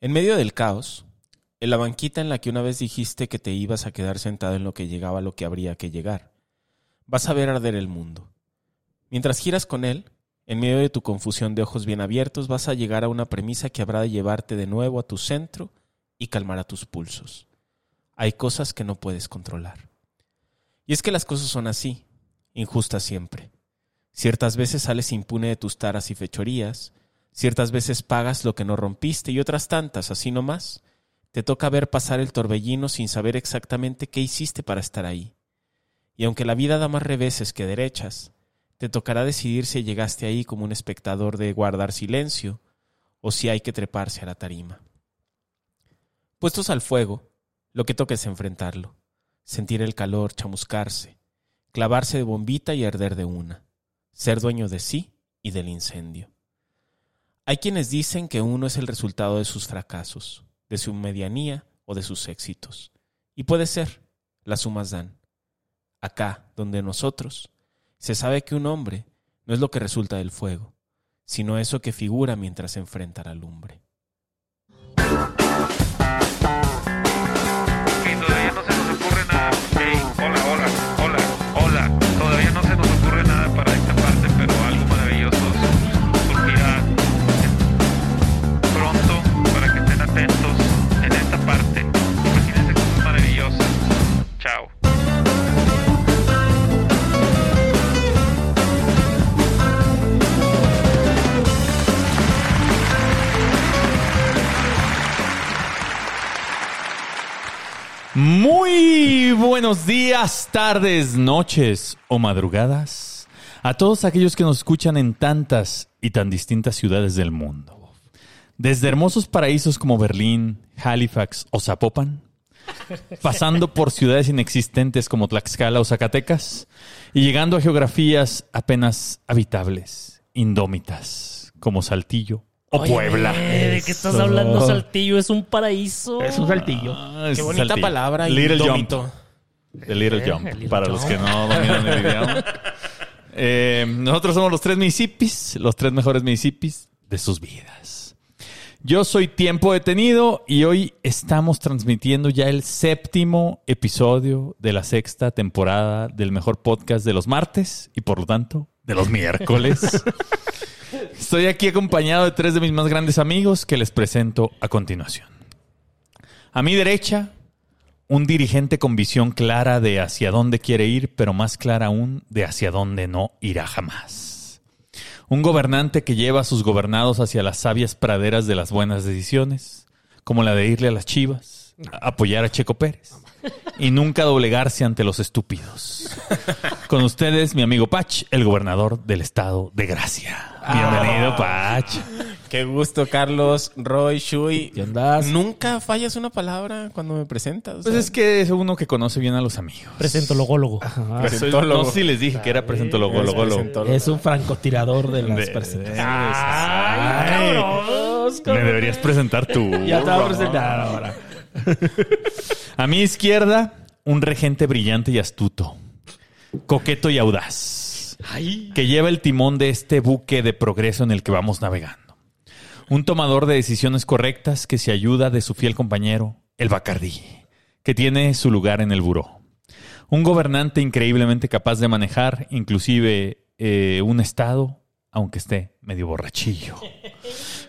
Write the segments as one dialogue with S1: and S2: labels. S1: En medio del caos, en la banquita en la que una vez dijiste que te ibas a quedar sentado en lo que llegaba lo que habría que llegar, vas a ver arder el mundo. Mientras giras con él, en medio de tu confusión de ojos bien abiertos, vas a llegar a una premisa que habrá de llevarte de nuevo a tu centro y calmará tus pulsos. Hay cosas que no puedes controlar. Y es que las cosas son así, injustas siempre. Ciertas veces sales impune de tus taras y fechorías, ciertas veces pagas lo que no rompiste y otras tantas, así nomás. Te toca ver pasar el torbellino sin saber exactamente qué hiciste para estar ahí. Y aunque la vida da más reveses que derechas, te tocará decidir si llegaste ahí como un espectador de guardar silencio o si hay que treparse a la tarima. Puestos al fuego, lo que toca es enfrentarlo, sentir el calor, chamuscarse, clavarse de bombita y arder de una, ser dueño de sí y del incendio. Hay quienes dicen que uno es el resultado de sus fracasos, de su medianía o de sus éxitos. Y puede ser, las sumas dan. Acá, donde nosotros, se sabe que un hombre no es lo que resulta del fuego, sino eso que figura mientras se enfrenta a la lumbre.
S2: Que todavía no se nos ocurre nada. Ey, hola, hola, hola, hola. Todavía no se nos ocurre nada para esta parte, pero algo maravilloso surgirá pronto para que estén atentos en esta parte. Imagínense cosas maravillosas. Chao.
S3: Muy buenos días, tardes, noches o madrugadas a todos aquellos que nos escuchan en tantas y tan distintas ciudades del mundo. Desde hermosos paraísos como Berlín, Halifax o Zapopan, pasando por ciudades inexistentes como Tlaxcala o Zacatecas y llegando a geografías apenas habitables, indómitas como Saltillo o
S4: Oye,
S3: Puebla.
S4: ¿De qué estás
S3: Eso.
S4: hablando, Saltillo? Es un paraíso.
S5: Es un saltillo.
S3: Ah,
S1: Qué
S3: es
S1: bonita
S3: Saltillo.
S1: palabra.
S3: Little
S1: indómito.
S3: Jump. The Little Jump,
S4: Little
S3: para
S4: Jump.
S3: los que no dominan el idioma. Eh, nosotros somos los tres municipios, los tres mejores municipios de sus vidas. Yo soy Tiempo Detenido y hoy estamos transmitiendo ya el séptimo episodio de la sexta temporada del mejor podcast de los martes y por lo tanto de los miércoles. Estoy aquí acompañado de tres de mis más grandes amigos que les presento a continuación. A mi derecha, un dirigente con visión clara de hacia dónde quiere ir, pero más clara aún de hacia dónde no irá jamás. Un gobernante que lleva a sus gobernados hacia las sabias praderas de las buenas decisiones, como la de irle a las chivas, a- apoyar a Checo Pérez y nunca doblegarse ante los estúpidos. Con ustedes, mi amigo Pach, el gobernador del estado de Gracia. Bienvenido, Pach.
S1: Qué gusto, Carlos, Roy, Shui.
S5: ¿Qué andas?
S1: Nunca fallas una palabra cuando me presentas. o
S3: Pues
S1: sea,
S3: es que es uno que conoce bien a los amigos.
S4: Presentologólogo.
S3: Presentólogo. Ah, No sé si les dije que era presentólogo.
S1: eres
S3: logo, logo.
S1: presentólogo.
S5: Es un francotirador de las
S3: De- Ah,
S5: presentaciones.
S3: Ay,
S4: cabrón!
S3: Me deberías presentar tú.
S5: Ya te voy a presentar ahora.
S3: A mi izquierda, un regente brillante y astuto, coqueto y audaz, que lleva el timón de este buque de progreso en el que vamos navegando. Un tomador de decisiones correctas que se ayuda de su fiel compañero, el Bacardí, que tiene su lugar en el buró. Un gobernante increíblemente capaz de manejar inclusive eh, un estado, aunque esté medio borrachillo.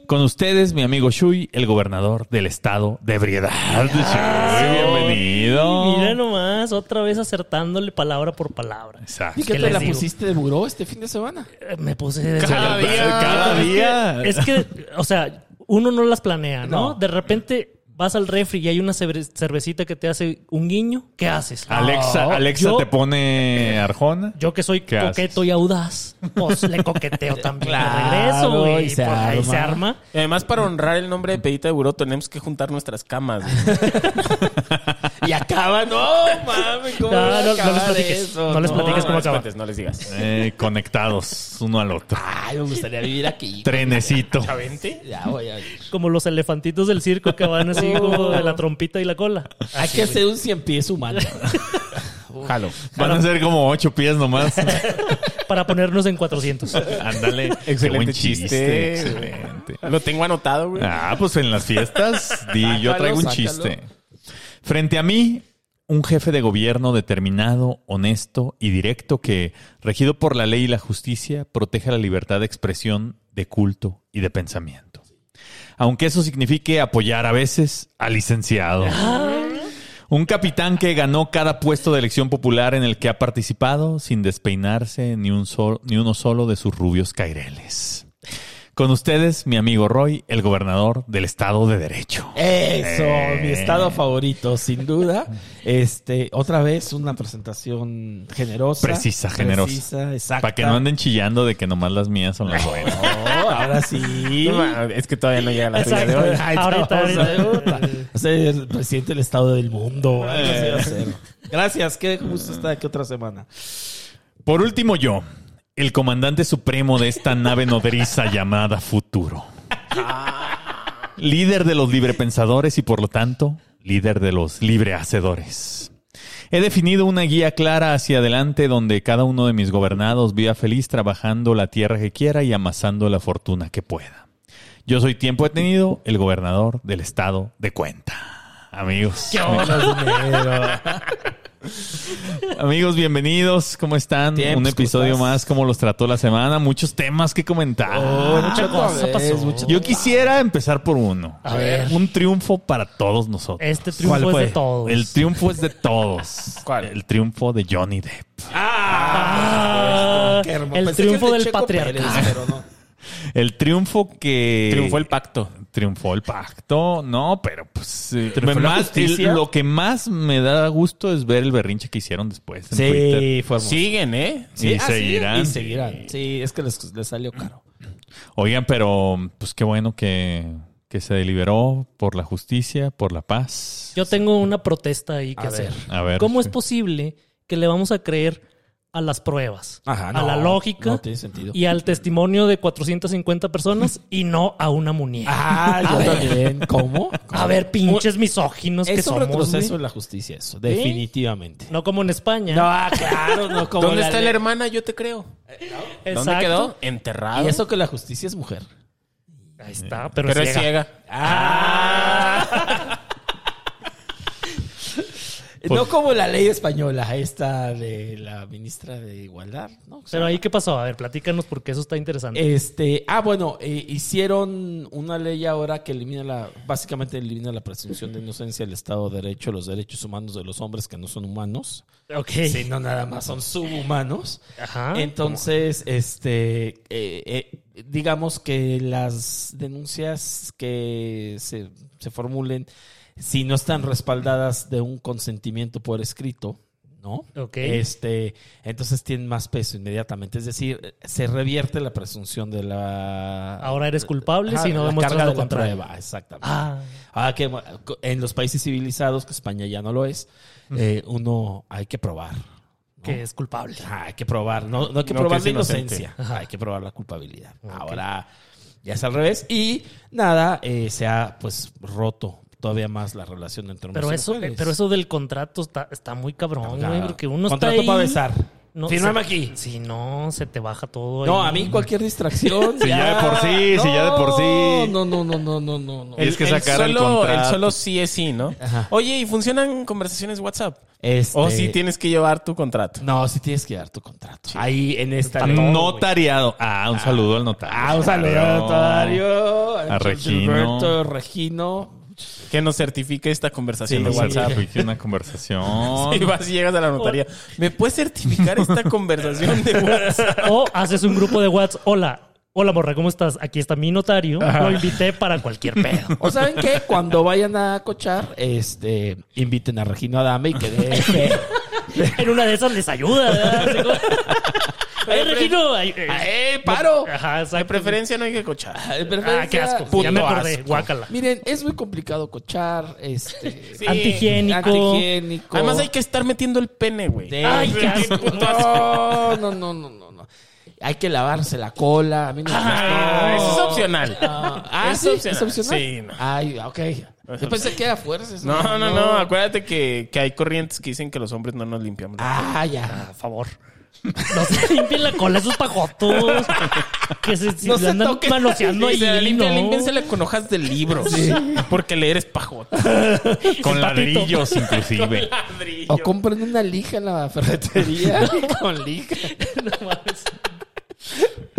S3: Con ustedes, mi amigo Shui, el gobernador del estado de ebriedad. Shui, bienvenido.
S4: Mira nomás, otra vez acertándole palabra por palabra.
S3: Exacto.
S5: ¿Y qué
S4: ¿Qué
S5: te
S4: les
S5: la
S4: digo?
S5: pusiste de buró este fin de semana?
S4: Eh, Me puse de
S3: Cada día. Cada día.
S4: Es que, o sea, uno no las planea, ¿no?
S5: No.
S4: De repente vas al refri y hay una cerve- cervecita que te hace un guiño. ¿Qué haces?
S3: Alexa,
S4: No,
S3: Alexa
S4: yo-
S3: te pone Arjona.
S4: Yo que soy
S3: ¿Qué
S4: coqueto
S3: haces?
S4: y audaz, pues le coqueteo también.
S5: Claro,
S4: de regreso, güey.
S5: y se
S4: Por ahí se
S5: arma.
S4: arma.
S1: Y Además, para honrar el nombre de Pedita de Buró, tenemos que juntar nuestras camas. güey.
S5: Y acaba, no mames, ¿cómo
S4: No,
S5: voy
S4: no,
S5: a
S4: no les
S5: acabar
S4: platiques, no les platiques cómo
S1: les
S4: acaba.
S1: cuentes, No les digas.
S3: Eh, conectados uno al otro.
S5: Ay, me gustaría vivir aquí.
S3: Trenecito.
S1: ¿Chavente?
S5: Ya voy a ir.
S4: Como los elefantitos del circo que van así como de la trompita y la cola.
S5: Oh. Hay que hacer un cien pies humano.
S1: Jalo.
S3: Van a ser como ocho pies nomás.
S4: para ponernos en 400.
S3: Ándale. Qué
S1: Excelente
S3: buen
S1: chiste.
S3: Excelente.
S1: Lo tengo anotado, güey.
S3: Ah, pues en las fiestas. Di, yo
S1: Sácalo,
S3: traigo un
S1: sácalo.
S3: chiste. Frente a mí, un jefe de gobierno determinado, honesto y directo que, regido por la ley y la justicia, protege la libertad de expresión, de culto y de pensamiento. Aunque eso signifique apoyar a veces al licenciado. Un capitán que ganó cada puesto de elección popular en el que ha participado sin despeinarse ni, un sol- ni uno solo de sus rubios caireles. Con ustedes, mi amigo Roy, el gobernador del Estado de Derecho.
S5: Eso,
S3: Eh.
S5: mi estado favorito, sin duda. Este, otra vez una presentación generosa.
S3: Precisa, generosa.
S5: Precisa, exacta.
S3: Para que no anden chillando de que nomás las mías son las buenas.
S5: No, ahora sí.
S1: No, Es que todavía no llega la tuya de
S4: Oh, Exacto.
S1: hoy.
S5: Ay,
S4: Ahorita,
S5: no,
S4: ahorita.
S5: no, puta. O sea, el presidente del estado del mundo. Ay, no sé, yo sé. Eh. Gracias, qué gusto estar aquí otra semana.
S3: Por último, yo, el comandante supremo de esta nave nodriza llamada Futuro. Líder de los librepensadores y por lo tanto, líder de los librehacedores. He definido una guía clara hacia adelante donde cada uno de mis gobernados viva feliz trabajando la tierra que quiera y amasando la fortuna que pueda. Yo soy tiempo detenido, el gobernador del estado de cuenta. Amigos. Amigos, bienvenidos. ¿Cómo están?
S5: Bien,
S3: Un
S5: pues, ¿cómo
S3: episodio
S5: estás?
S3: más, como los trató la semana. Muchos temas que comentar.
S5: mucha cosa pasó. Ah, Mucha
S3: Yo quisiera empezar por uno. A ver. Un triunfo para todos nosotros.
S4: Este triunfo es de todos.
S3: El triunfo es de todos.
S1: ¿Cuál?
S3: El triunfo de Johnny Depp.
S4: Ah,
S5: Qué hermoso.
S4: el
S5: Pensé que
S4: triunfo
S5: de
S4: del
S5: Checo
S4: patriarcado.
S5: Pérez, pero no.
S3: El triunfo que.
S1: Triunfó el pacto.
S3: Triunfó el pacto, no, pero pues eh,
S1: Triunfó la
S3: más- el-
S1: justicia.
S3: lo que más me da gusto es ver el berrinche que hicieron después en Twitter.
S5: Sí, fue hermoso.
S1: Siguen, ¿eh?
S3: y
S5: ah, sí,
S3: seguirán.
S5: Y seguirán. Sí, es que les, les salió caro.
S3: Oigan, pero pues qué bueno que, que se deliberó por la justicia, por la paz.
S4: Yo tengo una protesta ahí que hacer.
S3: A ver.
S4: ¿Cómo es
S3: sí.
S4: posible que le vamos a creer a las pruebas,
S5: Ajá,
S4: a
S5: no,
S4: la lógica
S5: no tiene sentido.
S4: y al testimonio de 450 personas y no a una muñeca?
S5: Ah, yo también. Ah, ¿Cómo?
S4: a ver, pinches misóginos que
S5: Es un
S4: somos.
S5: retroceso
S4: güey.
S5: en la justicia, eso, definitivamente.
S4: No como en España.
S5: ah, claro, no como
S1: ¿Dónde
S5: la
S1: está la
S5: ley.
S1: hermana? Yo te creo.
S4: Exacto.
S1: ¿Dónde quedó? Enterrado.
S5: Y eso que la justicia es mujer.
S4: Ahí está, pero,
S1: Pero
S4: es
S1: es
S4: ciega. Ah.
S1: ciega.
S5: Ah. no como la ley española, esta de la ministra de Igualdad, ¿no? O sea,
S4: Pero ahí, ¿qué pasó? A ver, platícanos porque eso está interesante.
S5: Este, ah, bueno, eh, hicieron una ley ahora que elimina la, básicamente elimina la presunción de inocencia, el Estado de Derecho, los derechos humanos de los hombres que no son humanos,
S4: ok.
S5: sino nada más son subhumanos.
S4: Ajá.
S5: Entonces, este, eh, eh, digamos que las denuncias que se, se formulen, si no están respaldadas de un consentimiento por escrito, ¿no?
S4: Ok.
S5: Este, entonces tienen más peso inmediatamente. Es decir, se revierte la presunción de la.
S4: Ahora eres culpable
S5: Ajá,
S4: si no
S5: la
S4: demuestras
S5: carga
S4: lo
S5: de la
S4: contrario.
S5: prueba, exactamente.
S4: Ah,
S5: Ah, que mo- en los países civilizados, que España ya no lo es, eh, uno hay que probar. ¿no?
S4: que es culpable.
S5: Ah, hay que probar, no, no hay que
S1: No,
S5: probar
S1: que
S5: la
S1: es inocente.
S5: inocencia, hay que probar la culpabilidad. Ahora ya es al revés y nada, eh, se ha pues roto todavía más la relación entre hombres
S4: Pero
S5: y
S4: eso,
S5: mujeres.
S4: pero eso del contrato está, está muy cabrón,
S5: Nada.
S4: güey, porque uno
S5: Contrato
S4: está
S5: para
S4: ahí,
S5: besar.
S4: no, se-
S5: Fírmame aquí.
S4: Si no, se te baja todo.
S5: No,
S4: ahí.
S5: a mí cualquier distracción.
S3: Si ya de por sí, si ya de por sí.
S5: No, no, no, no, no, no. no.
S3: El- Tienes que sacar el
S1: solo,
S3: contrato.
S1: solo sí es sí, ¿no?
S5: Ajá.
S1: Oye, ¿y funcionan conversaciones WhatsApp?
S5: Este-
S1: O si tienes que llevar tu contrato.
S5: No, sí tienes que dar tu contrato. Ahí en esta.
S3: Notariado. Ah, un saludo al notario.
S5: Ah, un saludo a Notario.
S3: A Regino.
S5: Gilberto, Regino.
S1: Que nos certifique esta conversación
S5: Sí,
S1: de
S5: sí.
S1: WhatsApp.
S3: Fue una conversación.
S1: Y vas y llegas a la notaría. ¿Me puedes certificar esta conversación de WhatsApp?
S4: O haces un grupo de WhatsApp. Hola, hola morra, ¿cómo estás? Aquí está mi notario. Lo invité para cualquier pedo.
S5: O saben que cuando vayan a cochar, este, inviten a Regino Adame y que dé fe.
S4: en una de esas les ayuda. ¿verdad? Así como, "Ay, Regino! ay, eh,
S5: ¡Eh, paro!
S4: Ajá,
S1: De
S4: exacto.
S1: preferencia no hay que cochar.
S5: De
S4: Ah,
S5: preferencia,
S4: qué asco.
S5: puto
S4: ya me acordé.
S5: asco.
S4: Guácala.
S5: Miren, es muy complicado cochar, este,
S1: Sí.
S4: Antihigiénico.
S5: antihigiénico.
S1: Además hay que estar metiendo el pene, güey.
S5: de-
S4: Ay, qué asco.
S5: No, no, no, no, no, no. Hay que lavarse la cola. A mí no me
S1: Ah,
S5: gustó.
S1: eso es opcional.
S5: Ah, ah,
S1: Es
S5: sí,
S1: opcional.
S5: es opcional.
S1: Sí, no.
S5: Ay, ok. Yo pensé que era fuerzas.
S1: No, no, no, Acuérdate que, que hay corrientes que dicen que los hombres no nos limpiamos.
S5: Ah, ya.
S4: A favor. No se limpien la cola esos pajotos. Que se, si
S1: No
S4: le
S1: se
S4: andan
S1: toquen.
S4: manoseando ahí.
S1: Sí,
S4: ¿no?
S1: limpia- límpiensela con hojas de libros. Porque leer es pajota.
S3: Con
S4: patito.
S3: ladrillos, inclusive.
S5: O compren una lija en la ferretería. con lija.
S4: No mames.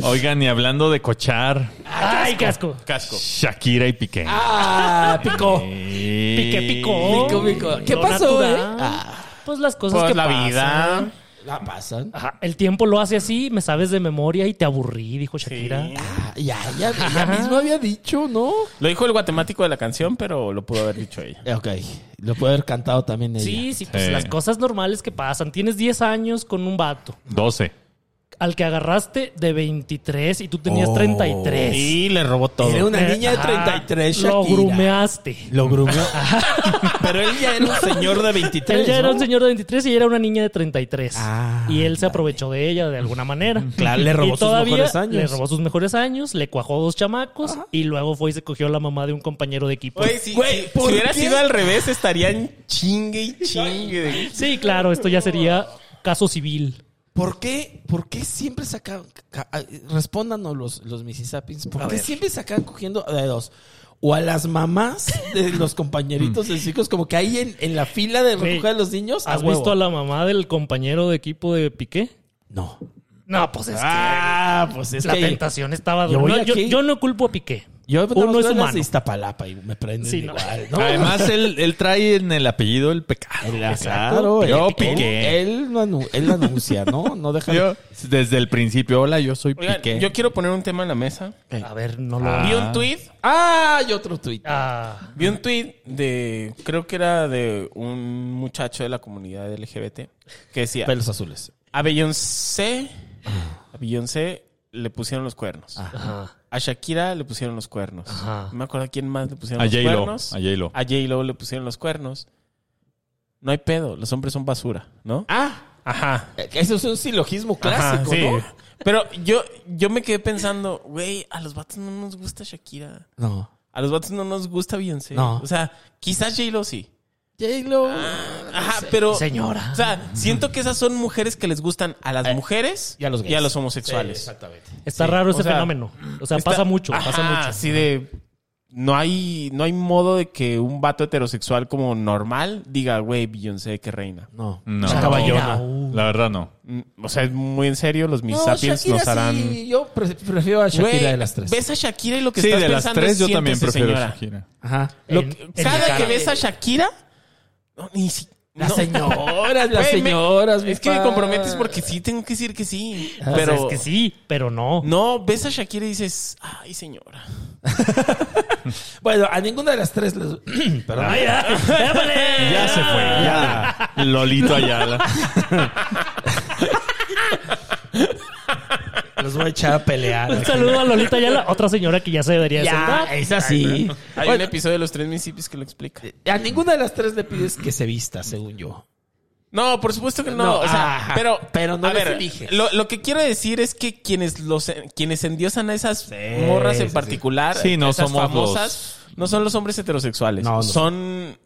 S3: Oigan, y hablando de cochar,
S1: Ah,
S4: Ay, casco.
S1: Casco.
S3: Shakira y Piqué.
S5: Ah, picó.
S3: Piqué
S4: Pique picó.
S5: Picó, picó. ¿Qué
S4: Lo
S5: pasó,
S4: natural.
S5: eh? Ah,
S4: Pues las cosas
S1: Pues
S4: que
S1: la
S4: pasan.
S1: vida.
S5: la pasan.
S4: Ajá, el tiempo lo hace así, me sabes de memoria y te aburrí, dijo Shakira.
S5: Ah, ya, ya, ya mismo había dicho, ¿no?
S1: Lo dijo el guatemático de la canción, pero lo pudo haber dicho ella.
S5: Eh, Ok. Lo puede haber cantado también ella.
S4: Sí, sí, pues
S3: Sí.
S4: las cosas normales que pasan. Tienes 10 años con un vato
S3: 12.
S4: al que agarraste de 23 y tú tenías 33.
S1: Y Oh. le robó todo.
S5: Oh. Era una
S4: Eh,
S5: niña de
S4: ajá,
S5: 33, Shakira.
S4: Lo grumeaste.
S5: Lo grumeó. Pero él ya era un señor de 23,
S4: Él ya era
S5: ¿no?
S4: un señor de 23 y ella era una niña de 33.
S5: Ah,
S4: y él se aprovechó de ella de alguna manera.
S5: Claro, le robó
S4: Y
S5: sus
S4: todavía
S5: mejores años.
S4: Le robó sus mejores años, le cuajó dos chamacos y luego fue y se cogió a la mamá de un compañero de equipo.
S1: Güey, si,
S5: Pues, Güey,
S1: si-
S5: ¿por
S1: si hubiera
S5: qué?
S1: sido al revés, estarían chingue y chingue. de-
S4: Sí, claro, esto ya sería caso civil.
S5: ¿Por qué, ¿Por qué siempre sacan? ca- ah, Respóndanos los, los Mississippians. ¿Por qué siempre sacan cogiendo de dos? O a las mamás de los compañeritos de chicos, como que ahí en, en la fila de
S4: Güey,
S5: recoger a los niños.
S4: ¿Has visto a la mamá del compañero de equipo de Piqué?
S5: No.
S4: No, pues es
S5: Ah, pues
S4: que
S5: es
S4: la
S5: que
S4: tentación estaba
S5: yo
S4: dura. No,
S5: voy
S4: Yo,
S5: aquí.
S4: yo no culpo a Piqué.
S5: yo
S4: Uno
S5: uno
S4: es
S5: es
S4: humano.
S5: de Iztapalapa y me prenden
S4: Sí, no.
S5: igual, ¿no?
S3: Además, él, él trae en el apellido el pecado.
S5: Claro,
S3: Yo
S5: él-
S3: Piqué.
S5: Él, no anu- él anuncia, ¿no? No deja.
S3: Yo, desde el principio, hola, yo soy
S1: Oigan,
S3: Piqué.
S1: yo quiero poner un tema en la mesa.
S4: A ver, no lo...
S3: Ah.
S1: Vi un tweet,
S5: Ah, y otro tuit.
S4: Ah,
S1: vi un tweet de, creo que era de un muchacho de la comunidad LGBT que decía,
S5: Pelos azules.
S1: a Beyoncé, a Beyoncé le pusieron los cuernos.
S3: Ah.
S4: ajá.
S1: A Shakira le pusieron los cuernos.
S4: Ajá.
S1: No me acuerdo a quién más le pusieron
S3: A
S1: los
S3: J-Lo.
S1: cuernos. Ah,
S3: A J-Lo.
S1: A J-Lo le pusieron los cuernos. No hay pedo, los hombres son basura, ¿no?
S5: Ah,
S1: Ajá.
S5: Eso es un silogismo
S1: Ajá,
S5: clásico,
S1: sí.
S5: ¿no?
S1: Pero yo, yo me quedé pensando, güey, a los vatos no nos gusta Shakira.
S5: No.
S1: A los vatos no nos gusta Beyoncé.
S5: No.
S1: O sea, quizás J-Lo sí.
S5: J-Lo.
S1: Ajá, pero.
S4: señora.
S1: O sea, siento que esas son mujeres que les gustan a las mujeres
S5: y a los gays.
S1: homosexuales.
S5: exactamente.
S4: Está raro ese
S1: o sea,
S4: fenómeno. O sea,
S1: Está-
S4: pasa mucho,
S1: Ajá,
S4: pasa mucho.
S1: Así de. No hay, no hay modo de que un vato heterosexual como normal diga, güey, Beyoncé, que reina.
S5: No.
S3: No.
S5: Shakira.
S4: caballona.
S3: La verdad, no.
S1: Mm, O sea, es muy en serio, los mis
S5: No,
S1: sapiens
S5: Shakira
S1: nos harán.
S5: sí. Yo pre- prefiero a Shakira
S1: Güey,
S5: de las tres.
S1: Ves a Shakira y lo que
S3: Sí,
S1: estás
S3: de las
S1: pensando
S3: tres,
S1: es,
S3: yo también
S1: "Siéntese,
S3: prefiero
S1: señora".
S3: Shakira.
S5: Ajá.
S1: Lo
S4: En-
S1: que-
S4: en mi
S1: cada
S4: cara.
S1: que ves a Shakira, no, ni si-
S5: Las
S1: no.
S5: señoras, las
S1: Güey, me-
S5: señoras. mi
S1: es que me
S5: pa. Ah,
S1: comprometes porque sí tengo que decir que sí.
S4: O sea,
S1: Pero
S4: Pues es que sí, pero no.
S1: no, ves a Shakira y dices, ay, señora.
S5: Bueno, a ninguna de las tres les. Perdón.
S4: Ay, ay, épale.
S3: Ya se fue,
S1: Ah.
S3: ya. Lolito Ayala.
S5: Los voy a echar a pelear.
S4: Un saludo a Lolita Ayala, otra señora que ya se debería de sentar.
S5: Ya, eh, es así.
S1: Hay un episodio de los tres municipios que lo explica.
S5: A ninguna de las tres le pides que se vista, según yo.
S1: No, por supuesto que no.
S5: No,
S1: o sea,
S5: ajá,
S1: pero,
S5: pero no
S1: a
S5: los
S1: ver,
S5: eliges.
S1: Lo, lo que quiero decir es que quienes los quienes endiosan a esas morras en particular,
S3: Sí, no
S1: esas
S3: somos
S1: famosas, no son los hombres heterosexuales.
S5: No, no.
S1: Son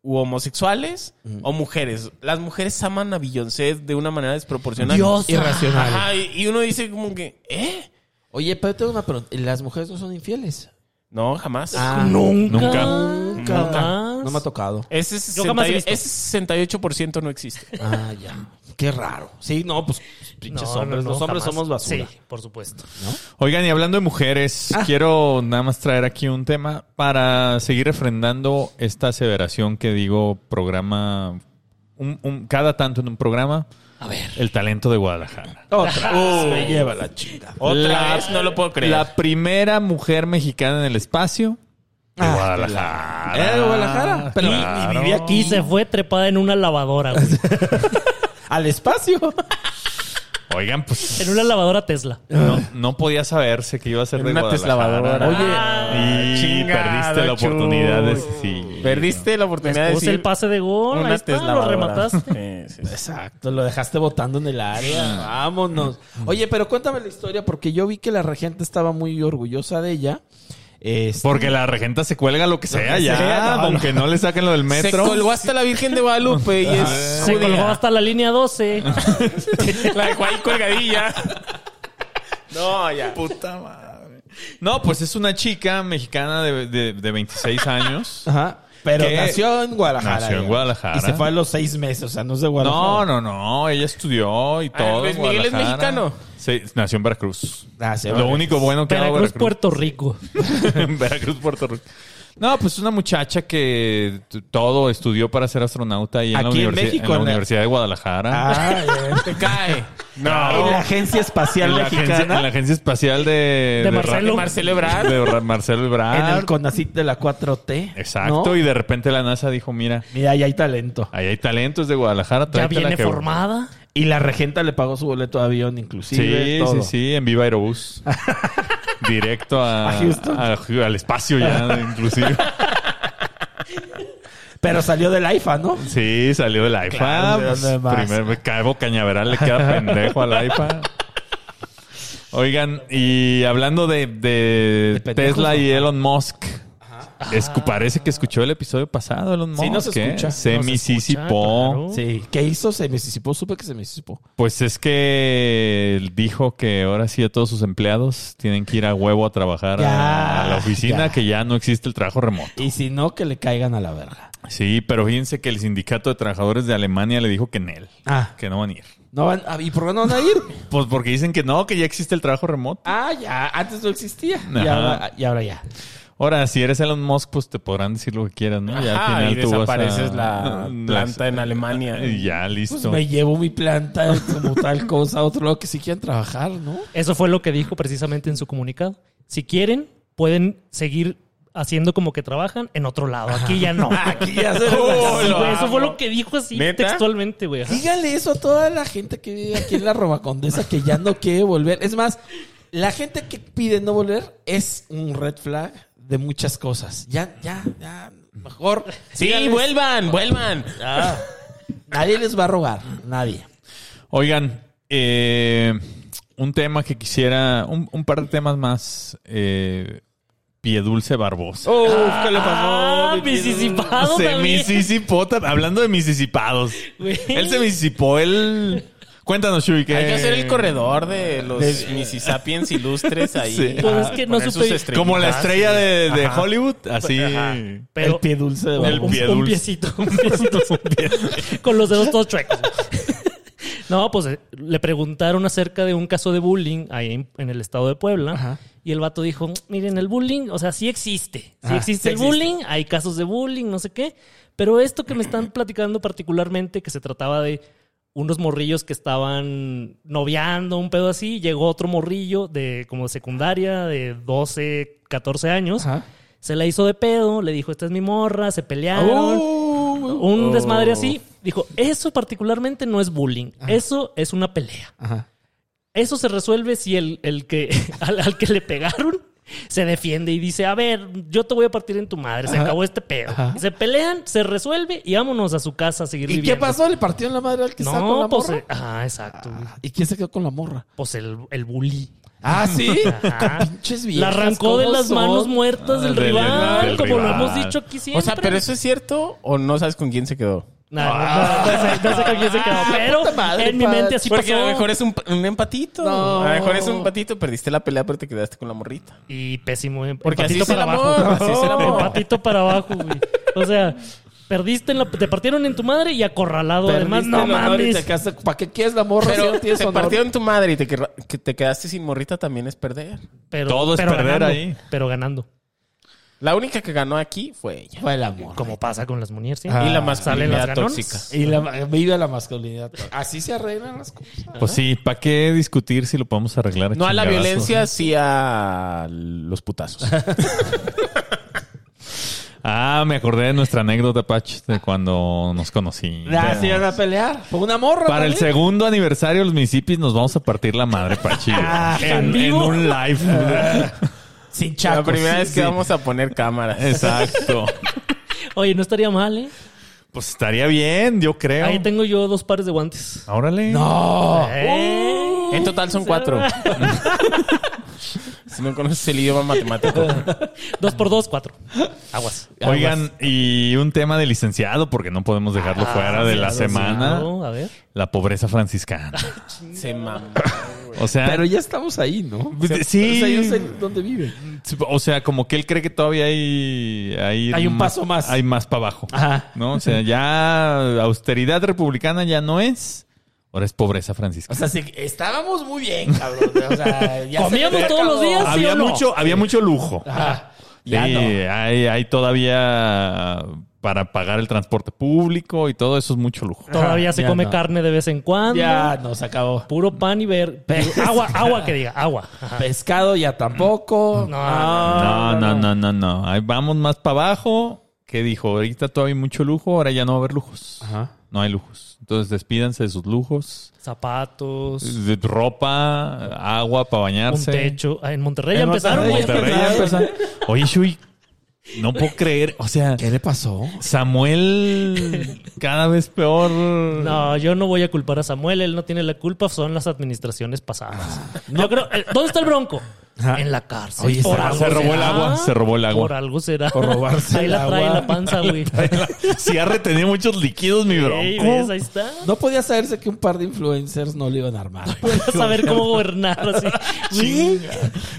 S1: u homosexuales o mujeres. Las mujeres aman a Beyoncé de una manera desproporcionada.
S5: Dios. Irracional.
S1: Ajá, y y uno dice como que, ¿eh?
S5: Oye, pero tengo una pregunta. ¿Las mujeres no son infieles?
S1: No, jamás.
S5: Ah.
S4: Nunca.
S3: Nunca.
S5: Nunca.
S4: Jamás.
S5: No me ha tocado.
S1: Ese,
S4: Yo jamás he
S1: 68
S4: visto.
S1: ese 68% no existe.
S5: Ah, ya. Qué raro. Sí, no, pues pinches hombres. Los hombres
S4: jamás.
S5: somos basura.
S4: Sí, por supuesto.
S3: Oigan, y hablando de mujeres,
S1: Ah.
S3: quiero nada más traer aquí un tema para seguir refrendando esta aseveración que digo programa, un- un- cada tanto en un programa,
S5: A ver.
S3: el talento de Guadalajara.
S5: Otra. vez me lleva la chinga.
S1: Otra
S3: La-
S1: vez no lo puedo creer.
S3: La primera mujer mexicana en el espacio de
S5: Ah,
S3: Guadalajara.
S5: Era de Guadalajara. Pero
S3: Claro.
S5: vivía
S4: Y se fue trepada en una lavadora, güey.
S5: Al espacio.
S3: Oigan, pues
S4: En una lavadora Tesla.
S3: no, no podía saberse que iba a ser
S1: En
S3: de
S1: una
S3: Guadalajara.
S1: teslavadora. Oye,
S3: y
S1: chingado,
S3: perdiste la
S1: Chuy.
S3: oportunidad de sí.
S1: Perdiste la oportunidad de
S4: Puse
S1: decir
S4: el pase de gol, ahí está, lo
S1: teslavadora.
S4: remataste.
S1: Sí, sí, sí.
S5: Exacto, lo dejaste votando en el
S3: Mm.
S5: área. Vámonos. Oye, pero cuéntame la historia porque yo vi que la regente estaba muy orgullosa de ella. Este,
S3: Porque la regenta se cuelga lo que sea
S5: que
S3: ya,
S5: sea, no,
S3: aunque no le saquen lo del
S1: Se
S3: metro.
S1: colgó hasta la Virgen de Guadalupe y es
S4: Se
S1: judía.
S4: colgó hasta la línea 12.
S1: La dejó ahí colgadilla. No, ya.
S3: Puta madre. No, pues es una chica mexicana de, de- de 26 años.
S5: Ajá. Pero
S3: Que-
S5: nació en Guadalajara.
S3: Nació en
S5: ya.
S3: Guadalajara.
S5: Y se fue a los seis meses, o sea, no es de
S3: No,
S5: Guadalajara.
S3: no, no. Ella estudió y todo.
S1: Luis
S3: en
S1: Miguel es
S3: Guadalajara.
S1: mexicano.
S3: Sí, nació en Veracruz.
S5: Ah, se
S3: Lo
S5: va.
S3: único bueno que hago
S4: Veracruz,
S3: Veracruz,
S4: Puerto Rico.
S3: En Veracruz, Puerto Rico. No, pues una muchacha que t- todo estudió para ser astronauta ahí en la,
S5: Aquí en
S3: universi-
S5: México,
S3: en la
S5: en la-
S3: Universidad de Guadalajara.
S5: Ah, ya.
S1: Te cae.
S3: no.
S5: En la Agencia Espacial
S3: En la,
S5: Mexicana.
S3: agencia, en la agencia espacial de,
S4: De
S3: Ra-
S4: Marcelo.
S1: Marcelo Ebrard.
S3: de Ra- Marcelo Ebrard.
S5: En el CONACYT de la 4T.
S3: Ah. Exacto.
S5: ¿no?
S3: Y de repente la NASA dijo: Mira,
S5: Mira, ahí hay talento.
S3: ahí hay talentos de Guadalajara.
S4: Ya
S3: tráetela
S4: viene
S3: que-
S4: formada.
S5: Y la regenta le pagó su boleto de avión, inclusive.
S3: Sí, sí,
S5: todo.
S3: sí, en Viva Aerobús. Directo a,
S5: A Houston.
S3: a Hu- al espacio ya, inclusive.
S5: Pero salió del AIFA, ¿no?
S3: Sí, salió del IFA.
S5: Claro, ¿de
S3: pues,
S5: dónde más?
S3: primer Cabo Cañaveral le queda pendejo al IFA. Oigan, y hablando de, de
S5: De pendejos,
S3: Tesla
S5: ¿no?
S3: y Elon Musk. escu- parece que escuchó el episodio pasado, Elon Musk.
S5: Sí, nos
S3: ¿eh?
S5: escucha.
S3: Se
S4: Nos
S3: misisipó.
S4: escucha, claro.
S5: Sí. ¿Qué hizo? Se misisipó. Supe que se misisipó.
S3: Pues es que él dijo que ahora sí a todos sus empleados tienen que ir a huevo a trabajar a-
S5: Ya,
S3: a, la oficina,
S5: ya.
S3: que ya no existe el trabajo remoto.
S5: Y si no, que le caigan a la verga.
S3: Sí, pero fíjense que el sindicato de trabajadores de Alemania le dijo que en él,
S5: Ah.
S3: que no van a ir.
S5: No van, ah, ¿Y por qué no van a ir?
S3: Pues porque dicen que no, que ya existe el trabajo remoto.
S5: ah, ya. Antes no existía. Y
S3: Ajá.
S5: ahora, y ahora ya.
S3: Ahora, si eres Elon Musk, pues te podrán decir lo que quieras, ¿no? Ya
S1: Ah, y
S3: tú vas a-
S1: desapareces la planta en Alemania.
S3: Y Ya,
S5: Pues
S3: listo.
S5: me llevo mi planta como tal cosa a otro lado que sí quieran trabajar, ¿no?
S4: Eso fue lo que dijo precisamente en su comunicado. Si quieren, pueden seguir haciendo como que trabajan en otro lado. Aquí ya no.
S5: Aquí ya se
S4: Sí,
S5: lo
S4: güey, eso fue lo que dijo así
S1: ¿Neta?
S4: textualmente, güey. Ajá.
S5: Dígale ¿Ah? eso a toda la gente que vive aquí en la Robacondesa que ya no quiere volver. Es más, la gente que pide no volver es un red flag de muchas cosas. Ya, ya, ya. Mejor.
S1: Sí,
S5: Dígales,
S1: vuelvan, vuelvan.
S5: Nadie les va a rogar. Nadie.
S3: Oigan, eh, un tema que quisiera, un, un par de temas más. Eh, Piedulce Barbosa.
S1: Uf, ¿qué le
S4: Ah, misisipado
S3: se
S4: también.
S3: misisipó tam- Hablando de misisipados.
S4: Güey.
S3: Él se misisipó. Él. Cuéntanos, Shui, que.
S1: Hay que hacer el corredor de los Mississippians ilustres ahí.
S3: Sí.
S4: Pues es que no
S1: Poner sus
S4: supe-
S1: estrellitas.
S3: Como la estrella de, de Hollywood. Así.
S4: Pero
S5: el pie dulce de
S4: un-
S3: el
S5: Barbosa.
S4: un,
S3: pie
S4: un
S3: dulce.
S4: piecito, un piecito. con los dedos todos chuecos. No, pues eh, le preguntaron acerca de un caso de bullying ahí en, en el estado de Puebla.
S5: Ajá.
S4: Y el vato dijo, miren, el bullying, o sea, sí existe. Sí
S5: Ah,
S4: existe
S5: sí
S4: el
S5: existe.
S4: bullying, hay casos de bullying, no sé qué. Pero esto que me están platicando particularmente, que se trataba de unos morrillos que estaban noviando, un pedo así, llegó otro morrillo de como secundaria, de 12, 14 años,
S5: Ajá.
S4: se la hizo de pedo, le dijo, esta es mi morra, se
S5: Ah,
S4: pelearon. Uh,
S5: Oh.
S4: un desmadre así. Dijo, eso particularmente no es bullying, eso es una pelea.
S5: Ajá.
S4: Eso se resuelve si el, el que, al, al que le pegaron se defiende y dice, a ver, yo te voy a partir en tu madre, se
S5: Ajá.
S4: acabó este pedo.
S5: Ajá.
S4: Se pelean, se resuelve y vámonos a su casa a seguir
S5: ¿Y qué
S4: viviendo.
S5: pasó? ¿Le partió en la madre al que estaba con
S4: No,
S5: la
S4: pues...
S5: morra?
S4: eh, Ah, exacto.
S5: Ah, ¿Y quién se quedó con la morra?
S4: Pues el, el bully.
S5: Ah, sí.
S4: Ajá.
S5: Pinches
S4: La
S5: viejas,
S4: arrancó de
S5: ¿cómo
S4: las
S5: son?
S4: manos muertas del,
S3: Del-
S4: rival,
S3: del
S4: como
S3: rival.
S4: lo hemos dicho aquí siempre.
S1: O sea, pero eso es cierto o no sabes con quién se quedó.
S4: Nah, no, no, no sé, no sé con quién se quedó, pero
S5: Ah, puta madre,
S4: en mi
S5: padre.
S4: mente así
S1: Porque
S4: pasó.
S1: a lo mejor es un, un empatito.
S5: No.
S1: A lo mejor es un empatito, perdiste la pelea, pero te quedaste con la morrita.
S4: Y pésimo. em-
S1: Porque así
S4: empatito
S1: es el
S4: para
S1: amor,
S4: abajo.
S1: así es el amor.
S4: Empatito para abajo, güey. O sea, perdiste en la- te partieron en tu madre y acorralado. Además,
S5: Perdiste
S4: no
S5: el honor y te
S4: mames.
S5: quedaste- ¿Para qué quieres
S4: Pues
S5: la morra si no
S1: Pero
S5: tienes
S1: te
S5: honor?
S1: partieron tu madre y te, querra- que te quedaste sin morrita también es perder.
S4: Pero,
S3: Todo es
S4: pero
S3: perder
S4: ganando,
S3: ahí.
S4: Pero ganando.
S1: La única que ganó aquí fue ella.
S5: Fue el amor.
S4: Como pasa con las Munier, ¿sí?
S5: Ah,
S1: y la
S4: salen
S1: masculinidad
S4: las ganonas.
S1: tóxica.
S5: Y la, vive la masculinidad. Así se arreglan las cosas.
S3: Pues sí, ¿para qué discutir si lo podemos arreglar?
S1: No a la
S3: chingadazos?
S1: violencia, sí a los putazos.
S3: Ah, me acordé de nuestra anécdota, Pach, de cuando nos conocí.
S5: Ah, sí van a pelear. Por una morra.
S3: Para el
S5: también.
S3: segundo aniversario de los municipios nos vamos a partir la madre, Pachi. en, en un live.
S5: Sin
S1: La
S5: chacos.
S1: primera vez que
S5: Sí.
S1: vamos a poner cámaras.
S3: Exacto.
S4: Oye, no estaría mal, ¿eh?
S3: Pues estaría bien, yo creo.
S4: Ahí tengo yo dos pares de guantes.
S3: Órale.
S1: Uh.
S5: No.
S4: Eh,
S1: En total son cuatro. Si no conoces el idioma matemático.
S4: Dos por dos, cuatro. Aguas.
S3: Oigan, y un tema de licenciado, porque no podemos dejarlo fuera de la semana.
S4: No, a ver.
S3: La pobreza franciscana.
S1: Se mamó.
S3: O sea,
S5: Pero ya estamos ahí, ¿no? O sea, yo sé
S3: sí.
S5: dónde vive.
S3: O sea, como que él cree que todavía hay... Hay,
S5: Hay un paso más.
S3: Hay más para abajo.
S5: Ajá.
S3: ¿No? O sea, ya austeridad republicana ya no es. Ahora es pobreza
S5: O
S3: franciscana.
S5: sea, sí, estábamos muy bien, cabrón. O sea, ya se
S4: Comíamos
S5: había
S4: todos los
S5: acabado.
S4: días.
S3: había
S4: o no?
S3: mucho, había mucho lujo.
S5: Ajá.
S3: Sí,
S5: Ya no.
S3: hay, hay todavía para pagar el transporte público y todo eso es mucho lujo.
S4: Todavía se
S5: ya
S4: come
S5: no.
S4: carne de vez en cuando.
S5: Ya no, se acabó.
S4: Puro pan y ver. Agua, agua que diga, agua.
S1: Ah.
S4: Ajá.
S5: Pescado ya tampoco.
S4: No,
S3: No, no, no, no, no. Ahí vamos más para abajo. ¿Qué dijo? Ahorita todavía hay mucho lujo, ahora ya no va a haber lujos.
S5: Ajá.
S3: No hay lujos. Entonces despídanse de sus lujos.
S4: Zapatos,
S3: De ropa, agua para
S4: un
S3: bañarse.
S4: techo. Ah, En Monterrey ya
S3: En
S4: empezaron.
S3: Monterrey,
S4: güey.
S3: Monterrey ya empezaron. Oye, Shui, no puedo creer. O sea,
S5: ¿Qué le pasó?
S3: Samuel cada vez peor.
S4: No, yo no voy a culpar a Samuel, él no tiene la culpa, son las administraciones pasadas. Yo creo, eh, ¿dónde está el bronco? En la cárcel.
S5: Oye,
S4: Por
S5: se-
S4: algo
S3: se robó el
S4: será.
S3: agua, se robó el agua.
S4: Por algo será.
S5: Por robarse
S4: Ahí
S5: el
S4: la trae
S5: agua.
S4: la panza, güey.
S3: Si ha retenido muchos líquidos, mi
S4: Ey,
S3: bronco.
S4: ¿ves? Ahí está.
S5: No podía saberse que un par de influencers no le iban a armar.
S4: Vas a ver cómo gobernar así.
S3: Chinga.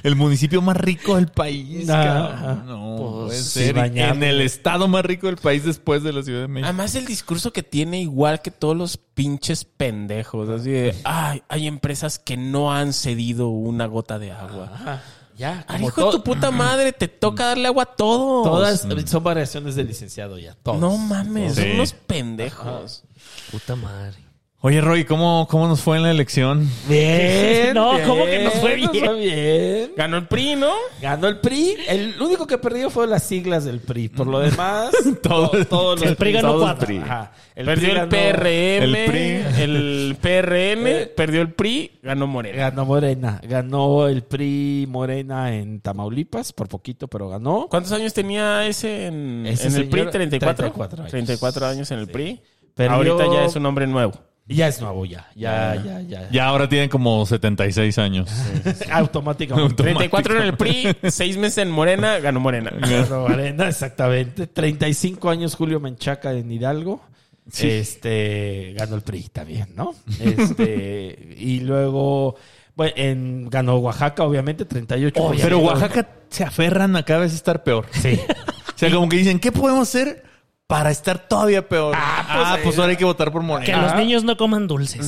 S3: El municipio más rico del país.
S5: Nah.
S3: cabrón. No,
S4: Pues,
S3: puede
S5: sí,
S3: ser.
S5: bañarme.
S3: En el estado más rico del país después de la Ciudad de México.
S1: Además, el discurso que tiene, igual que todos los pinches pendejos, así de, ay, hay empresas que no han cedido una gota de agua.
S5: Ya,
S1: Al
S5: Ah. como
S1: Ah, hijo de
S5: to-
S1: tu puta madre, te toca darle agua a todos.
S5: todas son variaciones del licenciado ya. Todos.
S1: No mames,
S3: Sí.
S1: son unos pendejos.
S4: Puta madre.
S3: Oye, Roy, ¿cómo, ¿cómo nos fue en la elección?
S5: Bien.
S4: No,
S5: bien,
S4: ¿cómo que nos fue bien?
S5: bien.
S1: Ganó el PRI, ¿no?
S5: Ganó el PRI. El único que perdió fue las siglas del PRI. Por lo demás,
S3: Todo-
S5: to- todos los
S4: El PRI ganó
S5: todos-
S4: cuatro.
S5: Ajá. El
S1: perdió
S5: PRI
S1: el
S5: ganó-
S4: E.
S1: PRM,
S3: el
S1: el,
S3: PRI.
S1: PRN,
S5: Eh.
S1: perdió el PRI, ganó Morena.
S5: Ganó Morena. Ganó el PRI Morena en Tamaulipas, por poquito, pero ganó.
S1: ¿Cuántos años tenía ese en,
S5: Ese
S1: en el
S5: señor,
S1: PRI? 34.
S5: 34 años.
S1: 34 años en el PRI.
S5: Perdió-
S1: Ahorita ya es un hombre nuevo.
S5: Y Ya es nuevo, ya. Ya, ya, ya.
S3: Ya ahora tienen como 76 años.
S5: Automáticamente.
S1: 34 en el PRI, 6 meses en Morena, ganó Morena.
S5: Ganó Morena, exactamente. 35 años Julio Menchaca en Hidalgo. Este ganó el PRI también, ¿no? Este, y luego bueno, en, ganó Oaxaca, obviamente, 38.
S3: Oh, Pero Oaxaca se aferran a cada vez estar peor.
S5: Sí.
S3: O sea, como que dicen, ¿qué podemos hacer para estar todavía peor? Ah, pues, ahora hay que votar por
S4: Que
S3: Morena.
S4: los niños no coman dulces.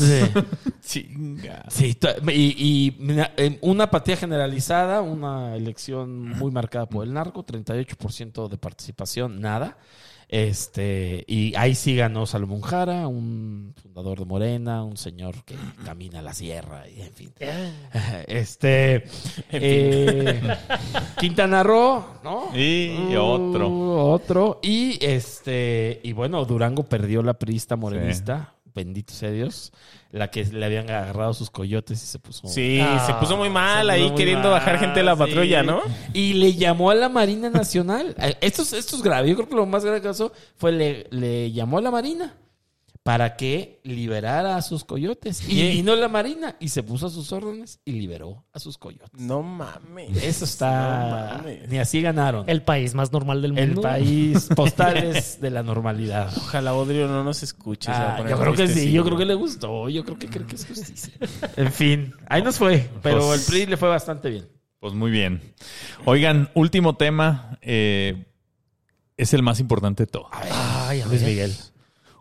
S5: Sí.
S3: Chinga.
S5: Sí, to- y, y mira, en una apatía generalizada, una elección muy marcada por el narco, 38% de participación, nada. Este, y ahí sí ganó Salomón Jara, un fundador de Morena, un señor que camina la sierra, y en fin.
S3: Ah.
S5: Este, eh, Quintana Roo, ¿no?
S3: Y otro.
S5: Uh, otro. Y este, y bueno, Durango perdió la prista morenista. Bendito sea Dios. La que le habían agarrado sus coyotes y se puso.
S1: Sí,
S4: Ah,
S1: se puso muy
S5: se
S1: mal
S5: puso
S1: ahí
S5: muy
S1: queriendo
S5: mal,
S1: bajar gente de la
S5: sí.
S1: patrulla, ¿no?
S5: Y le llamó a la Marina Nacional. Eh, esto, es, esto es grave. Yo creo que lo más grave que pasó fue le, le llamó a la Marina para que liberara a sus coyotes. Y vino la Marina y se puso a sus órdenes y liberó a sus coyotes.
S1: No mames.
S5: Eso
S1: No
S5: está.
S1: mames.
S5: ni así ganaron.
S4: El país más normal del
S5: El
S4: mundo.
S5: país postales de la normalidad.
S1: Ojalá Odrio no nos escuche. se va a
S5: Ah,
S1: poner
S5: yo creo que sí,
S1: tristecillo.
S5: yo creo que le gustó, yo creo que cree que es justicia. En fin, ahí nos fue, pero el
S3: Pues-
S5: PRI le fue bastante bien.
S3: Pues muy bien. Oigan, último tema. eh, es el más importante de todo.
S4: Ay, a
S5: Luis
S4: ver.
S5: Miguel.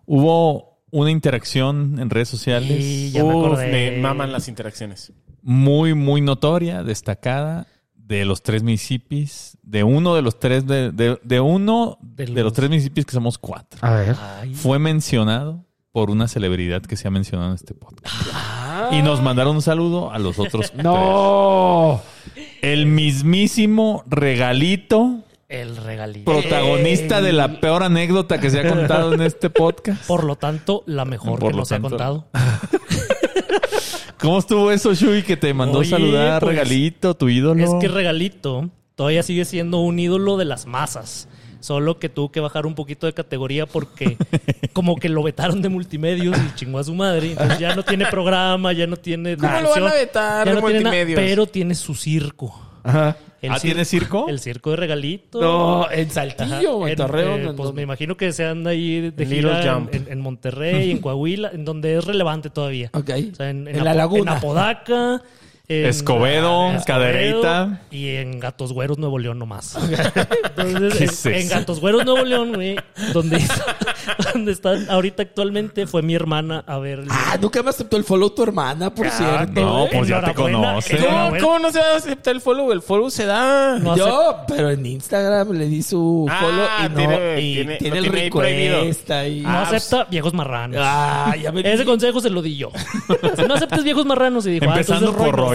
S3: Hubo una interacción en redes sociales
S4: Sí, ya me
S1: Uf,
S4: acordé.
S1: me maman las interacciones.
S3: muy, muy notoria, destacada, de los tres municipios, de uno de los tres, de, de- de uno de
S4: De
S3: los,
S4: los-
S3: tres municipios que somos cuatro.
S5: A ver.
S4: Ay.
S3: Fue mencionado por una celebridad que se ha mencionado en este podcast.
S4: Ah.
S3: Y nos mandaron un saludo a los otros.
S5: No.
S3: tres. El mismísimo regalito,
S4: El regalito.
S3: protagonista de la peor anécdota que se ha contado en este podcast.
S4: Por lo tanto, la mejor
S3: Por
S4: que
S3: lo
S4: nos
S3: tanto.
S4: ha contado.
S3: ¿Cómo estuvo eso, Shui, que te mandó
S4: Oye,
S3: saludar
S4: pues,
S3: regalito, tu ídolo?
S4: Es que Regalito todavía sigue siendo un ídolo de las masas. Solo que tuvo que bajar un poquito de categoría porque como que lo vetaron de multimedios y chingó a su madre. Entonces ya no tiene programa, ya no tiene...
S1: ¿Cómo lo van
S4: locución,
S1: a vetar
S4: ya
S1: de
S4: no tiene nada,
S1: multimedios?
S4: pero tiene su circo.
S5: Ajá.
S4: El
S3: ¿Ah, tiene circo?
S4: El circo de regalito.
S5: No, en
S4: Ajá.
S5: Saltillo, o en,
S4: En,
S5: Torreón.
S4: eh, pues
S5: en donde-
S4: me imagino que se anda ahí de- de
S1: Little
S4: gira en-
S1: Jump.
S4: en, en Monterrey, en Coahuila, en donde es relevante todavía.
S5: Ok.
S4: O sea, en,
S5: En La
S4: Apo-
S5: Laguna.
S4: En Apodaca. en-
S3: Escobedo,
S4: en
S3: Cadereyta.
S4: Y en Gatos Güeros, Nuevo León nomás. Entonces,
S3: ¿Qué es
S4: en, en
S3: eso?
S4: Gatos Güeros, Nuevo León, güey, donde, donde está ahorita actualmente, fue mi hermana a ver. el-
S5: Ah, nunca me aceptó el follow tu hermana, por cierto.
S3: no, pues ya te
S4: Enhorabuena,
S3: conoce.
S1: ¿Cómo,
S4: enhorabuena.
S1: cómo no se acepta el follow? El follow se da.
S4: No
S5: Yo, pero en Instagram le di su
S1: Ah,
S5: follow y no,
S1: tiene-
S5: y
S1: tiene-
S5: tiene,
S1: lo
S5: el
S1: tiene ahí prohibido.
S5: request ahí.
S4: No acepta viejos marranos.
S5: Ah, ya me
S4: Ese consejo se lo di yo. Si no aceptes viejos marranos y dijo, ah, entonces
S3: Empezando por
S4: Roy.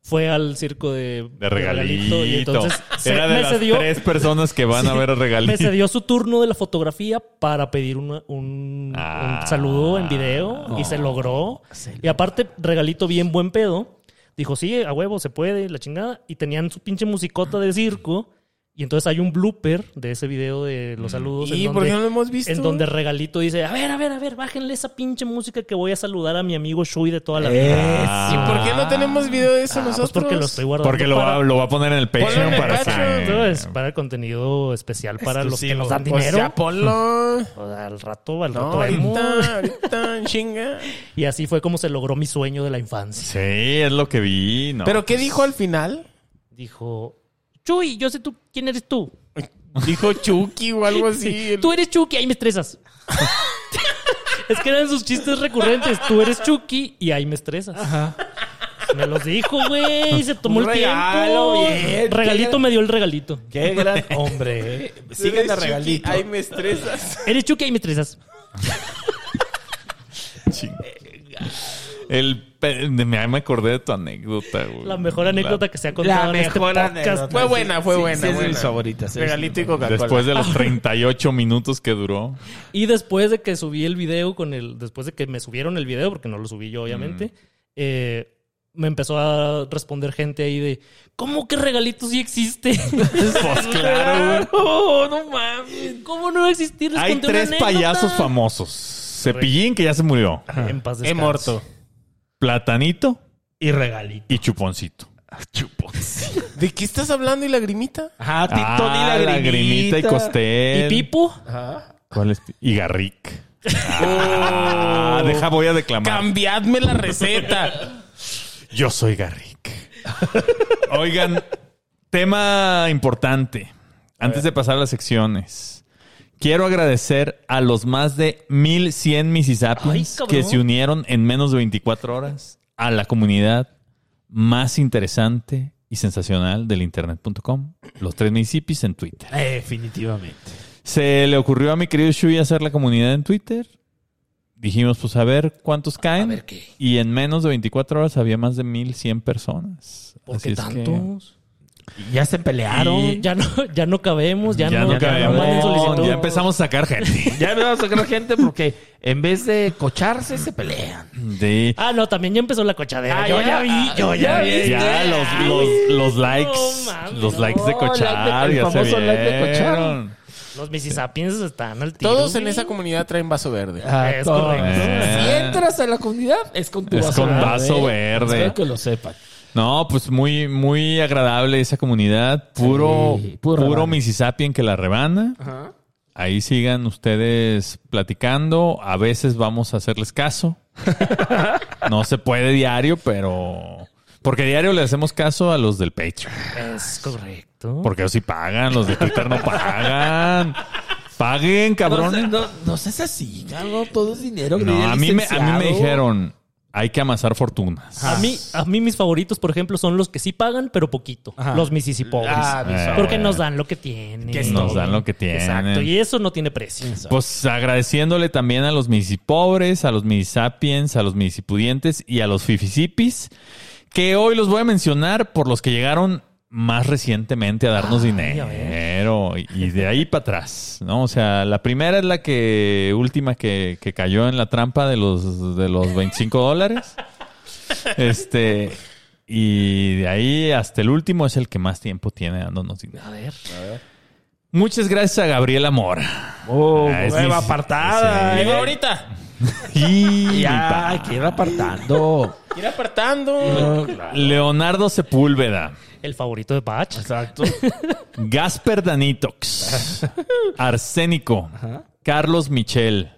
S4: fue al circo de,
S3: De regalito.
S4: Y entonces se-
S3: Era de
S4: me,
S3: las
S4: cedió,
S3: tres personas que van a ver a regalito.
S4: me cedió su turno de la fotografía para pedir una- un,
S3: Ah.
S4: un saludo en video y
S1: Oh.
S4: se logró. Y aparte, regalito bien buen pedo. Dijo, sí, a huevo, se puede, la chingada. Y tenían su pinche musicota de circo. Y entonces hay un blooper de ese video de los saludos.
S1: ¿Y
S4: en
S1: por qué
S4: donde-
S1: no lo hemos visto?
S4: en donde Regalito dice, a ver, a ver, a ver, bájenle esa pinche música que voy a saludar a mi amigo Shui de toda la
S3: Eh.
S4: vida.
S1: ¿Y por qué no tenemos video de eso
S4: Ah, pues
S1: nosotros?
S4: porque lo estoy guardando
S3: Ah. Porque lo va,
S4: para,
S3: lo va a poner en el
S1: Ponlo en
S3: Patreon
S1: el
S3: para
S1: Patreon,
S3: que...
S1: ¿no?
S4: es para el contenido especial para los que
S1: Exclusivo.
S4: nos dan
S1: Pues
S4: dinero.
S1: ya ponlo.
S4: O sea, al rato, al
S1: No,
S4: rato vemos.
S1: ahorita, ahorita, en chinga.
S4: Y así fue como se logró mi sueño de la infancia.
S3: Sí, es lo que vi. No.
S1: ¿Pero qué dijo al final?
S4: Dijo, Chuy, yo sé tú, ¿quién eres tú?
S1: Dijo Chucky o algo así.
S4: Tú eres Chucky, ahí me estresas. es que eran sus chistes recurrentes. Tú eres Chucky y ahí me estresas. Me los dijo, güey. Se tomó
S5: Un
S4: el
S5: regalo,
S4: tiempo.
S5: bien.
S4: Regalito
S5: Qué-
S4: me dio el regalito.
S5: Qué gran hombre, ¿eh? Sigan a regalito.
S1: Ahí me estresas.
S4: Eres Chucky, ahí me estresas.
S3: Ching. El pe- de- me, me acordé de tu anécdota, güey.
S4: La mejor anécdota que se ha contado en este podcast.
S5: anécdota.
S1: Fue buena, fue
S5: Sí,
S1: buena,
S5: sí, es de
S1: buena.
S5: mis favoritas. sí,
S1: Regalito
S5: sí.
S1: y Coca-Cola.
S3: Después de los 38 minutos que duró.
S4: Y después de que subí el video con el. Después de que me subieron el video, porque no lo subí yo, obviamente.
S5: Mm.
S4: eh, me empezó a responder gente ahí de ¿Cómo que regalito sí existe?
S3: Pues claro, güey.
S4: no mames. ¿Cómo no va a existir? Les
S3: Hay
S4: conté una
S3: tres
S4: anécdota.
S3: payasos famosos. Cepillín, que ya se murió.
S4: En paz
S1: He
S4: descanse.
S1: muerto.
S3: Platanito
S5: Y regalito.
S3: y Chuponcito.
S1: ¿De qué estás hablando y lagrimita?
S5: Ajá, Tintón
S3: Ah,
S5: y
S3: Lagrimita
S5: lagrimita.
S3: y Costel.
S4: ¿Y Oh. Pipo?
S3: ¿Cuál es? Y Garrick. Ah, deja, voy a declamar.
S1: Cambiadme la receta.
S3: Yo soy Garrick. Oigan, tema importante. Antes de pasar a las secciones, quiero agradecer a los más de 1100
S4: Ay,
S3: Mississippians
S4: cabrón.
S3: que se unieron en menos de 24 horas a la comunidad más interesante y sensacional del internet.com, los tres Mississippis en Twitter.
S5: Definitivamente.
S3: Se le ocurrió a mi querido Shui hacer la comunidad en Twitter. Dijimos, pues a ver cuántos caen. Y en menos de 24 horas había más de 1100 personas.
S4: ¿Por
S3: Así
S4: qué
S3: es que-
S4: tantos?
S5: Ya se pelearon.
S4: Y ya, no, ya no cabemos, ya,
S3: Ya, no,
S4: no
S3: cabemos.
S4: Ya, no manden solicitud.
S3: Ya empezamos a sacar gente.
S5: Ya me vamos a sacar gente porque en vez de cocharse, se pelean.
S3: Sí.
S4: Ah, no, también ya empezó la cochadera. yo ya vi, yo ya vi.
S3: Ya los, los, los likes.
S4: no mames,
S3: los likes de
S5: no, like de-
S3: cochar.
S5: el
S3: ya se
S5: famoso like de cochar.
S3: vieron.
S4: Los Mississippians están al tiro.
S1: Todos en
S4: güey.
S1: esa comunidad traen vaso verde.
S5: Ah,
S4: Es
S5: todo.
S4: correcto.
S3: Eh.
S5: Si entras a la comunidad, es con tu
S3: Es
S5: vaso
S3: con
S5: verde.
S3: vaso verde.
S5: Espero que lo sepan.
S3: No, pues muy, muy agradable esa comunidad. Puro,
S5: Sí, puro
S3: puro,
S5: rebane.
S3: Mississippian que la rebana.
S5: Ajá.
S3: Ahí sigan ustedes platicando. A veces vamos a hacerles caso. No se puede diario, pero. Porque diario le hacemos caso a los del Patreon.
S4: Es correcto.
S3: Porque ellos sí pagan, los de Twitter no pagan. Paguen,
S5: No,
S3: cabrones.
S5: se-
S3: No,
S5: no, no seas así, cabrón. Todo es dinero. que
S3: a,
S5: viene
S3: mí me, a mí me
S5: licenciado.
S3: dijeron, hay que amasar fortunas.
S4: A mí, a mí mis favoritos, por ejemplo, son los que sí pagan, pero poquito.
S5: Ajá.
S4: Los Mississippobres.
S5: Ah, mis
S3: Eh,
S5: favoritos.
S4: Porque nos dan lo que tienen.
S5: Que es
S3: Nos dan lo que tienen.
S4: Exacto. Y eso no tiene precio.
S3: Pues agradeciéndole también a los misipobres, a los misisapiens, a los misipudientes y a los fifisipis, que hoy los voy a mencionar por los que llegaron más recientemente a darnos
S4: a
S3: dinero y y de ahí para atrás, ¿no? O sea, la primera es la que última que, que cayó en la trampa de los de los 25 dólares. Este, Y de ahí hasta el último es el que más tiempo tiene dándonos dinero.
S4: A ver.
S3: Muchas gracias a Gabriela Mora.
S5: Oh,
S3: Ah, es
S5: nueva
S3: mi-
S5: apartada.
S3: sí.
S5: ¿eh?
S1: Digo ahorita.
S3: Y
S5: Ya, quiero apartando.
S1: Ir apartando.
S3: Leonardo Sepúlveda.
S4: El favorito de Patch.
S5: Exacto.
S3: Gasper Danitox, Arsénico, Carlos Michel,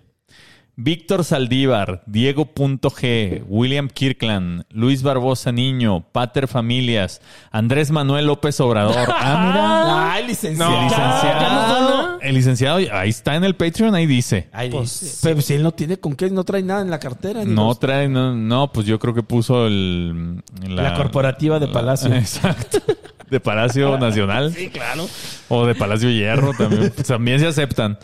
S3: Víctor Saldívar, Diego.g, William Kirkland, Luis Barbosa Niño, Pater Familias, Andrés Manuel López Obrador. Ah,
S5: Ay, licenciado.
S3: mira, el licenciado. el licenciado, ahí está en el Patreon, ahí dice.
S5: Ay,
S4: Pues,
S5: sí. Pero si él no tiene con qué, no trae nada en la cartera. ni
S3: No
S5: los-
S3: trae, no, no, pues yo creo que puso el,
S5: La corporativa de Palacio.
S3: Exacto. De Palacio Nacional.
S4: Sí, claro.
S3: O de Palacio Hierro también. también se aceptan.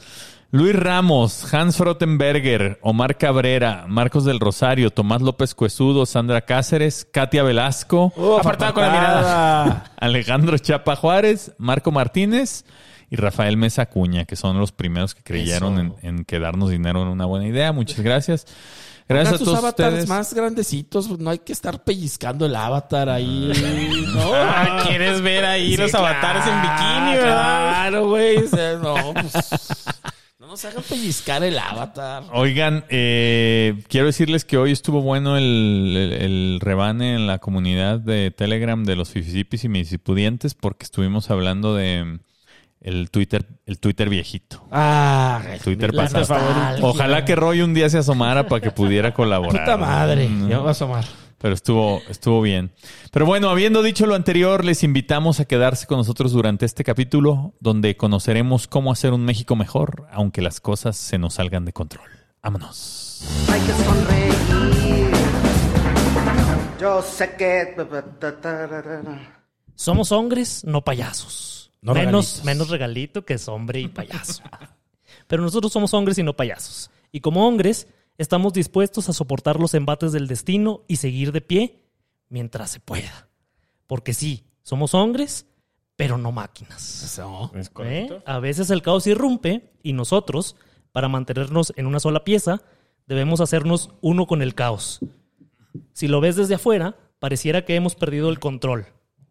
S3: Luis Ramos, Hans Frottenberger, Omar Cabrera, Marcos del Rosario, Tomás López Cuesudo, Sandra Cáceres, Katia Velasco,
S5: Oh,
S1: Apartada con la mirada.
S3: Alejandro Chapa Juárez, Marco Martínez y Rafael Mesa Acuña, que son los primeros que creyeron en, en que darnos dinero era una buena idea. Muchas gracias. Gracias
S5: Acá
S3: a
S5: tus
S3: todos
S5: avatares
S3: ustedes.
S5: más grandecitos, pues, no hay que estar pellizcando el avatar ahí. ¿no?
S1: Ah, quieres ver ahí los avatares en bikini, ¿verdad?
S5: Claro, güey. o sea, no, pues. No nos hagan pellizcar el avatar.
S3: Oigan, eh, quiero decirles que hoy estuvo bueno el, el- el rebane en la comunidad de Telegram de los Fifisipis y Misipudientes porque estuvimos hablando de mm, el Twitter, el Twitter viejito.
S5: Ah,
S3: El Twitter
S5: la
S3: pasado.
S5: nostalgia.
S3: Ojalá que Roy un día se asomara para que pudiera colaborar.
S5: puta madre.
S3: Mm,
S5: Ya va a asomar.
S3: Pero estuvo, estuvo bien. Pero bueno, habiendo dicho lo anterior, les invitamos a quedarse con nosotros durante este capítulo donde conoceremos cómo hacer un México mejor, aunque las cosas se nos salgan de control. Vámonos.
S6: hay que sonreír. Yo sé que...
S4: Somos hombres, no payasos.
S5: No
S4: menos,
S5: regalitos.
S4: menos regalito que es hombre y payaso. Pero nosotros somos hombres y no payasos. Y como hombres, estamos dispuestos a soportar los embates del destino y seguir de pie mientras se pueda. Porque sí, somos hombres, pero no máquinas.
S5: Eso.
S1: Es
S4: ¿Eh? A veces el caos irrumpe y nosotros, para mantenernos en una sola pieza, debemos hacernos uno con el caos. Si lo ves desde afuera, pareciera que hemos perdido el control,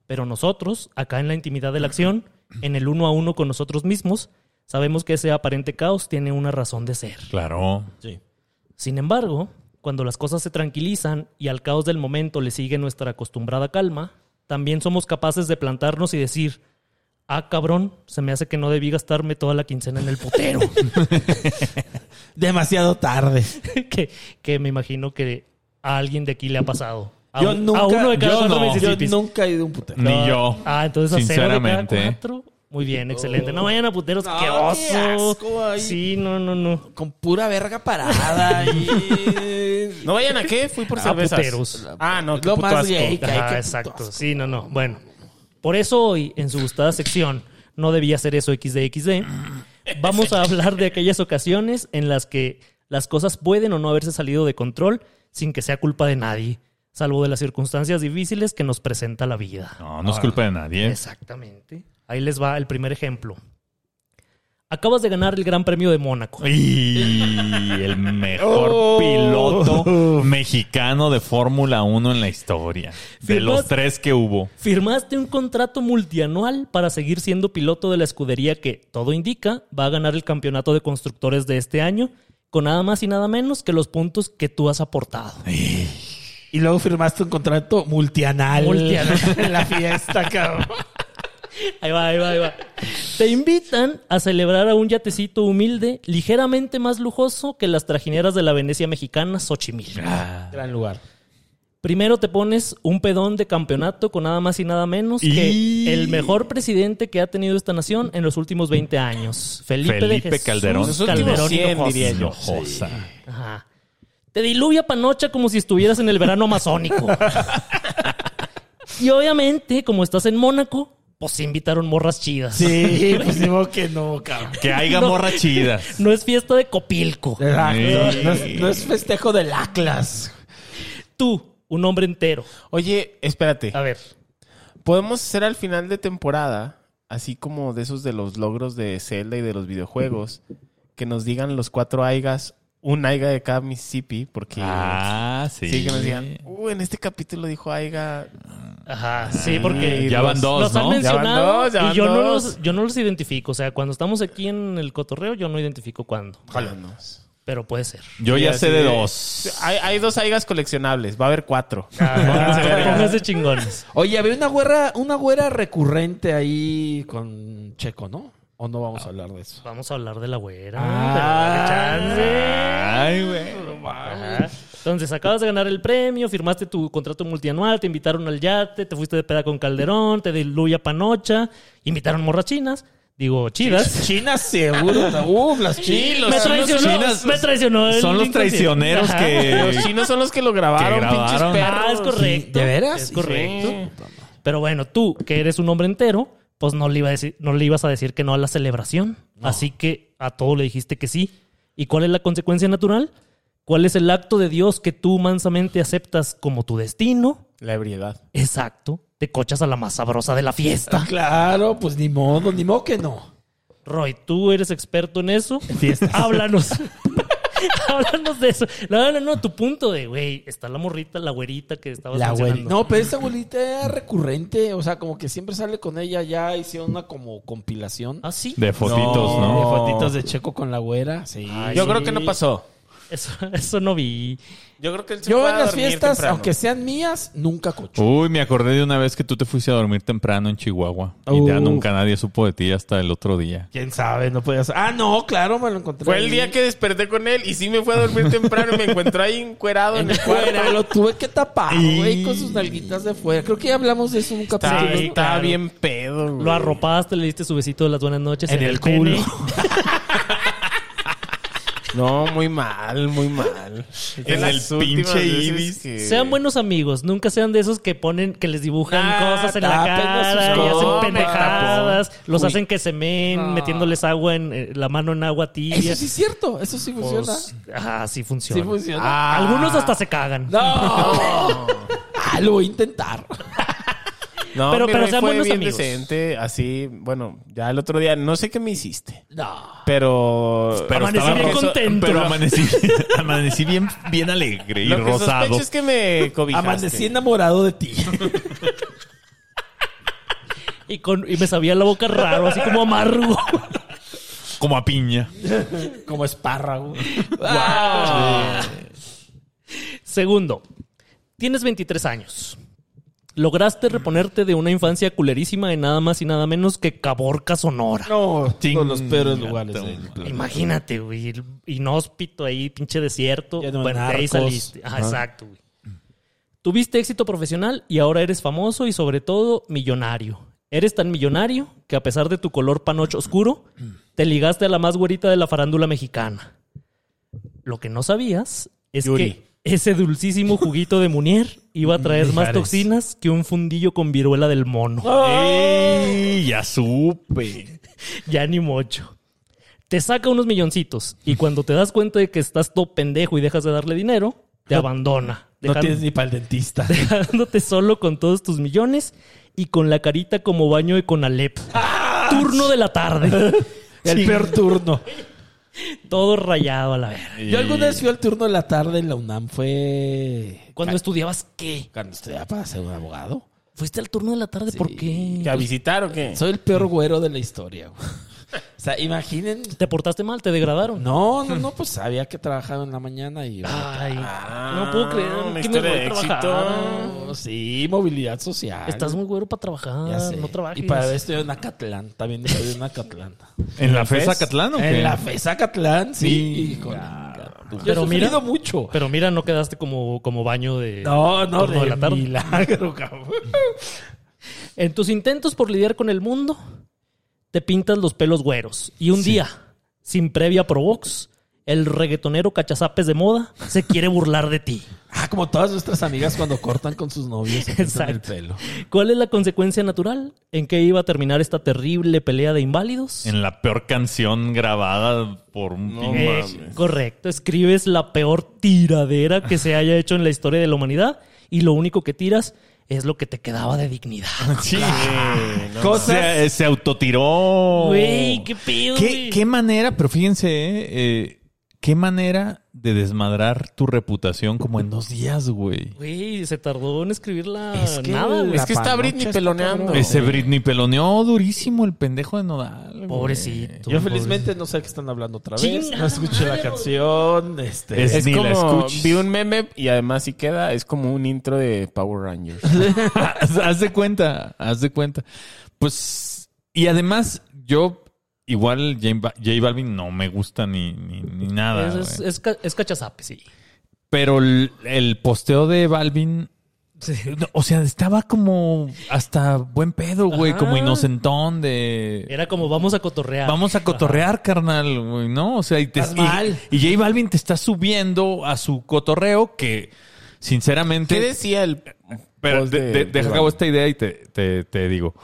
S4: pero nosotros, acá en la intimidad de la acción, en el uno a uno con nosotros mismos, sabemos que ese aparente caos tiene una razón de ser.
S3: Claro.
S4: Sin embargo, cuando las cosas se tranquilizan y al caos del momento le sigue nuestra acostumbrada calma, también somos capaces de plantarnos y decir, ah, cabrón, se me hace que no debí gastarme toda la quincena en el putero.
S5: Demasiado tarde.
S4: que, que me imagino que a alguien de aquí le ha pasado. A,
S5: Yo
S4: un- a
S5: nunca-
S4: uno de cada
S3: yo
S4: cuatro
S3: no.
S5: Yo
S4: Mississippis.
S5: nunca he ido a un putero.
S3: Ni yo.
S4: Ah, entonces a cero de cada
S3: Sinceramente.
S4: cuatro. Muy bien, excelente. No vayan a puteros,
S5: No,
S4: qué
S5: qué
S4: oso.
S5: asco ahí.
S4: Sí, no, no, no.
S5: Con pura verga parada y...
S1: No vayan a qué, fui por
S4: A
S1: cervezas.
S4: puteros.
S1: Ah, no, qué
S5: Lo
S1: puto
S5: más
S1: asco.
S5: gay. que hay
S4: Ajá,
S5: que-
S4: exacto. Sí, no, no. Bueno, por eso hoy, en su gustada sección, no debía ser eso XDXD, vamos a hablar de aquellas ocasiones en las que las cosas pueden o no haberse salido de control sin que sea culpa de nadie, salvo de las circunstancias difíciles que nos presenta la vida.
S3: No, no es culpa de nadie.
S4: Exactamente. Ahí les va el primer ejemplo. Acabas de ganar el Gran Premio de Mónaco.
S3: Y el mejor piloto mexicano de Fórmula 1 en la historia. De los
S4: Firmas-
S3: tres que hubo.
S4: Firmaste un contrato multianual para seguir siendo piloto de la escudería que, todo indica, va a ganar el campeonato de constructores de este año con nada más y nada menos que los puntos que tú has aportado.
S5: Y luego firmaste un contrato multianal.
S4: Multianal.
S5: en la fiesta, cabrón.
S4: Ahí va, ahí va, ahí va. Te invitan a celebrar a un yatecito humilde, ligeramente más lujoso que las trajineras de la Venecia mexicana Xochimilco.
S5: Ah. Gran lugar.
S4: Primero te pones un pedón de campeonato con nada más y nada menos que
S3: Y-
S4: el mejor presidente que ha tenido esta nación en los últimos 20 años, Felipe, de
S3: Felipe
S4: Jesús
S3: Calderón.
S1: Los últimos
S4: Calderón
S1: 100,
S4: Hinojosa.
S1: diría yo.
S3: Hinojosa.
S4: Ajá. Te diluvia panocha como si estuvieras en el verano amazónico. y obviamente, como estás en Mónaco, pues invitaron morras chidas.
S5: Sí, pues digo que no, cabrón.
S3: Que haya
S4: No.
S3: morras chidas.
S4: No es fiesta de Copilco.
S3: Eh.
S5: Exacto.
S3: Sí.
S5: No, es, no es festejo del Atlas.
S4: Tú, un hombre entero.
S1: Oye, espérate.
S4: A ver.
S1: Podemos hacer al final de temporada, así como de esos de los logros de Zelda y de los videojuegos, que nos digan los cuatro aigas, un aiga de cada Mississippi, porque
S3: Ah, sí.
S1: sí que nos digan, uh, en este capítulo dijo aiga
S4: Ajá, sí, porque
S3: Ya van dos,
S4: Ah, los
S3: ¿no? Ya
S4: han
S5: van
S4: mencionado
S5: dos, ya van
S4: y yo no,
S5: dos.
S4: los, yo no los identifico. O sea, cuando estamos aquí en el cotorreo, yo no identifico cuándo. Pero puede ser.
S3: Yo ya
S1: Sí,
S3: sé
S1: así
S3: de
S1: de- Ah,
S3: dos.
S1: Hay, hay dos aigas coleccionables, va a haber cuatro.
S4: Ah, Pónganse chingones.
S5: Oye, había una güera, una güera recurrente ahí con Checo, ¿no? ¿O no vamos a hablar de eso?
S4: Vamos a hablar de la güera.
S5: Ah.
S4: pero dale chance.
S3: Ay, güey.
S4: Ajá. Entonces, acabas de ganar el premio, firmaste tu contrato multianual, te invitaron al yate, te fuiste de peda con Calderón, te diluya panocha, invitaron morrachinas. Digo, chidas.
S5: China seguro. Uf, las
S1: Sí,
S5: chilas.
S1: los
S4: Me
S1: chinos,
S4: traicionó,
S3: chinas
S4: me traicionó el
S3: Son los
S4: inconsciente.
S3: traicioneros
S4: Ajá.
S1: los
S3: que...
S1: chinos son los que lo grabaron,
S3: Que
S1: pinches
S3: grabaron.
S1: perros.
S4: Ah, es correcto.
S5: ¿De veras?
S4: Es correcto. Pero bueno, tú, que eres un hombre entero, pues no le, iba a decir- no le ibas a decir que no a la celebración. Así que a todo le dijiste que sí. ¿Y cuál es la consecuencia natural? ¿Cuál es el acto de Dios que tú mansamente aceptas como tu destino?
S1: La ebriedad.
S4: Exacto. Te cochas a la más sabrosa de la fiesta.
S5: Claro, pues ni modo, ni modo que no.
S4: Roy, tú eres experto en eso. Háblanos. Háblanos de eso. No, no, no. Tu punto de, güey, está la morrita, la güerita que estabas
S5: La
S4: mencionando.
S5: abuelita. No, pero esa abuelita era recurrente. O sea, como que siempre sale con ella. Ya hicieron una como compilación.
S4: ¿Ah, sí?
S3: De fotitos,
S5: De
S3: ¿no?
S1: No.
S5: fotitos de Checo con la güera. Sí.
S4: Ay,
S1: Yo
S4: sí.
S1: creo que no pasó.
S4: Eso, eso no vi.
S1: Yo creo que él se
S5: Yo
S1: fue
S5: en
S1: a
S5: las
S1: dormir
S5: fiestas,
S1: temprano.
S5: aunque sean mías, nunca cocho.
S3: Uy, me acordé de una vez que tú te fuiste a dormir temprano en Chihuahua. Y ya
S5: Uh.
S3: nunca nadie supo de ti hasta el otro día.
S5: ¿Quién sabe? No podías. Ah, no, claro, me lo encontré.
S1: Fue
S5: ahí.
S1: el día que desperté con él y sí me fue a dormir temprano y me encontró ahí encuerado en el cuarto.
S5: Fuera, lo tuve que tapar, güey, con sus nalguitas de fuera. Creo que ya hablamos de eso en un
S1: Estaba,
S5: capítulo. ¿no?
S1: estaba
S4: claro.
S1: bien pedo, güey.
S4: Lo arropaste, le diste su besito de las buenas noches.
S5: En el culo.
S4: pene.
S1: No, muy mal, muy mal.
S3: En el pinche ibis.
S4: Sean buenos amigos, nunca sean de esos que ponen, que les dibujan
S5: Ah,
S4: cosas en la
S5: tápenos sus
S4: cara y
S1: cosas.
S4: hacen
S1: No, me
S4: pendejadas, los
S1: Uy.
S4: hacen que se meen metiéndoles agua en eh, la mano en agua tibia.
S5: Ah. Eso sí es cierto, eso sí funciona.
S4: Ah, sí funciona.
S5: sí funciona.
S4: Algunos hasta se cagan.
S5: ¡No! Ah, lo voy a intentar.
S1: No,
S4: Pero-
S1: pero,
S4: pero sean
S1: fue
S4: buenos
S1: bien
S4: amigos.
S1: decente, así, bueno, ya el otro día, no sé qué me hiciste,
S5: No.
S1: pero...
S3: Pero
S4: Amanecí
S3: estaba
S4: bien
S3: rosa-
S4: contento.
S3: Ah, Pero amanecí, amanecí bien, bien alegre y
S1: lo que
S3: rosado.
S1: sospecho es que me cobijaste.
S5: Amanecí enamorado de ti.
S4: Y, con, y me sabía la boca raro, así como amargo.
S3: Como a piña.
S5: Como espárrago.
S4: Segundo, tienes 23 años. Lograste reponerte de una infancia culerísima de nada más y nada menos que Caborca Sonora.
S5: No,
S3: Chinga
S5: todos los peores lugares.
S3: tu
S5: del
S3: madre.
S5: planeta.
S4: Imagínate, güey, el inhóspito ahí, pinche desierto.
S5: Lleno de
S4: bueno, de ahí
S5: narcos.
S4: saliste. Ajá, exacto, güey. Tuviste éxito profesional y ahora eres famoso y sobre todo millonario. Eres tan millonario que a pesar de tu color panocho oscuro, te ligaste a la más güerita de la farándula mexicana. Lo que no sabías es
S1: Yuri.
S4: que ese dulcísimo juguito de Munier iba a traer más toxinas que un fundillo con viruela del mono.
S3: ¡Ey! Ya supe.
S4: Ya ni mocho. Te saca unos milloncitos y cuando te das cuenta de que estás todo pendejo y dejas de darle dinero, te abandona.
S5: No
S4: dejan-
S5: tienes ni para el dentista.
S4: Dejándote solo con todos tus millones y con la carita como baño de Conalep. Turno de la tarde.
S5: Ah, El peor turno.
S4: Todo rayado a la verga.
S5: Yo alguna vez fui al turno de la tarde en la UNAM. Fue.
S4: Cuando estudiabas qué?
S5: Cuando estudiaba para ser un abogado.
S4: ¿Fuiste al turno de la tarde? ¿Por qué?
S1: ¿Te a visitar o qué?
S5: Soy el peor güero de la historia. güey. O sea, imaginen.
S4: ¿Te portaste mal? ¿Te degradaron?
S5: No, no, no, pues sabía que trabajaba en la mañana y.
S4: Ay,
S1: Ah,
S4: no puedo creer.
S1: una
S4: que me
S1: historia
S4: voy a
S1: de
S4: trabajar.
S1: éxito.
S5: No, sí, movilidad social.
S4: Estás muy güero para trabajar.
S5: Ya sé.
S4: No trabajes.
S5: Y para haber estudiado en Acatlán. También estudié en Acatlán.
S3: ¿En la FESA Catlán o qué?
S5: En la FES Acatlán, sí.
S3: Sí.
S5: Híjole, Yo
S4: Pero
S5: he
S4: mira-
S5: sufrido mucho.
S4: Pero mira, no quedaste como, como baño de...
S5: No, no,
S4: Turno de
S5: de
S4: la tarde.
S5: milagro, cabrón.
S4: En tus intentos por lidiar con el mundo, te pintas los pelos güeros. Y un día, sin previa provox, el reggaetonero cachazapes de moda se quiere burlar de ti.
S5: Ah, como todas nuestras amigas cuando cortan con sus novios se pintan el
S4: Exacto.
S5: pelo.
S4: ¿Cuál es la consecuencia natural? ¿En qué iba a terminar esta terrible pelea de inválidos?
S3: En la peor canción grabada por un
S1: No
S3: pinche-
S4: Eh, correcto, escribes la peor tiradera que se haya hecho en la historia de la humanidad y lo único que tiras es lo que te quedaba de dignidad.
S3: Sí.
S1: no
S3: Cosas- Se, se autotiró.
S4: Güey, qué pedo.
S3: ¿Qué,
S4: güey.
S3: qué manera, pero fíjense, eh, eh, qué manera de desmadrar tu reputación como en dos días, güey.
S4: Güey, se tardó en escribirla
S5: Es que
S4: nada, güey.
S1: Es que está
S5: panocha
S1: Britney
S5: está
S1: peloneando.
S5: cabrón.
S3: Ese Britney peloneó durísimo el pendejo de Nodal. güey.
S4: Pobrecito.
S5: Yo felizmente no sé qué están hablando otra vez.
S4: Chingada
S5: No escuché la
S4: madre,
S5: canción. Este,
S3: Es-
S1: Es
S3: Ni la
S1: como,
S3: escuches.
S1: vi un meme y además sí queda, es como un intro de Power Rangers.
S3: haz de cuenta, haz de cuenta. Pues, y además, yo, igual J, Ba- J Balvin no me gusta ni, ni, ni nada.
S4: Es, es,
S3: güey.
S4: es ca- es cachazape, sí.
S3: Pero el, el posteo de Balvin, no, o sea, estaba como hasta buen pedo, güey,
S4: Ajá.
S3: como inocentón de...
S4: Era como vamos a cotorrear.
S3: Vamos a cotorrear, carnal, güey, ¿no? O sea, y, te,
S5: Estás
S3: y-
S5: mal.
S3: y J Balvin te está subiendo a su cotorreo que, sinceramente...
S1: ¿Qué decía el
S3: Pero
S1: post
S3: de-
S1: de-
S3: de-
S1: de
S3: deja
S1: Bad
S3: acabo
S1: Bunny?
S3: esta idea y te, te- te digo.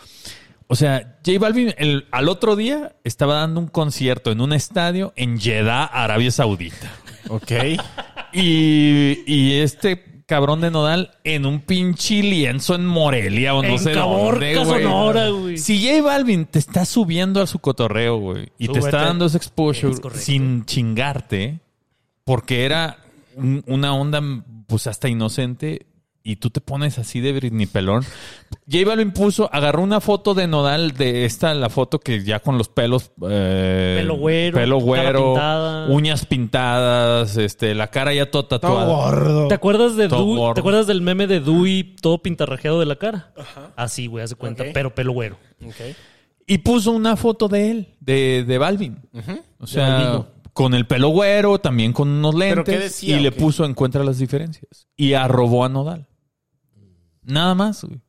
S3: O sea, J Balvin el- al otro día estaba dando un concierto en un estadio en Jeddah, Arabia Saudita.
S1: Ok.
S3: Y, y este cabrón de Nodal en un pinche lienzo en Morelia o no
S4: En
S3: sé dónde,
S4: Caborca,
S3: güey.
S4: Sonora, güey.
S3: Si J Balvin te está subiendo a su cotorreo, güey, y te
S4: Súbete.
S3: está dando ese exposure
S4: Es correcto.
S3: sin chingarte, porque era un- una onda, pues hasta inocente, y tú te pones así de Britney Pelón. J Balvin puso, agarró una foto de Nodal, de esta, la foto que ya con los pelos. eh,
S4: Pelo güero,
S3: pelo
S4: cara
S3: güero,
S4: pintada.
S3: uñas pintadas, este, la cara ya toda tatuada.
S4: ¿Te acuerdas de
S3: Todo
S4: Dewey-
S3: gordo.
S4: ¿Te acuerdas del meme de Dewey todo pintarrajeado de la cara? Así, güey, hace cuenta, pero pelo güero.
S3: Y puso una foto de él, de, de Balvin. O sea, con el pelo güero, también con unos
S1: ¿Pero
S3: lentes.
S1: qué decía,
S3: y le
S1: o qué?
S3: puso encuentra las diferencias. Y arrobó a Nodal. Nada más, güey.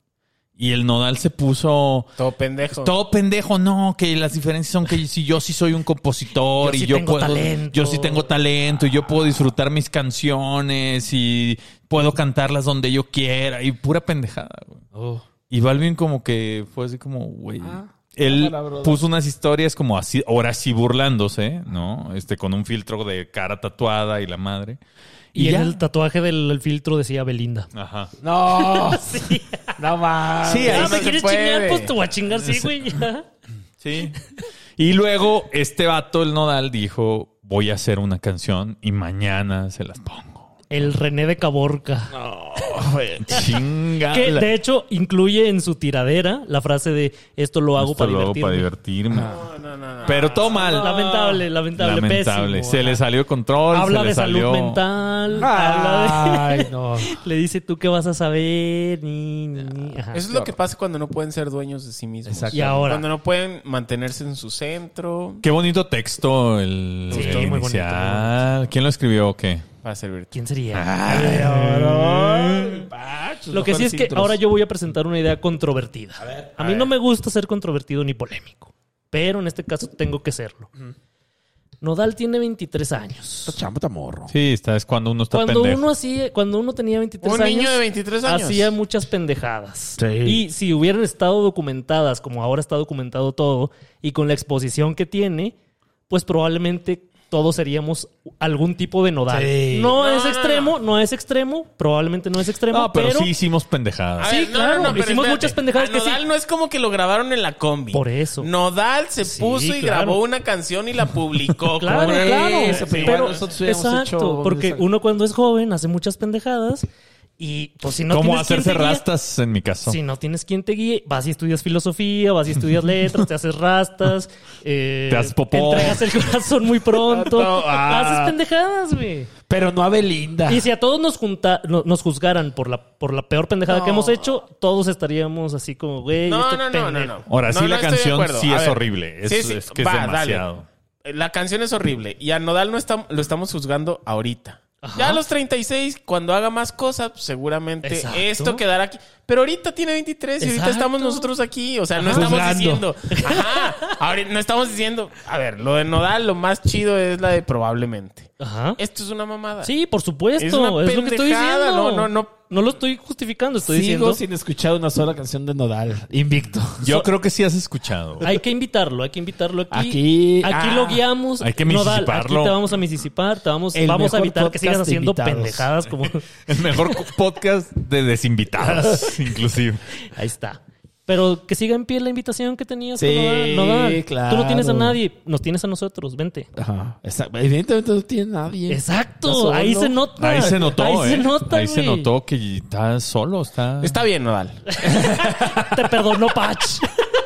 S3: Y el Nodal se puso
S1: Todo pendejo.
S3: todo pendejo, no, que las diferencias son que si yo sí soy un compositor
S4: Yo sí
S3: y yo
S4: tengo
S3: puedo
S4: talento.
S3: yo sí tengo talento y yo puedo disfrutar mis canciones y puedo cantarlas donde yo quiera y pura pendejada, güey.
S5: Oh.
S3: Y Balvin como que fue así como, güey.
S4: Ah.
S3: Él
S5: cámara, brother.
S3: puso unas historias como así, ahora sí burlándose, ¿no? Este, con un filtro de cara tatuada y la madre.
S4: Y,
S3: Y,
S4: en
S3: ya.
S4: el tatuaje del filtro decía Belinda.
S3: Ajá.
S5: No,
S4: Sí.
S5: no más.
S1: Sí, ahí
S4: Ah,
S1: no
S4: ¿me
S1: se
S4: quieres
S1: puede.
S4: chingar? Pues te voy a chingar, sí, güey. ya.
S3: Sí. Y luego este vato, el Nodal, dijo, voy a hacer una canción y mañana se las pongo.
S4: El René de Caborca.
S3: Chinga.
S4: que
S3: la-
S4: de hecho incluye en su tiradera la frase de esto lo hago
S3: Esto
S4: para
S3: lo hago
S4: divertirme. Ah.
S3: para divertirme. Pero todo mal.
S4: Lamentable, lamentable,
S3: Lamentable.
S4: pésimo. ¿eh?
S3: Se le salió de control.
S4: Habla
S3: se le
S4: de
S3: salió...
S4: salud mental. habla de-
S5: Ay, no.
S4: Le dice tú qué vas a saber. Ni, ni, ni. Ajá.
S1: Eso es lo que pasa cuando no pueden ser dueños de sí mismos.
S5: Exacto.
S4: Y ahora.
S1: Cuando no pueden mantenerse en su centro
S3: Qué bonito texto el,
S4: Sí,
S3: el
S4: muy bonito,
S3: inicial. ¿Quién lo escribió o qué?
S1: para servir.
S4: ¿Quién sería? Lo
S5: Los
S4: que sí
S5: mejores
S4: es que
S5: intros.
S4: ahora yo voy a presentar una idea controvertida. A, mí no me gusta ser controvertido ni polémico, pero en este caso tengo que serlo. Nodal tiene 23 años.
S5: Chamba está morro.
S3: Sí, está, es cuando uno está
S4: Cuando
S3: pendejo.
S4: uno así, cuando uno tenía 23
S1: Un
S4: años,
S1: niño de 23 años.
S4: hacía muchas pendejadas.
S5: Sí.
S4: Y si hubieran estado documentadas, como ahora está documentado todo, y con la exposición que tiene, pues probablemente todos seríamos algún tipo de nodal.
S5: Sí.
S4: No,
S1: No,
S4: es
S1: no,
S4: extremo, no. es extremo, probablemente no es extremo,
S3: No, pero,
S4: pero,
S3: sí hicimos pendejadas.
S1: A
S4: Sí,
S1: no,
S4: claro,
S1: no, no, pero
S4: hicimos
S1: espérate.
S4: muchas pendejadas
S1: A
S4: que
S1: Nodal
S4: sí.
S1: no es como que lo grabaron en la combi.
S4: Por eso.
S1: Nodal se
S4: Sí,
S1: puso y
S4: claro.
S1: grabó una canción y la publicó.
S4: Claro,
S1: cabrón.
S4: claro.
S1: Eso,
S5: pero
S4: pero
S5: nosotros hubiéramos
S4: exacto,
S5: hecho-
S4: porque
S5: exacto.
S4: uno cuando es joven hace muchas pendejadas y pues si no
S3: como
S4: tienes quien
S3: hacerse
S4: te guíe-
S3: rastas en mi caso.
S4: Si no tienes quien te guíe, vas y estudias filosofía, vas y estudias letras, te haces rastas, eh,
S3: Te haces popó.
S4: entregas el corazón muy pronto,
S1: ah.
S4: haces pendejadas, güey.
S5: Pero no a Belinda.
S4: Y si a todos nos junta, no- nos juzgaran por la por la peor pendejada que hemos hecho, todos estaríamos así como, güey,
S1: No,
S4: este
S1: no, no,
S4: pendejo.
S1: no, no.
S3: Ahora,
S1: No,
S3: sí,
S1: no
S3: la
S1: estoy de
S3: canción
S1: acuerdo.
S3: sí
S1: A
S3: es
S1: ver,
S3: horrible. Es,
S1: sí, sí,
S3: es que
S1: va,
S3: es
S1: dale.
S3: demasiado.
S1: La canción es horrible y a Nodal no estam- lo estamos juzgando ahorita. Ya a los 36, cuando haga más cosas, pues, seguramente
S4: Exacto.
S1: esto quedará aquí. Pero ahorita tiene 23 y ahorita
S4: Exacto.
S1: estamos nosotros aquí. O sea, no estamos
S5: Juzgando.
S1: diciendo. Ajá. Ahorita no estamos diciendo. A ver, lo de Nodal, lo más chido es la de probablemente.
S4: Ajá.
S1: Esto es una mamada.
S4: Sí, por supuesto,
S1: Es
S4: es,
S1: una
S4: lo que estoy
S1: pendejada,
S4: diciendo.
S1: no, no, no.
S4: lo estoy justificando, estoy
S5: Sigo
S4: diciendo.
S5: sin escuchar una sola canción de Nodal. Invicto.
S3: Yo creo que sí has escuchado.
S4: Hay que invitarlo, hay que invitarlo aquí.
S5: Aquí-
S4: Aquí
S5: ah.
S4: lo guiamos.
S3: Hay que
S4: Nodal,
S3: misisiparlo.
S4: aquí te vamos a misisipar, te vamos,
S5: El
S4: vamos a
S5: mejor
S4: evitar que
S5: podcast
S4: sigas
S5: de
S4: haciendo
S5: invitados.
S4: pendejadas como...
S3: El mejor co- podcast de desinvitadas, inclusive.
S4: Ahí está. Pero que siga en pie la invitación que tenías.
S5: Sí,
S4: con Nodal. Nodal. Tú no tienes a
S5: claro.
S4: nadie, nos tienes a nosotros, vente.
S5: Ajá. Esa- Evidentemente no tiene nadie.
S4: Exacto,
S5: Está solo.
S4: ahí se nota.
S3: Ahí se notó,
S4: Ahí se
S3: ¿eh?
S4: nota,
S3: Ahí se
S4: güey.
S3: notó que está solo, está...
S1: Está bien, Nodal.
S4: Te perdonó Patch.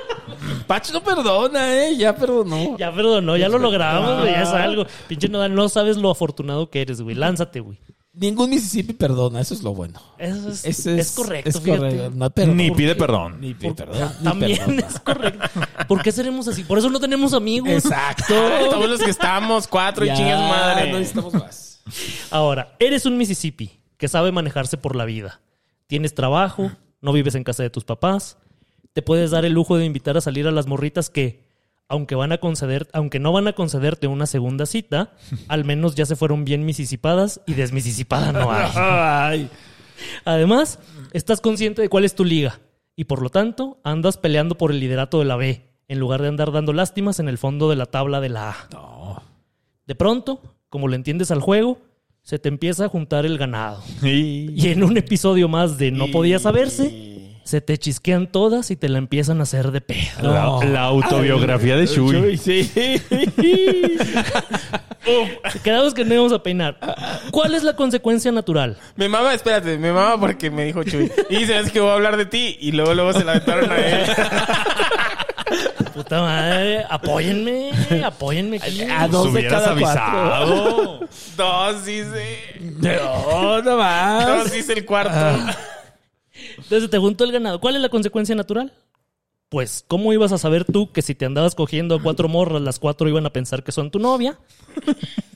S5: Patch no perdona, ¿eh? Ya perdonó.
S4: Ya perdonó, ya lo logramos, güey, ya
S5: Ah.
S4: es algo. Pinche Nodal, no sabes lo afortunado que eres, güey. Lánzate, güey.
S5: Ningún Mississippi perdona, eso es lo bueno.
S4: Eso es,
S5: Eso
S4: es correcto,
S5: es
S4: fíjate.
S5: correcto, no perdona.
S3: Ni pide perdón.
S5: Ni pide perdón. ni
S4: También
S5: perdona.
S4: es correcto. ¿Por qué seremos así? Por eso no tenemos amigos.
S5: Exacto.
S1: Todos los que estamos, cuatro y
S5: Ya,
S1: chingas madre.
S5: No necesitamos más.
S4: Ahora, eres un Mississippi que sabe manejarse por la vida. Tienes trabajo, no vives en casa de tus papás, te puedes dar el lujo de invitar a salir a las morritas que, aunque van a conceder, aunque no van a concederte una segunda cita, al menos ya se fueron bien misisipadas y desmisisipada no hay. Además, estás consciente de cuál es tu liga y por lo tanto andas peleando por el liderato de la B en lugar de andar dando lástimas en el fondo de la tabla de la A. De pronto, como le entiendes al juego, se te empieza a juntar el ganado.
S3: Y-
S4: Y en un episodio más de No Podía Saberse, se te chisquean todas y te la empiezan a hacer de pedo.
S3: La, la autobiografía de Shui.
S4: Quedamos que no íbamos a peinar. ¿Cuál es la consecuencia natural?
S1: Me mama, espérate, me mama porque me dijo Chuy. Y sabes que voy a hablar de ti. Y luego, luego se la aventaron a él.
S4: Puta madre, apóyenme, apóyenme. aquí.
S5: A dos de
S3: hubieras
S5: cada cuatro.
S3: avisado.
S1: Dos dice.
S5: No, no
S1: Dos
S5: más.
S1: dice el cuarto.
S4: Entonces te juntó el ganado. ¿Cuál es la consecuencia natural? Pues, ¿cómo ibas a saber tú que si te andabas cogiendo a cuatro morras, las cuatro iban a pensar que son tu novia?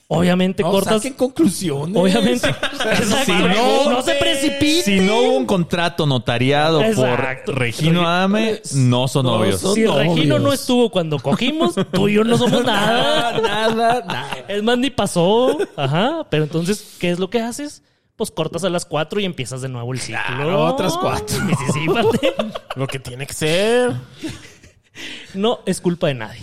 S4: Obviamente
S5: No,
S4: cortas.
S5: saquen conclusiones.
S4: Obviamente.
S3: Si
S4: no,
S3: no-
S4: se precipiten.
S3: Si no hubo un contrato notariado
S4: Exacto.
S3: por Regino Adame, no son
S5: No
S3: novios.
S5: son-
S4: Si
S5: novios.
S4: Regino no estuvo cuando cogimos, tú y yo no somos
S5: Nada,
S4: nada.
S5: nada, nada.
S4: Es más, ni pasó. Ajá. Pero entonces, ¿qué es lo que haces? Pues cortas a las cuatro y empiezas de nuevo el ciclo.
S5: Claro, otras cuatro.
S4: Misisípate.
S1: Lo que tiene que ser.
S4: No es culpa de nadie.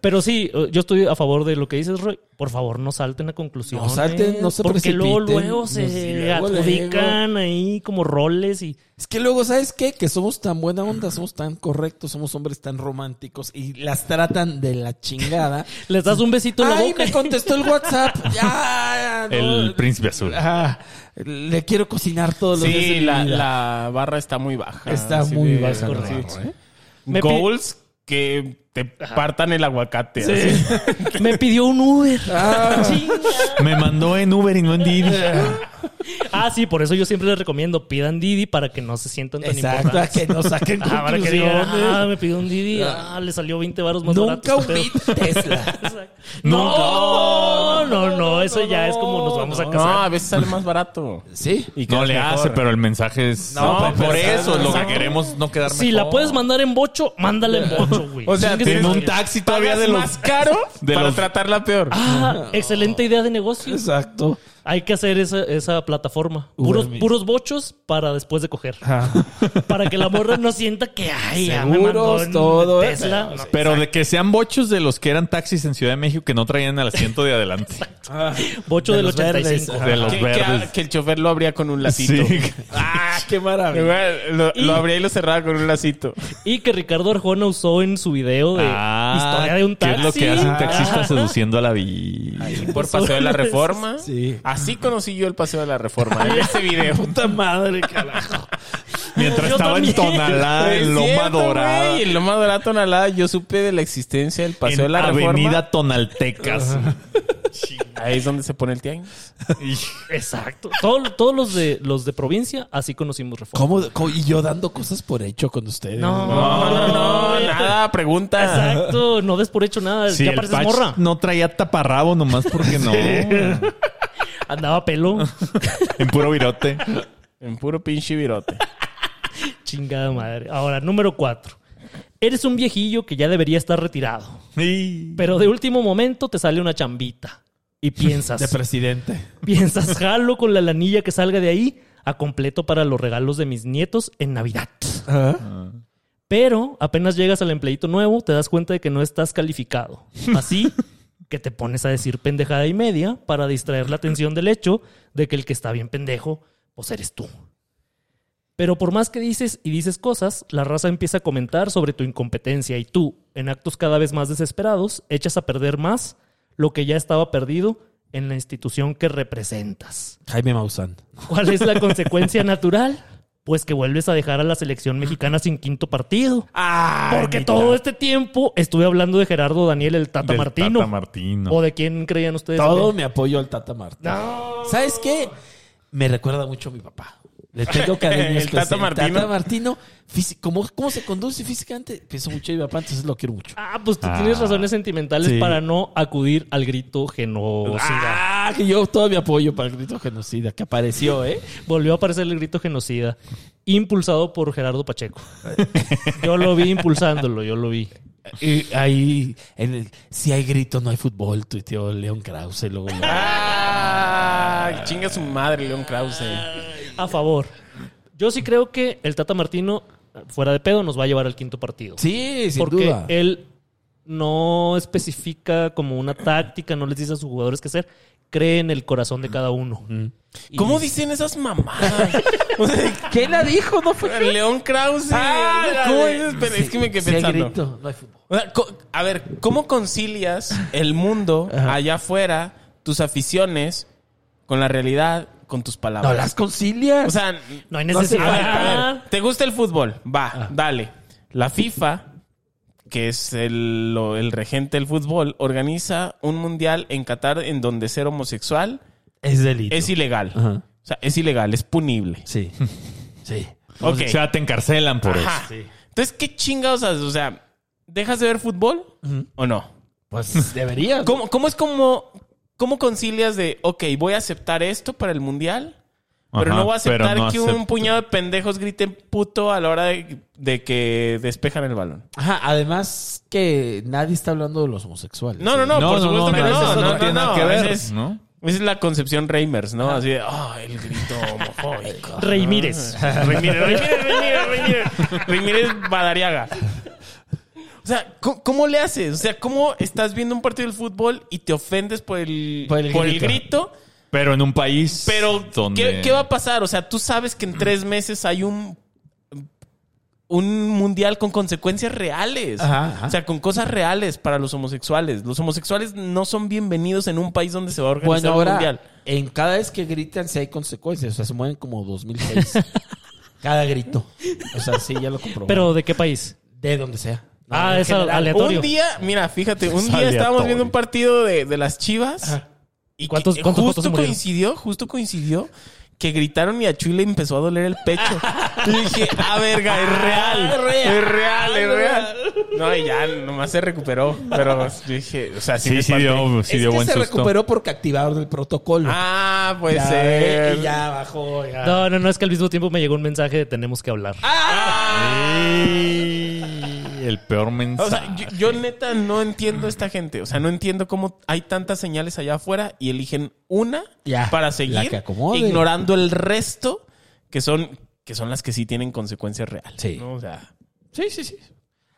S4: Pero sí, eh, yo estoy a favor de lo que dices, Roy. Por favor, no salten a conclusiones.
S5: No salten, no se
S4: Porque luego,
S5: precipiten.
S4: luego
S5: No, sí,
S4: se
S5: luego,
S4: adjudican ahí como roles y...
S5: Es que luego, ¿sabes qué? Que somos tan buena onda, somos tan correctos, somos hombres tan románticos y las tratan de la chingada.
S4: Les das un besito en la
S5: Ay,
S4: boca.
S5: me contestó el WhatsApp. Ya, no.
S3: El príncipe azul.
S5: Ah, le quiero cocinar todos los días. de
S1: Sí,
S5: mi
S1: la,
S5: vida.
S1: la barra está muy
S3: Ah,
S1: baja.
S5: Está
S1: Así
S5: muy
S1: de-
S5: baja. la
S1: así de-
S5: barra, ¿eh?
S4: Me pi-
S1: Goals que te partan el aguacate. así.
S4: Me pidió un Uber.
S5: Ah,
S4: Chinga.
S3: Me mandó en Uber y no en Didi.
S4: Ah, sí, por eso yo siempre les recomiendo, pidan Didi para que no se sientan tan
S5: Exacto, a
S4: importantes.
S5: que no saquen
S4: Ah, para que
S5: conclusiones.
S4: digan, ah, me pidió un Didi, ah, le salió 20 varos más
S5: Nunca
S4: barato. este pedo.
S5: un Tesla.
S4: Exacto. No, no, no, eso ya es como nos vamos a
S1: No,
S4: casar.
S1: a veces sale más barato.
S5: ¿Sí?
S1: Y
S3: No
S1: quedas
S3: le
S1: mejor.
S3: hace, pero el mensaje es.
S1: No,
S3: por
S1: pues,
S3: eso es lo que
S1: exacto.
S3: queremos, no quedarme.
S4: Si la puedes mandar en bocho, mándala en bocho, güey.
S1: O sea,
S4: Chingue
S1: tiene
S4: su
S1: un
S4: madre.
S1: taxi todavía de los más caro
S3: de
S1: para
S3: los-
S1: tratarla peor.
S4: Ah, excelente idea de negocio.
S5: Exacto.
S4: Hay que hacer esa, esa plataforma.
S5: Uber
S4: Puros,
S5: Meets.
S4: puros bochos para después de coger. Para que la morra no sienta que ay, ya me
S5: Seguros,
S4: mandó en
S5: todo, ¿eh?
S4: Tesla.
S5: Pero,
S4: No.
S3: Pero de que sean bochos de los que eran taxis en Ciudad de México que no traían el asiento de adelante.
S4: Bocho
S5: De
S4: del
S5: los verdes.
S4: 85.
S3: De los
S1: que,
S3: verdes.
S1: que- que el chofer lo abría con un lacito.
S3: Sí.
S5: Ah, qué maravilla.
S1: Igual, Lo, lo abría y lo cerraba con un lacito.
S4: Y que Ricardo Arjona usó en su video de
S3: Ah,
S4: historia de un
S3: ¿qué
S4: taxi.
S3: es lo que hace un taxista
S4: Ah.
S3: seduciendo a la vida?
S1: Por Paseo de la Reforma.
S5: Sí.
S1: Así conocí yo el Paseo de la Reforma en ese video.
S5: Puta madre, carajo.
S3: Mientras
S4: Yo
S3: estaba
S4: también.
S3: en Tonalá,
S1: Es
S3: en Loma
S1: cierto,
S3: Dorada.
S1: güey, en Loma ah, Dorada, Tonalá, yo supe de la existencia del Paseo de
S3: en
S1: la
S3: Avenida
S1: Reforma.
S3: Tonaltecas.
S1: Ahí es donde se pone el tianguis.
S4: Exacto. Todo- todos los de los de provincia, así conocimos Reforma.
S5: ¿Cómo, cómo- Y yo dando cosas por hecho con ustedes.
S4: No,
S1: No, no, no, nada, pregunta.
S4: Exacto, no des por hecho nada.
S3: Sí,
S4: ya
S3: el
S4: pareces
S3: Patch
S4: morra.
S3: no traía taparrabo nomás porque no. En
S4: Andaba a pelo.
S3: puro virote.
S1: En puro pinche virote.
S4: Chingada madre. Ahora, número cuatro. Eres un viejillo que ya debería estar retirado.
S3: Y-
S4: Pero de último momento te sale una chambita. Y
S5: De
S4: piensas,
S5: presidente.
S4: piensas, jalo con la lanilla que salga de ahí a completo para los regalos de mis nietos en Navidad. Pero apenas llegas al empleito nuevo, te das cuenta de que no estás calificado. Así que te pones a decir pendejada y media para distraer la atención del hecho de que el que está bien pendejo, pues eres tú. Pero por más que dices y dices cosas, la raza empieza a comentar sobre tu incompetencia y tú, en actos cada vez más desesperados, echas a perder más lo que ya estaba perdido en la institución que representas.
S5: Jaime Maussan.
S4: ¿Cuál es la consecuencia natural? Pues que vuelves a dejar a la selección mexicana sin quinto partido. Porque todo este tiempo estuve hablando de Gerardo Daniel el Tata
S3: Del
S4: Martino.
S3: Tata Martino.
S4: ¿O de quién creían ustedes?
S5: Todo
S4: que-
S5: mi apoyo al Tata Martín.
S4: No.
S5: ¿Sabes qué? Me recuerda mucho a mi papá. Le tengo cariño.
S1: El
S5: especial.
S1: Tata Martino.
S5: Tata Martino, físi- ¿cómo, ¿cómo se conduce físicamente? Pienso mucho en mi papá, entonces lo quiero mucho.
S4: Ah, pues tú tienes razones sentimentales
S5: Sí.
S4: para no acudir al grito genocida.
S5: Ah, que yo todo mi apoyo para el grito genocida que apareció, ¿eh?
S4: Volvió a aparecer el grito genocida, impulsado por Gerardo Pacheco. Yo lo vi impulsándolo, yo lo vi.
S5: Y ahí, en el, si hay grito, no hay fútbol, tuiteó León Krause. Luego, luego.
S1: ¡Ah! Chinga su madre, León Krause.
S4: A favor. Yo sí creo que el Tata Martino, fuera de pedo, nos va a llevar al quinto partido.
S5: Sí, sin
S4: porque
S5: duda.
S4: él no especifica como una táctica, no les dice a sus jugadores qué hacer, cree en el corazón de cada uno. Y-
S1: ¿Cómo dicen esas mamadas?
S5: ¿Quién la dijo? No fue
S1: León Krause.
S5: Ah, la
S1: ¿Cómo
S5: de-
S1: dices? Pero es que me quedé
S5: Si hay
S1: pensando.
S5: grito, no hay fútbol.
S1: O sea, co- A ver, ¿cómo concilias el mundo allá afuera, tus aficiones, con la realidad, con tus palabras?
S5: No las Ah. concilias.
S1: O sea,
S4: No hay
S1: sé,
S4: necesidad.
S1: a ver, a ver, ¿te gusta el fútbol? Va,
S5: Ah.
S1: dale. La FIFA, que es el, lo- el regente del fútbol, organiza un mundial en Qatar en donde ser homosexual
S5: es delito.
S1: es ilegal.
S5: Ajá.
S1: O sea, es ilegal, es punible.
S5: Sí. Sí.
S1: Ok.
S3: O sea, te encarcelan por eso.
S1: Ajá. Entonces, ¿qué chingados haces? O sea, ¿dejas de ver fútbol o no?
S5: Pues debería.
S1: ¿Cómo, cómo es como... ¿Cómo concilias de, ok, voy a aceptar esto para el mundial? Pero
S3: Ajá,
S1: no voy a aceptar
S3: pero no
S1: que un
S3: acepto.
S1: puñado de pendejos griten puto a la hora de, de que despejan el balón.
S5: Ajá, además que nadie está hablando de los homosexuales.
S1: No, no, no, por supuesto que no.
S3: eso
S1: No, no, no,
S3: tiene nada que
S1: no,
S3: ver,
S1: ese es-
S3: ¿no?
S1: Esa es la concepción Reimers, ¿no? Así de, ah, el grito homofóbico.
S4: Rey Mírez.
S5: Ah,
S1: Reimírez, Reimírez, Reimírez, Reimírez. Reimírez Badariaga. O sea, ¿cómo, cómo le haces? O sea, ¿cómo estás viendo un partido del fútbol y te ofendes por el,
S5: Por el
S1: por el
S5: grito.
S1: grito?
S3: Pero en un país
S1: Pero,
S3: donde...
S1: ¿qué, qué va a pasar? O sea, tú sabes
S5: Mm.
S1: que en tres meses hay un, un mundial con consecuencias reales.
S5: Ajá, ajá.
S1: O sea, con cosas reales para los homosexuales. Los homosexuales no son bienvenidos en un país donde se va a organizar
S5: Bueno,
S1: un
S5: ahora,
S1: mundial.
S5: en cada vez que gritan, sí hay consecuencias. O sea, se mueven como 2006. cada grito. O sea, sí, ya lo comprobó.
S4: ¿Pero de qué país?
S5: de donde sea. No,
S4: ah,
S5: en
S4: es
S5: general.
S4: aleatorio.
S1: Un día, mira, fíjate, un
S3: Es
S1: día estábamos
S3: aleatorio.
S1: viendo un partido de, de las Chivas. Y
S4: ¿Cuántos-
S1: que-
S4: cuántos
S1: justo
S4: jotos se murieron?
S1: coincidió, justo coincidió que gritaron y a Chuy le empezó a doler el pecho. y dije, ah, verga, es real. Es real, es real. No, y ya nomás se recuperó. Pero yo dije, o sea, sí,
S3: Sí,
S1: me
S3: sí
S1: espanté.
S3: dio, sí
S5: Es
S3: dio
S5: que
S3: buen
S5: se
S3: susto.
S5: recuperó porque activaron el protocolo.
S1: Ah, pues
S5: ya,
S1: ser.
S5: y ya bajó. Ya.
S4: No, no, no, es que al mismo tiempo me llegó un mensaje de tenemos que hablar.
S1: Ah,
S3: Ey, el peor mensaje.
S1: O sea, yo, yo neta no entiendo esta gente. O sea, no entiendo cómo hay tantas señales allá afuera y eligen una
S5: Ya,
S1: para
S5: la
S1: seguir
S5: que acomode.
S1: ignorando el resto que son que son las que sí tienen consecuencias reales.
S5: Sí.
S1: ¿no? O sea,
S5: Sí, sí, sí.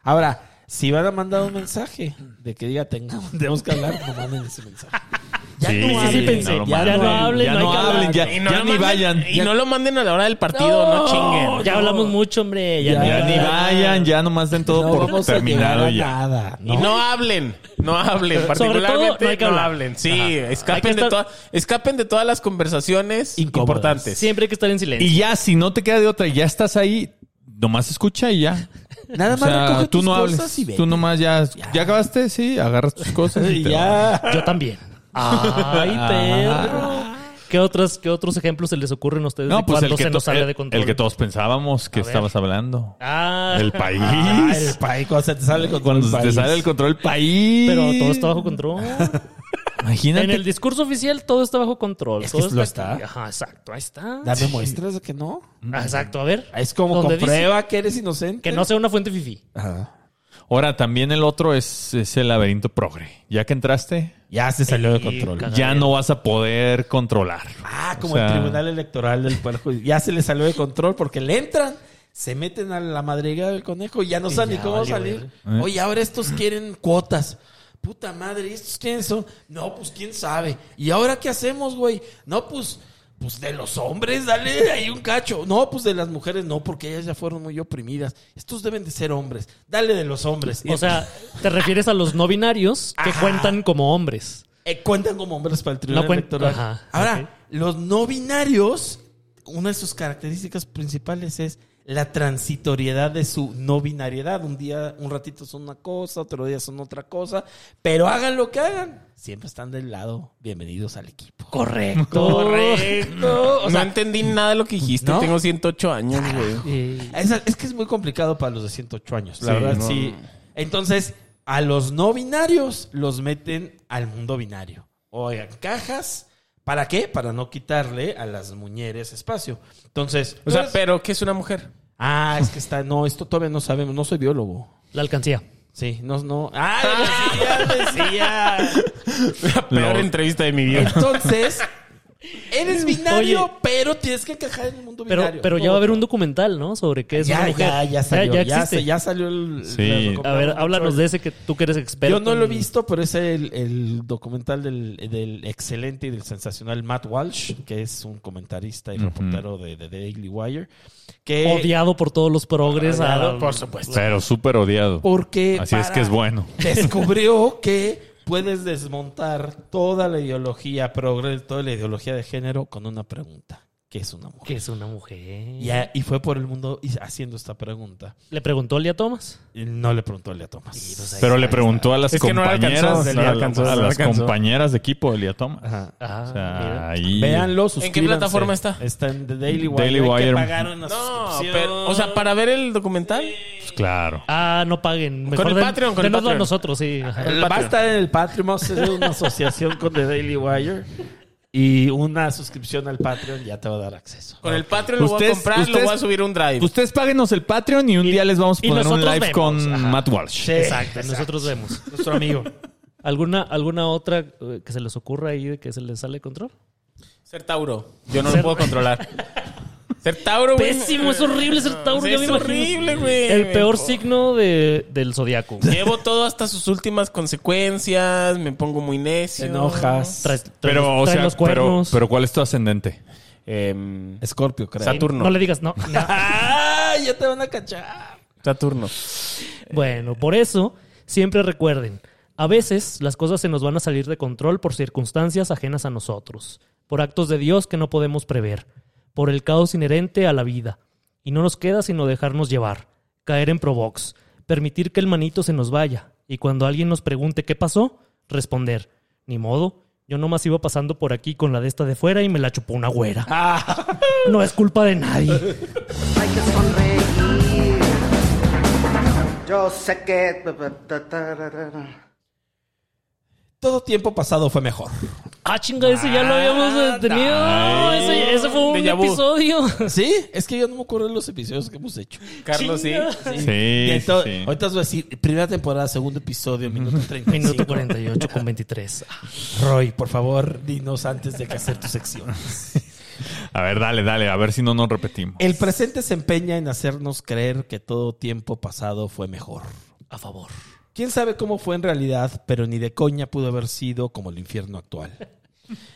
S5: Ahora, si van a mandar un mensaje de que diga tengamos, tenemos que hablar, no manden ese mensaje. Ya
S3: Sí,
S5: no
S3: sí,
S5: hablen,
S3: sí,
S4: pensé,
S3: lo
S5: ya
S3: manden.
S5: no hablen,
S3: ya
S4: no
S3: no
S4: hay que
S3: hablen, ya,
S1: y no
S3: ya
S1: lo
S3: ni
S1: manden-
S3: vayan.
S1: Y no lo manden a la hora del partido, no, chinguen.
S4: Ya hablamos mucho, hombre. Ya,
S5: Ya.
S4: ni-
S3: Ya ni vayan, ya nomás den todo
S5: no
S3: por
S5: vamos a llegar
S3: terminado
S5: a
S3: ya.
S5: nada. ¿no?
S1: Y no hablen, no hablen, particularmente
S4: no hay que
S1: no,
S4: hablar.
S1: hablen. Sí,
S4: Hay que
S1: escapen,
S4: estar-
S1: de toda- escapen de todas las conversaciones
S5: Incómodas.
S1: importantes.
S4: Siempre hay que estar en silencio.
S3: Y ya, si no te queda de otra, ya estás ahí, nomás escucha y ya.
S5: Nada
S3: O
S5: más
S3: sea,
S5: recoge
S3: tú
S5: tus
S3: no
S5: cosas
S3: hables.
S5: y vete.
S3: Tú nomás ya, ya. acabaste, sí, agarras tus cosas y,
S5: Y
S3: te vas.
S5: ya.
S4: Yo también. Ay, perro. ¿Qué, otras, ¿Qué otros ejemplos se les ocurren a ustedes
S3: No,
S4: de
S3: pues
S4: cuando
S3: el que,
S4: se nos
S3: to-
S4: sale
S3: el-
S4: de control?
S3: el que todos pensábamos que
S4: ver.
S3: estabas hablando.
S4: Ah,
S3: El país.
S5: Ah, el país, cuando se te sale con
S3: Cuando se te sale el control del país.
S4: pero todo está bajo control.
S3: Imagínate.
S4: en el discurso oficial todo está bajo control.
S5: Es que
S4: todo
S5: lo
S4: aquí.
S5: está.
S4: Ajá, exacto. Ahí está.
S5: Dame muestras de que no.
S4: Ah, Exacto, a ver.
S5: Es como
S4: Donde
S5: comprueba que eres inocente.
S4: Que no sea una fuente fifi.
S5: Ajá.
S3: Ahora, también el otro es, es el laberinto progre. Ya que entraste,
S5: Ya se salió de
S4: Y
S5: control.
S4: cagadero.
S3: ya no vas a poder controlar.
S5: Ah,
S3: O
S5: como
S3: sea,
S5: el Tribunal Electoral del Poder Judicial. Ya se le salió de control porque le entran, se meten a la madriguera del conejo y ya no saben ni
S4: ya
S5: cómo
S4: valió
S5: salir. Oye, ahora estos quieren cuotas. Puta madre, ¿y estos quiénes son? No, pues quién sabe. ¿Y ahora qué hacemos, güey? No, pues Pues de los hombres, dale ahí un cacho. No, pues de las mujeres no, porque ellas ya fueron muy oprimidas. Estos deben de ser hombres. Dale de los hombres.
S4: O sea, te refieres a los no binarios que
S5: Ajá.
S4: cuentan como hombres.
S5: Eh, cuentan como hombres para el tribunal
S4: No cuen-
S5: electoral.
S4: Ajá,
S5: Ahora, los no binarios, una de sus características principales es la transitoriedad de su no binariedad. Un día, un ratito son una cosa, otro día son otra cosa, pero hagan lo que hagan. Siempre están del lado. Bienvenidos al equipo.
S4: Correcto.
S5: Correcto. O sea,
S1: no entendí nada de lo que dijiste.
S5: ¿no?
S1: Tengo 108 años, güey.
S4: Eh,
S5: Es, es que es muy complicado para los de 108 años, la
S1: Sí,
S5: verdad,
S1: no.
S5: sí. Entonces, a los no binarios los meten al mundo binario. O en cajas. ¿Para qué? Para no quitarle a las mujeres espacio. Entonces, pues,
S1: O sea, pero ¿qué es una mujer?
S5: ah, es que está, no, esto todavía no sabemos, no soy biólogo.
S4: la alcancía.
S5: Sí, no, no. Ah, decía, decía.
S1: La peor
S3: Lo-
S1: entrevista de mi vida.
S5: Entonces, eres binario,
S4: Oye.
S5: pero tienes que encajar en el mundo
S4: Pero,
S5: binario.
S4: pero ya
S5: No,
S4: va a haber un documental, ¿no? Sobre qué es
S5: ya,
S4: una mujer.
S5: ya, ya salió, ya,
S4: existe.
S5: se- ya salió el.
S3: Sí.
S5: la
S4: A ver,
S5: recomendación.
S4: háblanos de ese que tú que eres experto.
S5: Yo no lo he
S4: en-
S5: visto, pero es el, el documental del, del excelente y del sensacional Matt Walsh, que es un comentarista y reportero de, de Daily Wire. Que
S4: Odiado por todos los progres.
S5: Odiado,
S4: a-
S5: por supuesto.
S3: Pero súper odiado.
S5: Porque
S3: Así es
S5: para-
S3: que es bueno.
S5: descubrió que puedes desmontar toda la ideología progre, toda la ideología de género con una pregunta, que es una mujer.
S4: Que es una mujer.
S5: Y, a- y fue por el mundo y- haciendo esta pregunta.
S4: Le preguntó Lía Thomas.
S5: Y no le preguntó a Lea
S1: pues,
S5: Thomas.
S3: Pero le preguntó a las
S1: Es que no la
S3: compañeras,
S1: alcanzó,
S3: no
S1: no la
S3: la-
S1: alcanzó,
S3: a
S1: no la
S3: las
S1: alcanzó.
S3: compañeras de equipo de Elia Thomas.
S5: Ajá.
S4: Ah,
S3: O sea,
S4: mira.
S3: ahí-
S5: Véanlo,
S1: qué
S5: suscríbanse.
S1: plataforma está?
S5: Está en The Daily Wire.
S3: Daily
S5: Hay que
S3: Wire.
S5: pagar
S1: No,
S5: una suscripción.
S1: pero, o sea, para ver el documental.
S3: Pues claro.
S4: Ah, no paguen. Mejor
S1: el
S4: den-
S1: Patreon, con el
S4: denoslo
S1: Patreon.
S4: a nosotros, sí. Ajá.
S5: El- va a estar en el Patreon. Vamos a hacer una asociación con The Daily Wire. Y una suscripción al Patreon ya te va a dar acceso.
S1: Con el Patreon lo voy a
S3: Ustedes-
S1: comprar, lo
S3: ustedes-
S1: voy a subir a un drive.
S3: Ustedes páguenos el Patreon y un día les vamos a
S4: y
S3: poner un
S4: nosotros
S3: live
S4: vemos.
S3: con
S4: Ajá.
S3: Matt Walsh.
S4: Exacto, nosotros vemos.
S5: Nuestro amigo.
S4: ¿Alguna, ¿Alguna otra eh, que se les ocurra ahí de que se les sale de control?
S1: Ser Tauro. Yo no lo
S4: Ser-
S1: puedo controlar. Ser Tauro, güey.
S4: Pésimo, es horrible ser Tauro.
S1: Sí,
S4: ya me
S1: es
S4: imagino.
S1: horrible, güey.
S4: El peor
S1: Me-
S4: signo de, del zodiaco.
S1: Llevo todo hasta sus últimas consecuencias, me pongo muy necio.
S5: Te enojas.
S4: Traes- traes-
S3: Pero, o
S4: traen
S3: sea,
S4: los
S3: pero,
S4: cuernos.
S3: pero ¿cuál es tu ascendente?
S1: Em,
S5: Scorpio, creo.
S1: Saturno.
S4: No le digas no. no.
S5: ¡Ah! Ya te van a cachar.
S1: Saturno.
S4: Bueno, por eso siempre recuerden, a veces las cosas se nos van a salir de control por circunstancias ajenas a nosotros, por actos de Dios que no podemos prever, por el caos inherente a la vida. Y no nos queda sino dejarnos llevar, caer en provox, permitir que el manito se nos vaya, y cuando alguien nos pregunte qué pasó, responder, ni modo, yo nomás iba pasando por aquí con la de esta de fuera y me la chupó una güera. No es culpa de nadie.
S6: Hay que sonreír. Yo sé que. Yo
S5: Todo tiempo pasado fue mejor.
S4: Ah, chinga, ese ya lo habíamos
S5: Ah,
S4: tenido.
S5: ay.
S4: Ese, ese fue un
S1: Déjà vu.
S4: episodio.
S5: ¿Sí? Es que yo no me acuerdo de los episodios que hemos hecho.
S1: Carlos, sí.
S3: Sí,
S5: Y
S3: sí,
S5: entonces,
S3: sí.
S5: Ahorita os voy a decir, primera temporada, segundo episodio, minuto 30.
S4: Minuto 48 con Ah, 23.
S5: Roy, por favor, dinos antes de que hacer tu sección.
S3: A ver, dale, dale, a ver si no nos repetimos.
S5: El presente se empeña en hacernos creer que todo tiempo pasado fue mejor.
S4: A favor.
S5: Quién sabe cómo fue en realidad, pero ni de coña pudo haber sido como el infierno actual.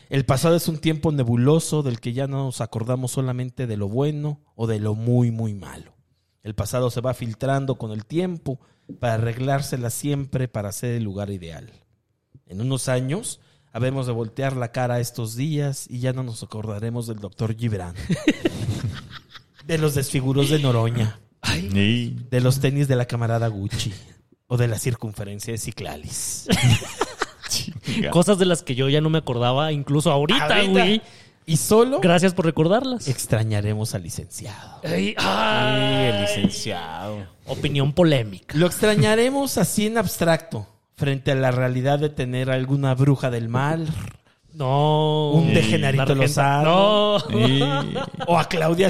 S5: El pasado es un tiempo nebuloso del que ya no nos acordamos solamente de lo bueno o de lo muy, muy malo. El pasado se va filtrando con el tiempo para arreglársela siempre para ser el lugar ideal. En unos años, habemos de voltear la cara a estos días y ya no nos acordaremos del doctor Gibran, de los desfiguros de Noroña,
S3: Y-
S5: de los tenis de la camarada Gucci o de la circunferencia de Ciclalis.
S4: Cosas de las que yo ya no me acordaba, incluso ahorita,
S5: Ahorita.
S4: güey.
S5: Y solo
S4: Gracias por recordarlas.
S5: extrañaremos al licenciado.
S4: Ay,
S1: Sí,
S4: ay.
S1: el licenciado.
S4: Opinión polémica.
S5: Lo extrañaremos así en abstracto, frente a la realidad de tener alguna bruja del mal,
S4: No.
S5: Un
S4: Sí.
S5: degenerito
S4: Sargento.
S5: Lozano.
S4: No.
S3: y-
S5: o a Claudia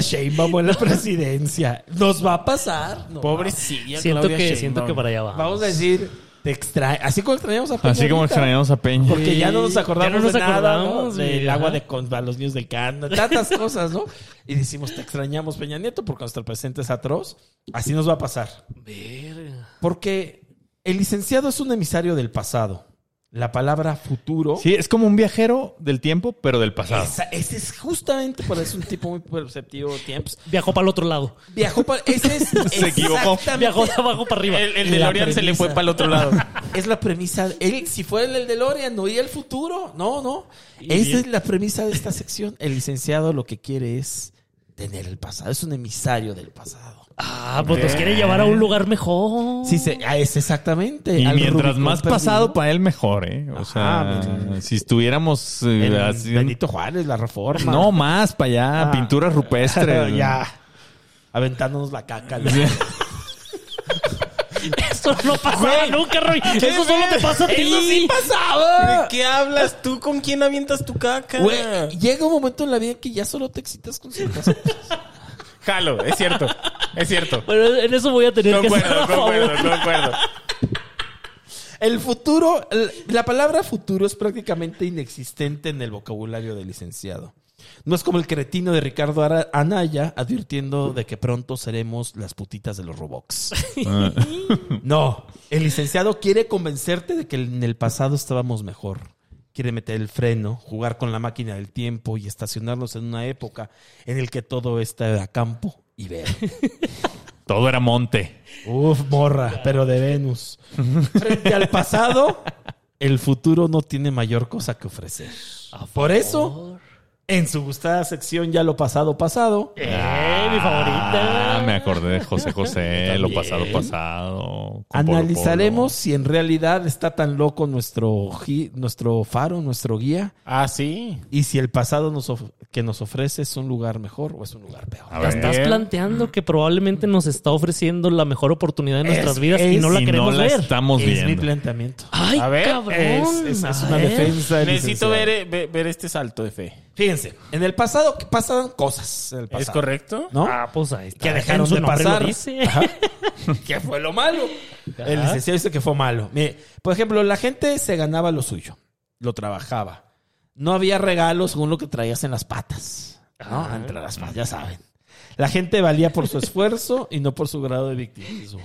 S5: Sheinbaum en la presidencia. Nos va a pasar. No,
S1: Pobrecilla,
S4: Siento
S1: Claudia
S4: que,
S1: Sheinbaum.
S4: siento que para allá va.
S5: Vamos a decir, te extra- así como extrañamos a Peña
S3: Así como
S5: ahorita.
S3: extrañamos a Peña.
S5: Porque ya no nos acordamos
S4: Ya no nos
S5: de nada, ¿no?
S4: acordamos,
S5: del
S4: güey,
S5: agua
S4: ajá.
S5: de con, a los niños de Cana, tantas cosas, ¿no? Y decimos, te extrañamos Peña Nieto porque nuestro presente es atroz. Así nos va a pasar.
S4: Verga.
S5: Porque el licenciado es un emisario del pasado. la palabra futuro.
S3: Sí, es como un viajero del tiempo, pero del pasado.
S5: Esa- ese es justamente, por eso es un tipo muy perceptivo de tiempos.
S4: Viajó para el otro lado.
S5: Viajó para... Ese es
S3: Se equivocó.
S5: exactamente-
S4: Viajó de abajo para arriba.
S1: El, el
S5: La
S1: DeLorean se le fue
S5: premisa.
S1: para el otro lado.
S5: Es la premisa. Él, si fuera el DeLorean, no iría el futuro. No, no.
S4: Y
S5: Esa
S4: bien.
S5: es la premisa de esta sección. El licenciado lo que quiere es tener el pasado. Es un emisario del pasado.
S4: Ah, pues nos quiere llevar a un lugar mejor.
S5: Sí, se, ah, es exactamente.
S3: Y
S5: Al
S3: mientras
S5: Rubicón
S3: más
S5: perdido.
S3: pasado
S1: pues,
S3: para él, mejor, ¿eh? O
S5: Ajá,
S3: sea,
S5: pues,
S3: si estuviéramos eh,
S5: El
S3: haciendo-
S5: Benito Juárez, la reforma.
S3: No, más para allá,
S5: Ah.
S3: pinturas rupestres.
S5: ya. Aventándonos la caca. ¿no?
S4: Eso no pasaba nunca, Roy. Eso solo te pasa a ti.
S5: ¡Eso sí
S1: ¿De
S5: pasaba!
S1: qué hablas tú? ¿Con quién avientas tu caca?
S5: Güey, llega un momento en la vida en que ya solo te excitas con ciertas cosas.
S1: Jalo, es cierto. Es cierto.
S4: Bueno, en eso voy a tener que estar a favor.
S1: concuerdo.
S5: El futuro, el- la palabra futuro es prácticamente inexistente en el vocabulario del licenciado. No es como el cretino de Ricardo Ara- Anaya advirtiendo de que pronto seremos las putitas de los Robox.
S3: Ah,
S5: No, el licenciado quiere convencerte de que en el pasado estábamos mejor. Quiere meter el freno, jugar con la máquina del tiempo y estacionarnos en una época en el que todo está a campo y verde.
S3: Todo era monte.
S5: Uf, morra, pero de Venus. Frente al pasado, el futuro no tiene mayor cosa que ofrecer. Por eso, en su gustada sección ya lo pasado pasado,
S4: Eh, mi favorita.
S3: Ah, me acordé de José José, lo pasado pasado. con Polo
S5: analizaremos si en realidad está tan loco nuestro, gi- nuestro faro, nuestro guía,
S1: Ah, sí.
S5: y si el pasado nos of- que nos ofrece es un lugar mejor o es un lugar peor.
S3: Polo. A
S4: Ya
S3: ver.
S4: estás planteando que probablemente nos está ofreciendo la mejor oportunidad de nuestras
S5: Es-
S4: vidas y
S5: es-
S4: no la
S3: y
S4: queremos
S3: no la
S4: ver.
S3: estamos
S5: Es mi
S3: viendo.
S5: planteamiento.
S4: Ay,
S1: A ver,
S4: cabrón.
S1: es- es-
S5: Es
S4: a
S5: una
S4: ver.
S5: defensa. del
S1: Necesito
S5: licenciado.
S1: ver, Ah, eh, ve- ver este salto de fe.
S5: Fíjense, en el pasado pasan cosas. En el pasado,
S1: ¿Es correcto?
S5: ¿no?
S4: Ah, pues ahí está.
S5: que dejaron
S4: En su
S5: de
S4: nombre lo
S5: pasar.
S4: dice.
S5: que fue lo malo. El licenciado dice que fue malo. Mire, por ejemplo, la gente se ganaba lo suyo, lo trabajaba. No había regalos según lo que traías en las patas. ¿no? Entre las patas, ya saben. La gente valía por su esfuerzo y no por su grado de victimismo.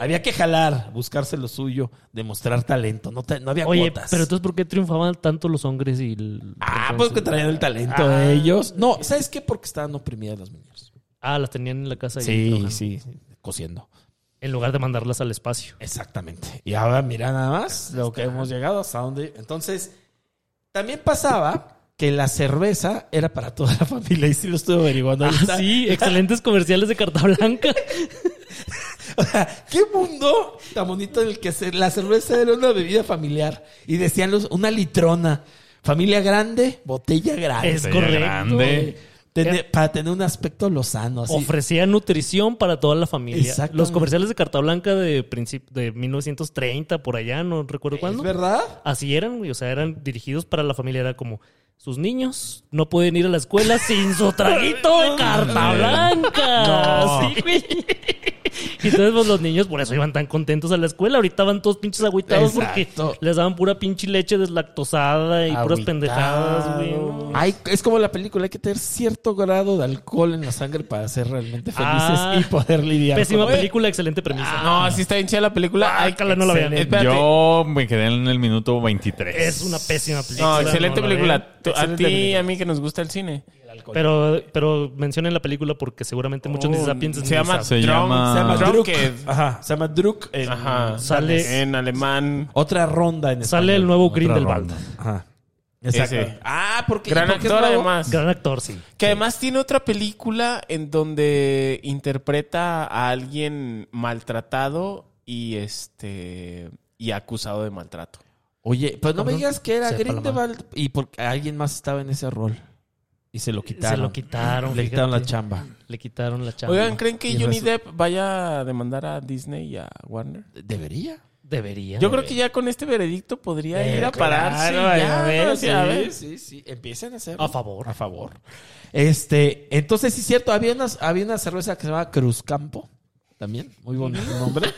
S5: Había que jalar, buscarse lo suyo, demostrar talento. No, te- no había
S4: Oye,
S5: cuotas.
S4: pero entonces, ¿por qué triunfaban tanto los hombres y el-
S5: Ah,
S4: entonces-
S5: pues que traían el talento de ellos. No, ¿sabes qué? Porque estaban oprimidas las mujeres.
S4: Ah, las tenían en la casa. ahí
S5: Sí,
S4: trabajando.
S5: sí, cosiendo.
S4: En lugar de mandarlas al espacio.
S5: Exactamente. Y ahora mira nada más lo que hemos llegado hasta donde. Entonces, también pasaba que la cerveza era para toda la familia. Y sí lo estuve averiguando.
S4: Ah,
S5: ahorita.
S4: sí, excelentes comerciales de carta blanca.
S5: O sea, qué mundo tan bonito en el que se- la cerveza era una bebida familiar. Y decían los, una litrona. Familia grande, botella grande.
S4: Es Eh,
S3: Botella
S4: correcto.
S3: grande.
S5: Tener- para tener un aspecto lozano. Así.
S4: Ofrecía nutrición para toda la familia.
S5: Exactamente.
S4: Los comerciales de carta blanca de, princip- de 1930, por allá, no recuerdo
S5: ¿Es
S4: cuándo.
S5: verdad?
S4: Así eran, güey. O sea, eran dirigidos para la familia. Era como, sus niños no pueden ir a la escuela sin su traguito de carta blanca. Sí, güey. Y entonces pues, los niños por eso iban tan contentos a la escuela. Ahorita van todos pinches agüitados
S5: Exacto.
S4: porque les daban pura pinche leche deslactosada y puras
S5: Agüitado.
S4: pendejadas, güey. ¿no?
S5: Ay, es como la película, hay que tener cierto grado de alcohol en la sangre para ser realmente felices
S4: Ah.
S5: y poder lidiar.
S4: Pésima
S5: con-
S4: película, excelente premisa.
S1: No, sí está bien chida la película.
S4: Ah, cala, no la vean.
S1: excelente.
S3: Polo.
S1: Espérate.
S3: Yo me quedé en el minuto 23.
S4: Es una pésima película.
S1: No, excelente
S4: no la vean.
S1: película. Tú- A
S5: Excelente
S1: ti y
S5: película.
S1: a mí que nos gusta el cine.
S4: Pero, pero mencionen la película porque seguramente muchos ni
S1: Oh,
S4: sapiens ni
S1: se llama,
S4: saben.
S3: Se llama-
S5: Se llama Druk.
S1: Drunked.
S5: Ajá, se llama Druk. en-
S1: Ajá.
S4: Sale-
S1: en alemán.
S5: Otra ronda en
S4: Sale el
S5: español.
S4: nuevo
S3: Otra
S4: Grindelwald.
S3: ronda.
S5: Ajá.
S1: Ese.
S5: Ah, porque.
S1: Gran
S5: porque es
S1: actor
S5: nuevo.
S1: además.
S4: Gran actor, sí.
S1: Que además tiene otra película en donde interpreta a alguien maltratado y este y acusado de maltrato.
S5: Oye, pues no me
S4: Cabrón.
S5: digas que era
S4: Sepa la
S5: Grindelwald y porque alguien más estaba en ese rol. Y se lo quitaron.
S4: Se lo quitaron.
S5: Le quitaron
S4: fíjate.
S5: la chamba.
S4: Le quitaron la chamba.
S1: Oigan, ¿creen que
S5: Y
S1: Johnny
S5: resu-
S1: Depp vaya a demandar a Disney y a Warner?
S3: Eh,
S5: Debería.
S4: Debería.
S1: Yo creo que ya con este veredicto podría
S4: Eh,
S1: ir a
S4: claro,
S1: pararse.
S4: a
S1: y ya,
S4: ver,
S1: o sea, a
S4: sí.
S1: ver.
S5: Sí, sí. Empiecen a hacer.
S4: A favor.
S5: A favor. Este, entonces sí es cierto, había una, había una cerveza que se llamaba Cruzcampo. también, muy bonito nombre.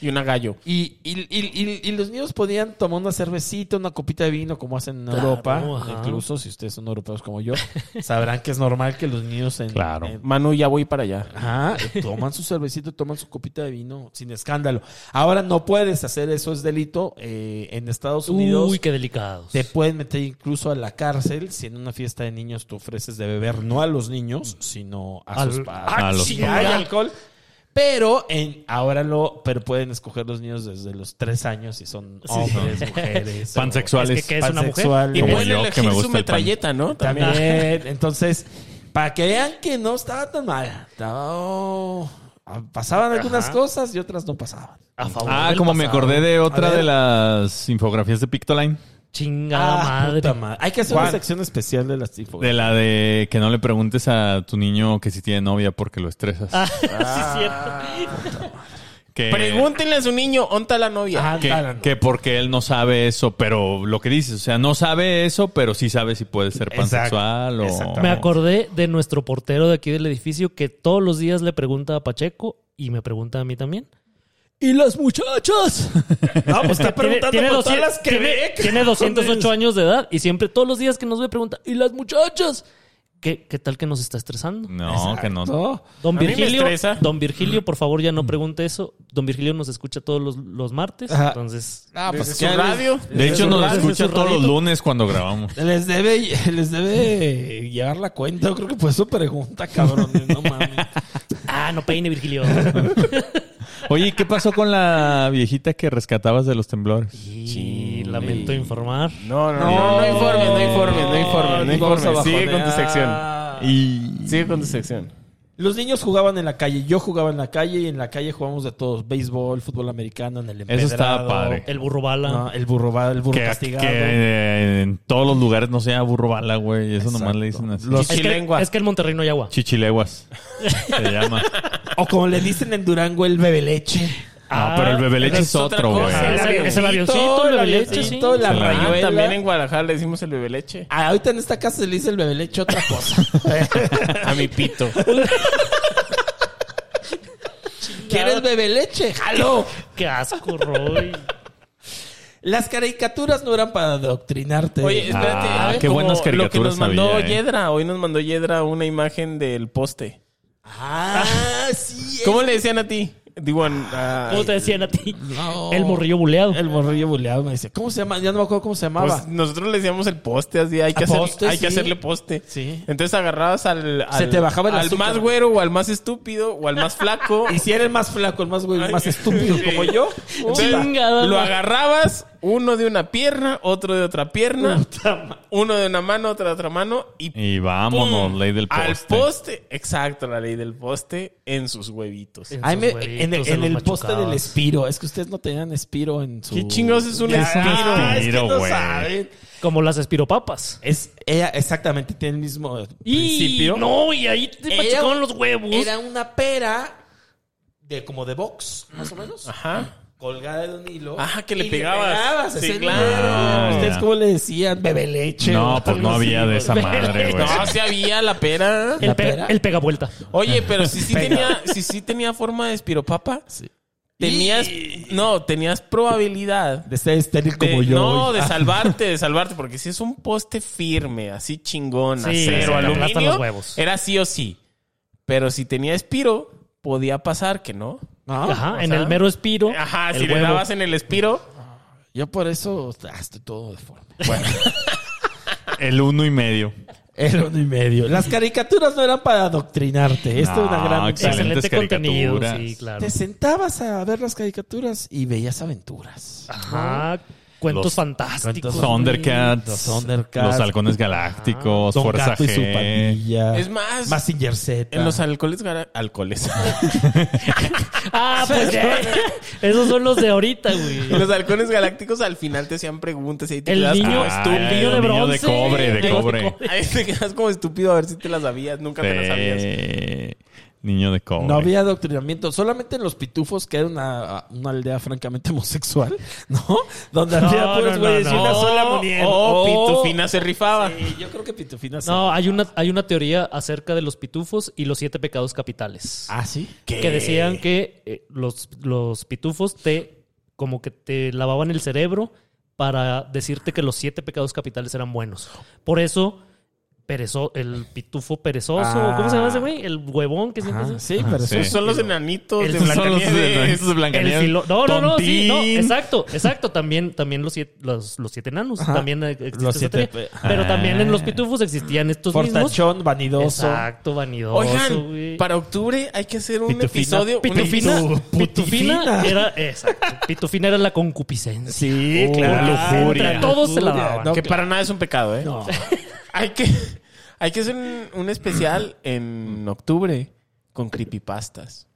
S1: Y una gallo.
S5: Y, y, y- y- y los niños podían tomar una cervecita, una copita de vino, como hacen en
S4: Claro,
S5: Europa.
S4: ajá.
S5: Incluso si ustedes son europeos como yo, sabrán que es normal que los niños en,
S3: Claro.
S5: en-
S1: Manu, ya voy para allá.
S5: ajá, toman su cervecito, toman su copita de vino, sin escándalo. Ahora no puedes hacer eso, es delito. Eh, en Estados Unidos
S4: Uy, qué delicados.
S5: te pueden meter incluso a la cárcel si en una fiesta de niños tú ofreces de beber no a los niños, sino a
S4: Al-
S5: sus padres.
S3: a los
S5: Sí,
S3: padres.
S5: hay alcohol. Pero en, ahora lo, pero pueden escoger los niños desde los tres años si son hombres, mujeres. o-
S3: Pansexuales.
S4: Es que- que es una mujer.
S5: pansexual,
S1: Y
S3: Como
S1: pueden
S3: yo, que
S1: elegir
S3: me
S1: su
S3: gusta el pan.
S1: metralleta, ¿no? También.
S5: También. Entonces, para que vean que no estaba tan mal. No. Pasaban algunas cosas y otras no pasaban.
S4: A favor.
S3: Ah,
S4: del
S3: como me
S4: pasado.
S3: acordé de otra
S5: A ver.
S3: de las infografías de Pictoline.
S4: Chingada
S5: Ah,
S4: madre.
S5: puta madre. Hay que hacer
S3: ¿Cuál?
S5: una sección especial de las
S3: De
S5: infografías.
S3: la de que no le preguntes a tu niño que si tiene novia porque lo estresas.
S4: Ah, sí, es cierto.
S3: Que,
S1: Pregúntenle a su niño, ¿onta la novia?
S5: Ah,
S3: que,
S5: claro, no.
S3: que porque él no sabe eso, pero lo que dices, o sea, no sabe eso, pero sí sabe si puede ser pansexual o...
S4: Me acordé de nuestro portero de aquí del edificio que todos los días le pregunta a Pacheco y me pregunta a mí también. ¿Y las muchachas?
S5: No, pues está preguntando por todas
S4: 200
S5: las que
S4: tiene-
S5: ve.
S4: tiene 208 años de edad y siempre todos los días que nos ve pregunta, ¿y las muchachas? ¿Qué, qué tal que nos está estresando?
S3: No, que no.
S5: No.
S4: Don
S1: A mí me
S4: Virgilio,
S1: estresa.
S4: don Virgilio, por favor,
S5: Mm.
S4: ya no pregunte eso. Don Virgilio nos escucha todos los, los martes,
S5: Ajá.
S4: entonces...
S5: Ah,
S1: Desde
S5: pues,
S1: su
S5: ¿qué les-
S1: radio.
S3: De hecho,
S5: su
S3: nos
S5: radio,
S3: escucha
S5: su
S3: todos los
S5: radito.
S3: lunes cuando grabamos.
S5: Les debe, les debe llevar la cuenta. Yo creo que fue su pregunta, cabrón. No mames.
S4: eh, Ah, no peine, Virgilio.
S3: Oye, ¿y ¿qué pasó con la viejita que rescatabas de los temblores?
S4: y lamento informar.
S1: No, no, no, no informes, no informes, no informes, no
S5: Vamos a
S1: informes. Sigue con tu sección.
S5: bajonear.
S3: Y...
S1: Sigue con tu sección.
S5: Ah. Los niños jugaban en la calle, yo jugaba en la calle y en la calle jugamos de todos, béisbol, fútbol americano, en el empedrado.
S3: estaba padre.
S4: El burro bala.
S5: No, el burro va, el burro
S3: Que,
S5: castigado.
S3: que en todos los lugares no sea burro bala, güey. Eso nomás
S5: Exacto.
S3: le dicen así.
S1: Los
S4: es, que,
S1: chilenguas.
S4: es que en Monterrey no hay agua.
S3: Chichileguas. Se llama.
S5: O como le dicen en Durango, el bebe leche.
S4: Ah,
S3: no, pero el bebé leche
S1: pero
S3: es
S1: es otra
S3: otro, güey.
S1: cosa.
S4: Ah, es el- es el avioncito,
S5: avioncito,
S4: el
S5: el
S4: bebé leche, sí.
S5: avioncito, la
S3: Sí. Ah,
S1: Ah,
S5: rayuela.
S1: también en Guadalajara le decimos el bebé leche.
S5: Ah, ahorita en esta casa se le dice el bebe leche otra cosa.
S1: A mi pito.
S5: ¿Quieres bebe leche? ¡Jalo!
S4: Qué asco, Roy.
S5: Las caricaturas no eran para adoctrinarte.
S1: Oye, espérate.
S3: Ah,
S1: a ver,
S3: qué
S1: como
S3: buenas
S1: Lo que nos
S3: caricaturas
S1: mandó
S3: había, eh.
S1: Yedra. Hoy nos mandó Yedra una imagen del poste.
S5: ah, sí.
S1: ¿Cómo le decían a ti? Digo, a- a-
S4: ¿Cómo te decían a ti?
S5: No.
S4: El morrillo buleado.
S5: eh. El morrillo buleado me dice, ¿cómo se llama? Ya no me acuerdo cómo se llamaba.
S1: pues, nosotros le decíamos el poste, así hay que,
S5: ¿A
S1: hacer-
S5: poste,
S1: hay que
S5: sí?
S1: hacerle poste.
S5: Sí.
S1: Entonces agarrabas al, al-
S5: Se te bajaba el
S1: al
S5: azúcar.
S1: más güero o al más estúpido o al más flaco.
S5: Y si eres el más flaco, el más güey, el más
S1: Ay,
S5: estúpido
S1: sí.
S5: como yo.
S1: Entonces,
S4: Chingada
S1: lo
S4: madre.
S1: agarrabas, uno de una pierna, otro de otra pierna, uno de una mano, otro de otra mano y
S3: Y vámonos,
S1: ¡pum!
S3: ley del
S1: Al
S3: poste.
S1: poste, exacto, la ley del poste en sus huevitos.
S4: En
S5: Ay,
S4: sus
S5: me-
S4: huevitos,
S5: en, el-
S4: se
S5: en
S4: los
S5: el poste
S4: machucabas.
S5: del espiro. Es que ustedes no tenían espiro en su.
S1: ¿Qué chingados es un
S5: Ya,
S1: espiro?
S5: ah, es que
S3: Espiro,
S5: no
S3: güey.
S5: saben.
S4: Como las espiropapas.
S5: Es, ella exactamente tiene el mismo
S4: Y
S5: principio.
S4: no, y ahí te
S5: Era-
S4: machucaban los huevos.
S5: Era una pera de como de box, más o menos.
S1: Ajá.
S5: Colgada de un hilo.
S1: Ajá, que le
S5: Y
S1: pegabas. Sí,
S5: ese
S1: claro.
S5: número.
S3: Ah,
S5: ¿Ustedes
S3: ya.
S5: cómo le decían? Bebe leche.
S3: No,
S5: o
S3: pues no
S5: algo
S3: había
S5: así,
S3: de esa
S5: güey.
S3: madre, güey.
S1: No, se había la pera.
S4: el,
S5: ¿La
S4: pe-
S5: pera?
S4: el pega vuelta.
S1: Oye, pero si sí
S5: Pega.
S1: tenía, si sí tenía forma de espiropapa, tenías, no, tenías probabilidad
S5: De ser estéril
S1: de-
S5: como yo.
S1: no, de
S5: Ah,
S1: salvarte, de salvarte, porque si es un poste firme, así chingón,
S4: Sí, se te
S1: acero,
S4: aplastan
S1: aluminio,
S4: los huevos.
S1: era sí o sí. Pero si tenía espiro, podía pasar que no.
S5: no,
S4: Ajá,
S5: Ah, o
S4: en
S5: sea,
S4: el mero espiro.
S1: Ajá,
S4: el
S1: si le
S4: huevo.
S1: dabas en el espiro,
S5: Yo por eso ah, estoy todo deforme.
S3: El uno y medio.
S5: Era uno y medio. Las caricaturas no eran para adoctrinarte. Esto
S3: No,
S5: es una gran ventaja.
S3: excelente.
S4: Excelente
S3: Excelentes
S4: contenido,
S3: caricaturas.
S4: sí, claro.
S5: Te sentabas a ver las caricaturas y veías aventuras.
S4: Ajá, cuentos
S3: Los-
S4: fantásticos.
S5: Cuentos-
S3: Thundercats.
S5: Los Thundercats.
S3: Los halcones galácticos.
S5: Don
S3: Fuerza
S5: Gato y su
S3: G.
S5: pandilla.
S1: Es más,
S5: Mazinger Z.
S1: en los alcoholes, gara- alcoholes.
S4: Ah, pues ya. Esos son los de ahorita, güey.
S1: En los halcones galácticos al final te hacían preguntas y ahí te
S4: El
S1: quedas
S4: niño,
S1: como
S3: Ah,
S1: estúpido.
S4: el niño de
S3: el niño de
S4: bronce.
S3: cobre, de
S4: El niño
S3: cobre.
S1: Ahí te quedas como estúpido a ver si te las sabías, nunca te las sabías.
S3: Sí. Niño de cobre.
S5: No había adoctrinamiento, solamente en los pitufos, que era una, una aldea francamente homosexual, ¿no? Donde
S4: No,
S5: había puros
S4: no, no,
S5: güeyes y
S4: no.
S5: pues, una sola
S1: Oh,
S5: muñeca.
S1: oh,
S5: Oh,
S1: Pitufina se rifaba.
S5: sí, yo creo que Pitufina sí.
S4: No, hay una, hay una teoría acerca de los pitufos y los siete pecados capitales.
S5: Ah, sí.
S4: Que decían que eh, los, los pitufos te como que te lavaban el cerebro para decirte que los siete pecados capitales eran buenos. Por eso, perezo, el pitufo perezoso,
S5: Ah.
S4: ¿cómo se llama ese güey? El huevón que siempre
S5: Ajá,
S4: es-
S5: sí, pero
S3: sí.
S5: eso es-
S1: Son los enanitos de
S4: Esos son
S3: Son los de,
S1: Blancanieves.
S3: esos de
S4: El
S3: Blancanieves.
S4: filo- No, no, no, sí, no,
S3: Tontín.
S4: exacto, exacto. También, también los, siete, los, los siete enanos,
S5: Ajá.
S4: también eh, existe
S5: Los
S4: esa
S5: siete
S4: teoría.
S5: pe-
S4: Pero
S3: Ah.
S4: también en los pitufos existían estos mismos.
S5: Fortachón, vanidoso.
S4: Exacto, vanidoso.
S1: Oigan,
S4: güey.
S1: para octubre hay que hacer un
S3: Pitufina.
S1: episodio. un
S4: Pitufina,
S1: episodio-
S4: Pitufina
S5: Pitufina.
S4: era exacto. Pitufina era la concupiscencia.
S5: Sí,
S4: Oh,
S5: claro.
S4: lujuria. Entre todos se la
S5: Lujuria.
S4: daban.
S5: No,
S1: que
S5: claro.
S1: para nada es un pecado, ¿eh?
S5: No.
S1: Hay que, hay que hacer un, un especial en octubre con creepypastas.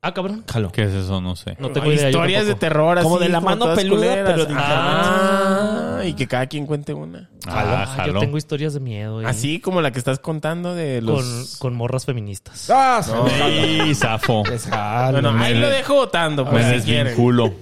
S4: Ah, cabrón.
S3: ¿Qué es eso? No sé.
S4: No tengo idea. yo
S1: Historias de
S4: tampoco.
S1: terror así.
S5: Como de la mano
S1: todas
S5: peluda, pero de
S1: Ah, y que cada quien cuente una.
S4: Ah,
S3: Ah, jaló.
S4: yo tengo historias de miedo. y-
S1: Así como la que estás contando de
S4: Con,
S1: los...
S4: con morras feministas.
S5: Ah, sí.
S3: Y zafo.
S5: Es jalo.
S1: Bueno, ahí
S3: me-
S1: lo dejo votando,
S3: Me
S1: pues, si quieren.
S3: desvinculo.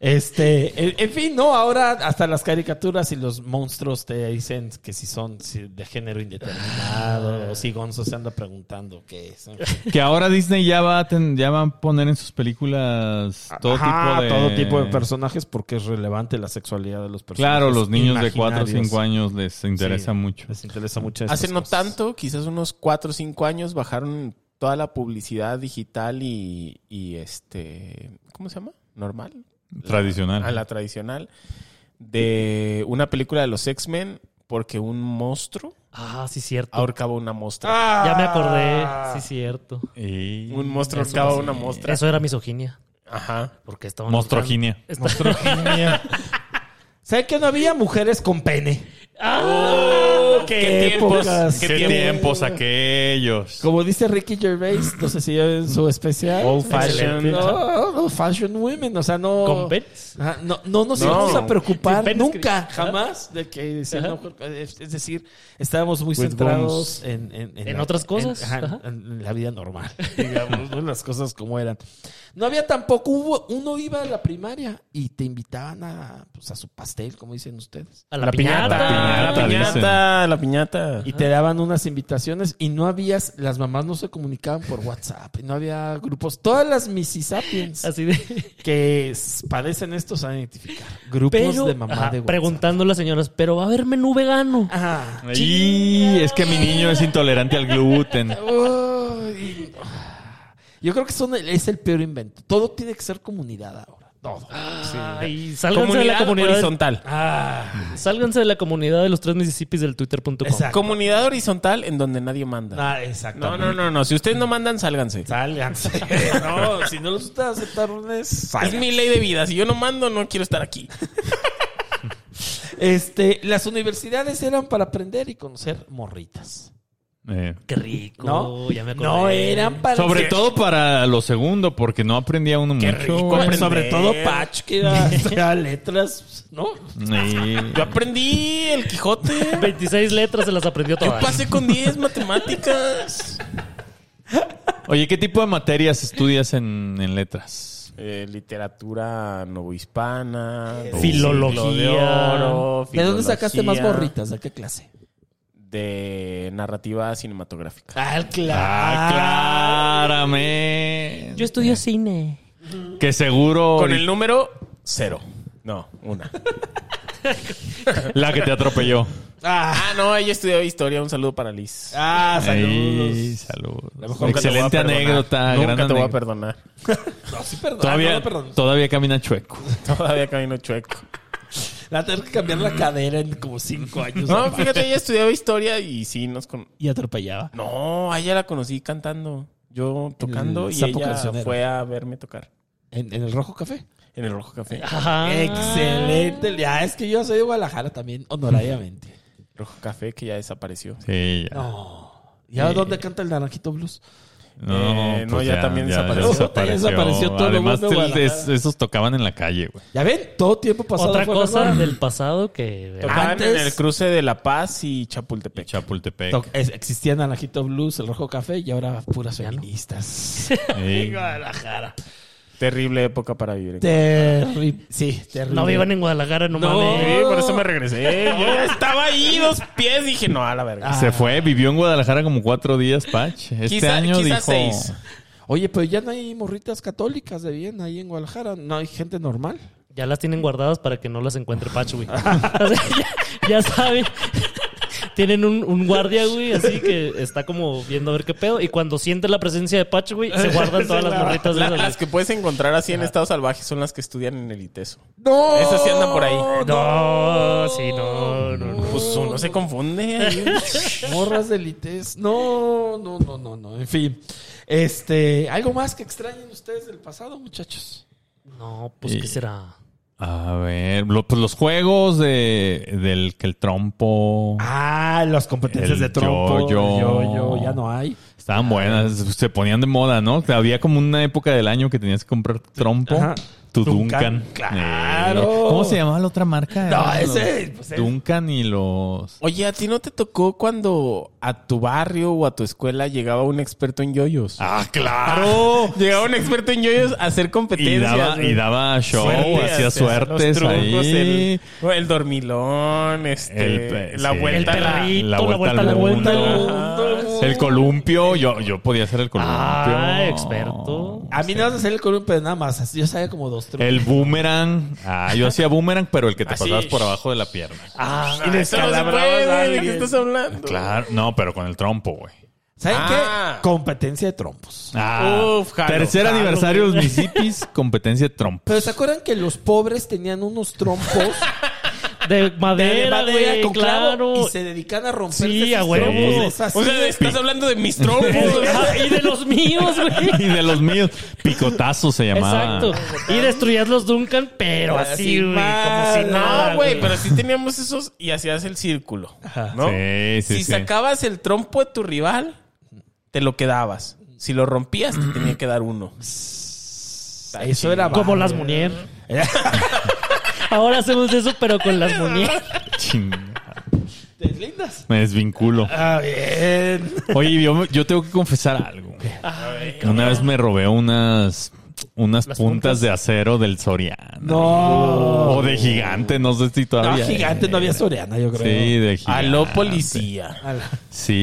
S5: Este, en, en fin, no, ahora hasta las caricaturas y los monstruos te dicen que si son si de género indeterminado o si Gonzo se anda preguntando qué es. en fin.
S3: Que ahora Disney ya va, a ten- ya va a poner en sus películas todo
S5: Ah, Ajá,
S3: tipo de...
S5: todo tipo de personajes porque es relevante la sexualidad de los personajes.
S3: Claro, los niños de 4 o 5
S5: imaginarios.
S3: años les interesa
S5: Sí,
S3: mucho.
S5: Les interesa mucho esas
S1: Hace no
S5: cosas.
S1: tanto, quizás unos 4 o 5 años, bajaron toda la publicidad digital y, y este... ¿Cómo se llama? ¿Normal?
S3: Tradicional.
S1: A la tradicional. De una película de los X-Men porque un monstruo
S4: Ah, sí, cierto.
S1: ahorcaba una mostra.
S5: Ah,
S4: Ya me
S1: Ah.
S4: acordé. Sí, cierto.
S3: Y-
S1: Un monstruo
S4: Eso
S1: ahorcaba
S4: sí.
S1: una mostra.
S4: Eso era misoginia.
S1: Ajá.
S4: Porque estaban.
S3: Mostroginia.
S4: Está-
S5: ¿Sabe que no había mujeres con pene?
S4: Ah,
S1: Oh, ¿Qué,
S5: Qué
S1: tiempos?
S5: épocas.
S1: ¿Qué
S3: ¿Qué
S1: tiempos?
S3: tiempos aquellos?
S5: Como dice Ricky Gervais, no sé si ya en su especial.
S1: Old fashioned.
S5: Excelente. No, no, fashion women, o sea, no.
S4: ¿Con pets?
S5: Ajá, No, no nos
S1: No.
S5: íbamos a
S4: Sin
S5: preocupar
S4: penes,
S5: nunca,
S4: Cristian.
S5: jamás, de que sea
S4: Ajá.
S5: una mujer- es es decir, estábamos muy
S1: With
S5: centrados en, en,
S4: En otras cosas.
S5: en- ajá,
S4: Ajá.
S5: en la vida normal, digamos, ¿no? las cosas como eran. No había tampoco, hubo, uno iba a la primaria y te invitaban a, pues, a su pastel, como dicen ustedes.
S4: A la,
S1: La
S4: piñata.
S1: piñata. Ah, La
S3: piñata,
S1: piñata. La piñata.
S5: Y te daban unas invitaciones y no habías, las mamás no se comunicaban por WhatsApp, y no había grupos, todas las Mississippians
S4: Así de.
S5: que s- padecen esto se van a identificar. Grupos
S4: Pero.
S5: de mamá
S4: ajá,
S5: de WhatsApp.
S4: preguntando a las señoras, pero va a haber menú vegano.
S5: Ajá.
S3: Y es que mi niño es intolerante al gluten.
S5: Uy. Yo creo que son el- es el peor invento. Todo tiene que ser comunidad ahora. Todo.
S4: Ay, sálganse de la comunidad.
S1: horizontal.
S5: Ah,
S4: Sálganse de la comunidad de los tres Mississippis del Twitter.com.
S5: Exacto.
S1: Comunidad horizontal en donde nadie manda.
S5: ah,
S1: no,
S5: exactamente.
S1: no, no, no. Si ustedes no mandan, sálganse.
S5: Sálganse. no, si no los gusta aceptar órdenes,
S1: Es mi ley de vida. Si yo no mando, no quiero estar aquí.
S5: Este, las universidades eran para aprender y conocer morritas.
S3: Eh,
S4: Qué rico.
S5: ¿No?
S4: ya me acordé.
S5: No eran para
S3: sobre todo para lo segundo, porque no aprendía uno
S1: Qué
S3: mucho.
S1: rico
S3: güey.
S5: Hombre,
S1: aprender.
S5: sobre todo Patch que era era letras, ¿no?
S3: Sí.
S1: Yo aprendí el Quijote.
S4: 26 letras se las aprendió
S1: Yo
S4: todas.
S1: pasé con 10 matemáticas.
S3: Oye, ¿qué tipo de materias estudias en, en letras?
S1: Eh, literatura novohispana.
S4: Filología.
S1: Siglo de
S5: Ah,
S1: oro,
S5: ¿De dónde sacaste más
S1: filología,
S5: morritas? ¿De qué clase?
S1: De narrativa cinematográfica.
S5: Ah,
S3: Ah, claramente.
S4: Yo estudio cine.
S3: Que seguro
S1: Con el número cero. No, una.
S3: la que te atropelló.
S1: Ah, no, ella estudió historia. Un saludo para Liz.
S5: Ah, saludos.
S3: Ey, saludos.
S5: A lo mejor nunca te
S3: Excelente anécdota.
S1: Nunca
S3: gran
S1: te voy a
S3: anécdota.
S1: perdonar.
S5: No, sí, perdón.
S3: Todavía,
S5: Ah, no, perdón.
S3: todavía camina chueco.
S1: Todavía camino chueco.
S5: La tengo que cambiar la cadera en como cinco años.
S1: No, fíjate, ella estudiaba historia y sí nos con...
S5: Y atropellaba.
S1: No, a ella la conocí cantando. Yo tocando
S5: El
S1: y
S5: sapo
S1: ella
S5: cancionero.
S1: fue a verme tocar
S5: ¿En, en el rojo café?
S1: en el Rojo Café.
S4: Ajá.
S5: Excelente. Ya, es que yo soy de Guadalajara también, honorariamente.
S1: Rojo Café que ya desapareció.
S3: Sí, ya.
S4: Eh.
S5: No. ¿Y a dónde canta el Naranjito Blues?
S1: Eh,
S3: pues
S1: no, ya también desapareció.
S5: Ya desapareció todo
S3: Además,
S5: mundo,
S3: te-
S5: Guadalajara.
S3: es- esos tocaban en la calle, güey.
S5: Ya ven, todo tiempo pasado.
S4: Otra
S5: fue
S4: cosa
S5: mejor.
S4: del pasado que...
S1: Tocaban en
S5: Antes-
S1: el cruce de La Paz y Chapultepec.
S3: Chapultepec.
S5: To- es- Existía Naranjito Blues, el Rojo Café y ahora puras
S4: Ya no.
S5: feministas.
S3: Sí.
S4: Guadalajara.
S1: Terrible época para vivir. en-
S5: Terrible. Sí, terrible.
S4: No vivan en Guadalajara, no,
S1: Sí,
S4: mames.
S1: por eso me regresé. Yo ya estaba ahí dos pies. Dije, no, a la verga.
S3: Se fue, vivió en Guadalajara como cuatro días, Pach. Este
S1: Quizá-
S3: año
S1: quizá
S3: dijo.
S1: seis.
S5: Oye, pero ya no hay morritas católicas de bien ahí en Guadalajara. No hay gente normal.
S4: Ya las tienen guardadas para que no las encuentre Pacho, güey. O sea, ya, ya saben. Tienen un, un guardia, güey, así que está como viendo a ver qué pedo. Y cuando siente la presencia de Pacho, güey, se guardan todas las morritas de
S1: La-
S4: esas,
S1: las que
S4: güey.
S1: puedes encontrar así en estado salvaje son las que estudian en el ITESO.
S5: No.
S1: Esas sí andan por ahí.
S4: No, sí, no, no, no.
S1: Pues uno se confunde. ahí.
S5: Morras del ITES. No, no, no, no, no. En fin. Este, algo más que extrañen ustedes del pasado, muchachos.
S4: No, pues, ¿qué será?
S3: A ver, lo- pues los juegos de, del que el trompo.
S5: Ah, las competencias
S3: El
S5: de trompo.
S3: yo-yo.
S5: yo, ya no hay.
S3: Estaban buenas, se ponían de moda, ¿no? Había como una época del año que tenías que comprar trompo,
S5: Ajá.
S3: tu
S5: Duncan.
S3: Duncan.
S5: Claro.
S3: ¿Cómo se llamaba la otra marca?
S5: No,
S3: Eran
S5: ese,
S3: los
S5: pues, el-
S3: Duncan y los.
S1: Oye, ¿a ti no te tocó cuando a tu barrio o a tu escuela llegaba un experto en yoyos?
S3: ¡Ah, claro!
S1: Llegaba un experto en yoyos a hacer
S3: Y
S1: competencias.
S3: daba, y
S1: güey.
S3: daba show,
S1: Suerte,
S3: hacía
S1: hacer
S3: suertes
S1: los trucos,
S3: Pues ahí.
S1: El, el dormilón, este,
S3: El-
S1: la
S3: sí.
S1: vuelta
S4: El
S1: a la-
S4: perrito,
S3: la vuelta al
S4: vuelta, la
S3: mundo.
S4: vuelta.
S3: El columpio, yo, yo podía hacer el columpio.
S4: Ah, experto.
S5: A mí nada más hacer el columpio de nada más. Así Yo sabía como dos, tres.
S3: El boomerang. Ah, yo hacía boomerang, pero el que te
S1: Así.
S3: pasabas por abajo de la pierna.
S5: Ah,
S1: Y eso no se puede,
S5: a
S1: ¿de qué
S5: alguien.
S1: estás hablando?
S3: Claro, no, pero con el trompo, güey.
S5: ¿Saben
S1: Ah.
S5: qué? Competencia de trompos.
S3: Ah,
S1: Uf, jalo,
S3: tercer
S1: jalo,
S3: aniversario de los Mississippis, competencia de trompo.
S5: Pero ¿se acuerdan que los pobres tenían unos trompos
S4: De
S5: de
S4: madera,
S5: madera
S4: güey,
S5: con clavo
S4: claro.
S5: y se dedican a romper
S4: Sí, a huevo.
S5: trompos? Así
S1: O sea,
S5: de-
S1: estás hablando de mis trompos. o sea,
S4: Ah, y de los míos, güey.
S3: Y de los míos, picotazos se llamaba.
S4: Exacto. Y destruías los Duncan, pero
S5: Así
S4: así, güey. Como
S5: mal.
S4: si nada.
S1: No, güey, pero sí teníamos esos y hacías el círculo, ¿no?
S3: Sí, sí,
S1: si
S3: sí.
S1: sacabas el trompo de tu rival, te lo quedabas. Si lo rompías, te tenía que dar uno.
S5: Eso era
S4: Como
S5: barrio.
S4: las Munier. Ahora hacemos eso, pero con las Munier.
S3: Chingada.
S5: ¿Te lindas?
S3: Me desvinculo.
S5: Ah, bien.
S3: Oye, yo, yo tengo que confesar algo. Una vez me robé unas, unas puntas,
S4: puntas.
S3: de acero del Soriano.
S5: No.
S3: O de gigante, no sé si
S5: No,
S3: todavía.
S5: gigante no había Soriana, yo creo. pues.
S3: Sí, de gigante.
S1: Aló, policía.
S5: A la-
S3: Sí,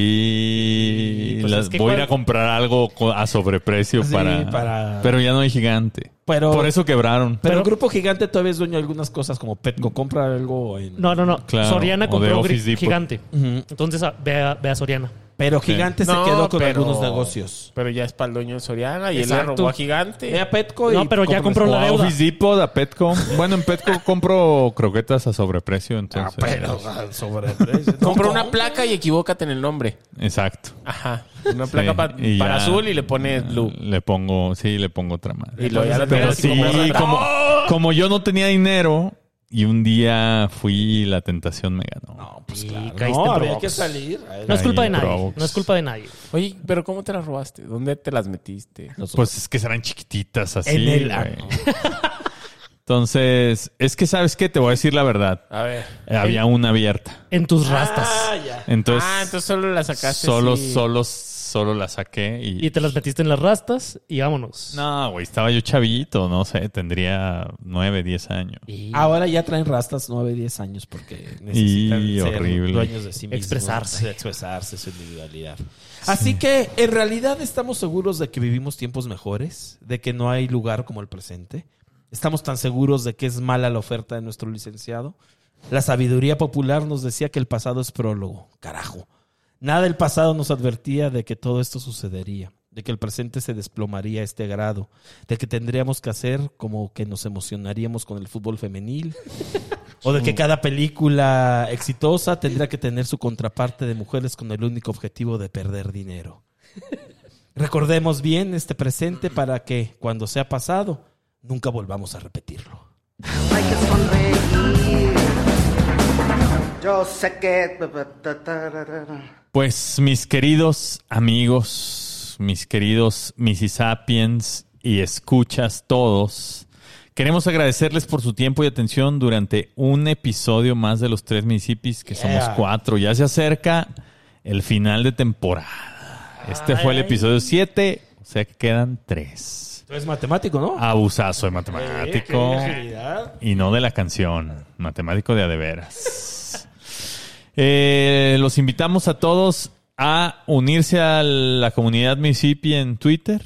S4: Y, pues,
S3: las-
S4: es que
S3: voy a ir
S4: cual-
S3: a comprar algo co- a sobreprecio
S5: Sí,
S3: para,
S5: para-
S3: Pero ya no hay gigante.
S5: Pero-
S3: Por eso quebraron.
S5: Pero el grupo gigante todavía es dueño de algunas cosas, como Petco compra algo en.
S4: No, no, no.
S3: Claro,
S4: Soriana
S3: o de
S4: compró
S3: Office
S4: Gri-
S3: Depot.
S4: gigante. Entonces ah, ve a, ve a Soriana.
S5: Pero gigante se
S1: No,
S5: quedó con
S1: pero-
S5: algunos negocios.
S1: Pero ya es para el dueño de Soriana y él
S5: Exacto.
S1: le robó a Gigante.
S5: Era Petco y.
S4: No, pero ya compró
S3: O
S4: la
S3: a
S4: deuda.
S3: Office Depot, a Petco. Bueno, en Petco compro croquetas a sobreprecio, entonces.
S5: Pero ah, sobreprecio. No,
S1: Compró
S5: ¿cómo?
S1: una placa y equivócate en el nombre.
S3: Exacto.
S1: Ajá. Una
S3: Sí,
S1: placa pa-
S3: y
S1: para
S3: ya-
S1: azul y le pones blue.
S3: Ah, Le pongo, sí, le pongo otra madre.
S1: Eh, Y luego ya la
S3: Pero
S1: tienes así
S3: sí,
S1: como
S3: como,
S1: rata.
S3: como, yo no tenía dinero y un día fui y la tentación me ganó.
S5: No, pues
S4: Y
S5: claro.
S4: caíste
S5: No, pues,
S4: en
S5: había
S4: Roblox.
S5: que salir. A ver,
S4: No es culpa de
S3: en
S4: nadie.
S3: Roblox.
S4: No es culpa de nadie.
S1: Oye, pero ¿cómo te las robaste? ¿Dónde te las metiste?
S3: Pues es que serán chiquititas así.
S5: En el-
S3: güey. Entonces, es que sabes qué, te voy a decir la verdad.
S1: A ver.
S3: Eh, Había una abierta.
S4: En tus rastas.
S5: Ah, ya.
S3: Entonces,
S1: ah, entonces solo la sacaste.
S3: solo,
S1: sí.
S3: solo, solo la saqué y...
S4: Y te las metiste en las rastas y vámonos.
S3: No, güey, estaba yo chavito, no sé, tendría nueve, diez años.
S4: Y
S5: Ahora ya traen rastas 9, 10 años porque necesitan
S3: Y
S5: ser
S3: horrible.
S5: dueños de sí mismos.
S4: Expresarse.
S5: Expresarse su individualidad. Así que, en realidad, estamos seguros de que vivimos tiempos mejores, de que no hay lugar como el presente. Estamos tan seguros de que es mala la oferta de nuestro licenciado. La sabiduría popular nos decía que el pasado es prólogo. Carajo. Nada del pasado nos advertía de que todo esto sucedería, de que el presente se desplomaría a este grado, de que tendríamos que hacer como que nos emocionaríamos con el fútbol femenil, o de que cada película exitosa tendría que tener su contraparte de mujeres con el único objetivo de perder dinero. Recordemos bien este presente para que, cuando sea pasado, nunca volvamos a repetirlo.
S6: Hay que sonreír. Yo sé que.
S3: Pues mis queridos amigos, amigos, mis queridos Mississappiens y escuchas todos. Queremos agradecerles por su tiempo y atención durante un episodio más de los tres municipios, que somos
S5: Yeah.
S3: cuatro. Ya se acerca el final de temporada. Este fue el
S4: Ay.
S3: episodio 7, o sea que quedan tres.
S5: Tú eres matemático, ¿no?
S3: Abusazo de matemático. Y no de la canción. Matemático de a de veras. Eh, los invitamos a todos a unirse a la comunidad Mississippi en Twitter,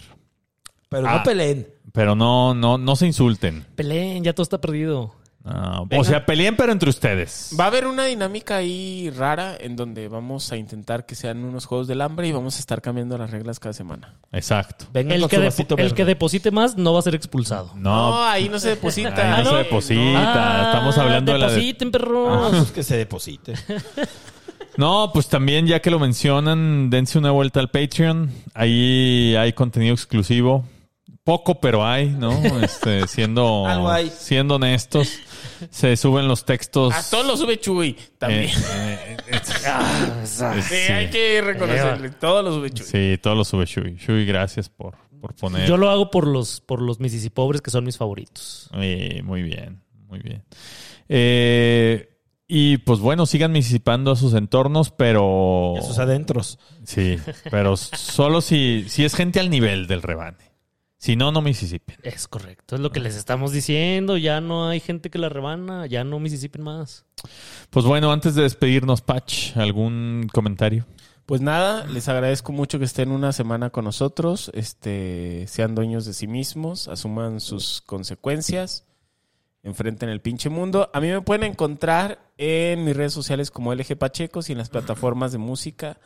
S5: Pero
S3: Ah.
S5: no peleen.
S3: pero no, no, no se insulten.
S4: Peleen, ya todo está perdido.
S3: Ah, o
S1: Venga.
S3: sea, peleen, pero entre ustedes.
S1: Va a haber una dinámica ahí rara en donde vamos a intentar que sean unos juegos del hambre y vamos a estar cambiando las reglas cada semana.
S3: Exacto.
S5: Vengan
S4: El
S5: con
S4: que,
S5: su
S4: depo-
S5: vasito
S4: el
S5: verde.
S4: que deposite más no va a ser expulsado. Ah,
S1: No,
S3: No,
S1: ahí no Ah, se deposita.
S3: Ah, ahí no se
S1: Ay,
S3: deposita. Estamos hablando de la. de-
S4: depositen, perro.
S5: Ah, pues que se deposite.
S3: No, pues también, ya que lo mencionan, dense una vuelta al Patreon. Ahí hay contenido exclusivo. Poco, pero hay, ¿no? Este, siendo,
S5: Algo hay.
S3: siendo honestos, se suben los textos.
S1: A todos lo sube Chuy también. Ah,
S3: Eh, eh, eh, eh,
S1: Sí, hay que reconocerle. Todos lo sube
S3: sí,
S1: Chuy.
S3: sí, todo lo sube Shui. Shui, gracias por, por poner.
S4: Yo lo hago por los, por los Mississippi pobres que son mis favoritos.
S3: Eh, muy bien, muy bien. Eh, y pues bueno, sigan misipando a sus entornos, pero.
S5: Sus
S4: Oh.
S5: adentros.
S3: Sí, pero solo si, si es gente al nivel del rebane. Si no, no Mississippi.
S4: Es correcto, es lo
S5: Ah.
S4: que les estamos diciendo. Ya no hay gente que la rebana, ya no Mississippi más.
S3: Pues bueno, antes de despedirnos, Patch, ¿algún comentario?
S1: Pues nada, les agradezco mucho que estén una semana con nosotros. Este, sean dueños de sí mismos, asuman sus consecuencias, enfrenten el pinche mundo. A mí me pueden encontrar en mis redes sociales como LG Pacheco y en las plataformas de música.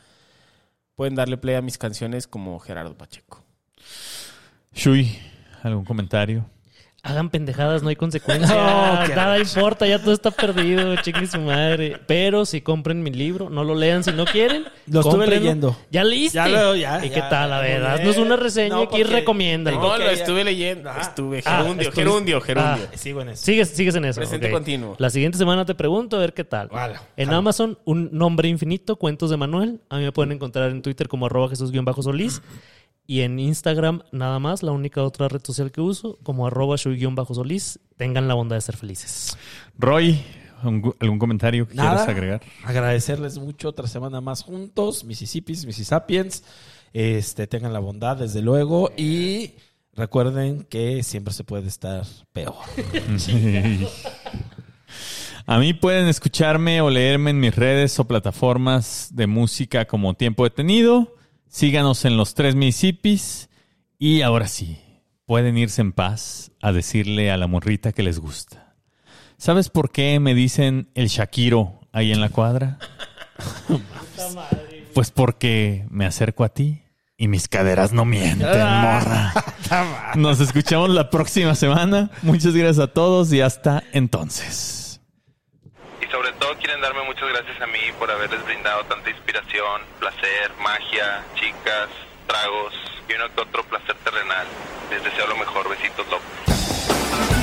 S1: Pueden darle play a mis canciones como Gerardo Pacheco.
S3: Shui, ¿algún comentario?
S4: Hagan pendejadas, no hay consecuencias. Nada importa, ya todo está perdido, chequen su madre. Pero si compren mi libro, no lo lean si no quieren.
S5: Lo estuve
S4: cómprenlo.
S5: leyendo.
S4: Ya leíste.
S5: Ya lo- ya,
S4: ¿Y
S5: ya,
S4: qué tal?
S5: ya
S4: La
S5: lo
S4: verdad,
S5: leí.
S4: no es una reseña
S5: No,
S4: aquí,
S5: porque-
S4: recomiéndalo.
S1: No, lo
S5: ya.
S1: estuve leyendo. Estuve
S4: Ah,
S1: gerundio,
S4: estuviste-
S1: gerundio, gerundio.
S5: Sigo en eso.
S4: Sigues, sigues en eso.
S1: Presente
S4: ok.
S1: continuo.
S4: La siguiente semana te pregunto a ver qué tal.
S5: Voilà,
S4: en
S5: jalo.
S4: Amazon, un nombre infinito, cuentos de Manuel. A mí me pueden encontrar en Twitter como arroba Jesús-Solís. Y en Instagram nada más, la única otra red social que uso, como arroba Shui-Solís. Tengan la bondad de ser felices.
S3: Roy, ¿algún algún comentario que
S5: Nada.
S3: quieras agregar?
S5: Agradecerles mucho otra semana más juntos, Mississippis, Mississippians. Este, tengan la bondad, desde luego. Y recuerden que siempre se puede estar peor.
S3: A mí pueden escucharme o leerme en mis redes o plataformas de música como Tiempo Detenido. Síganos en los tres municipios. Y ahora sí, pueden irse en paz a decirle a la morrita que les gusta. ¿Sabes por qué me dicen el Shakiro ahí en la cuadra? pues porque me acerco a ti y mis caderas no mienten, morra. Nos escuchamos la próxima semana. Muchas gracias a todos y hasta entonces.
S2: Y sobre todo quieren darme muchas gracias a mí por haberles brindado tanta inspiración, placer, magia, chicas, tragos y uno que otro placer terrenal. Les deseo lo mejor. Besitos, López.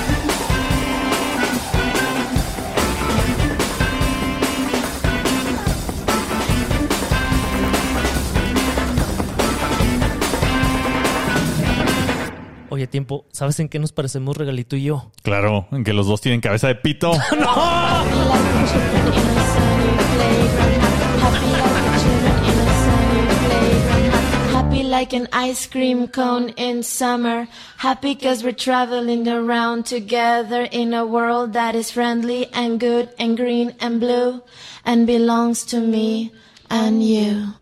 S4: Oye, tiempo, ¿sabes en qué nos parecemos Regalito y yo?
S3: Claro, en que los dos tienen cabeza de pito.
S7: Happy like an ice cream cone in summer. Happy cause we're traveling around together in a world that is friendly and good and green and blue and belongs to me and you.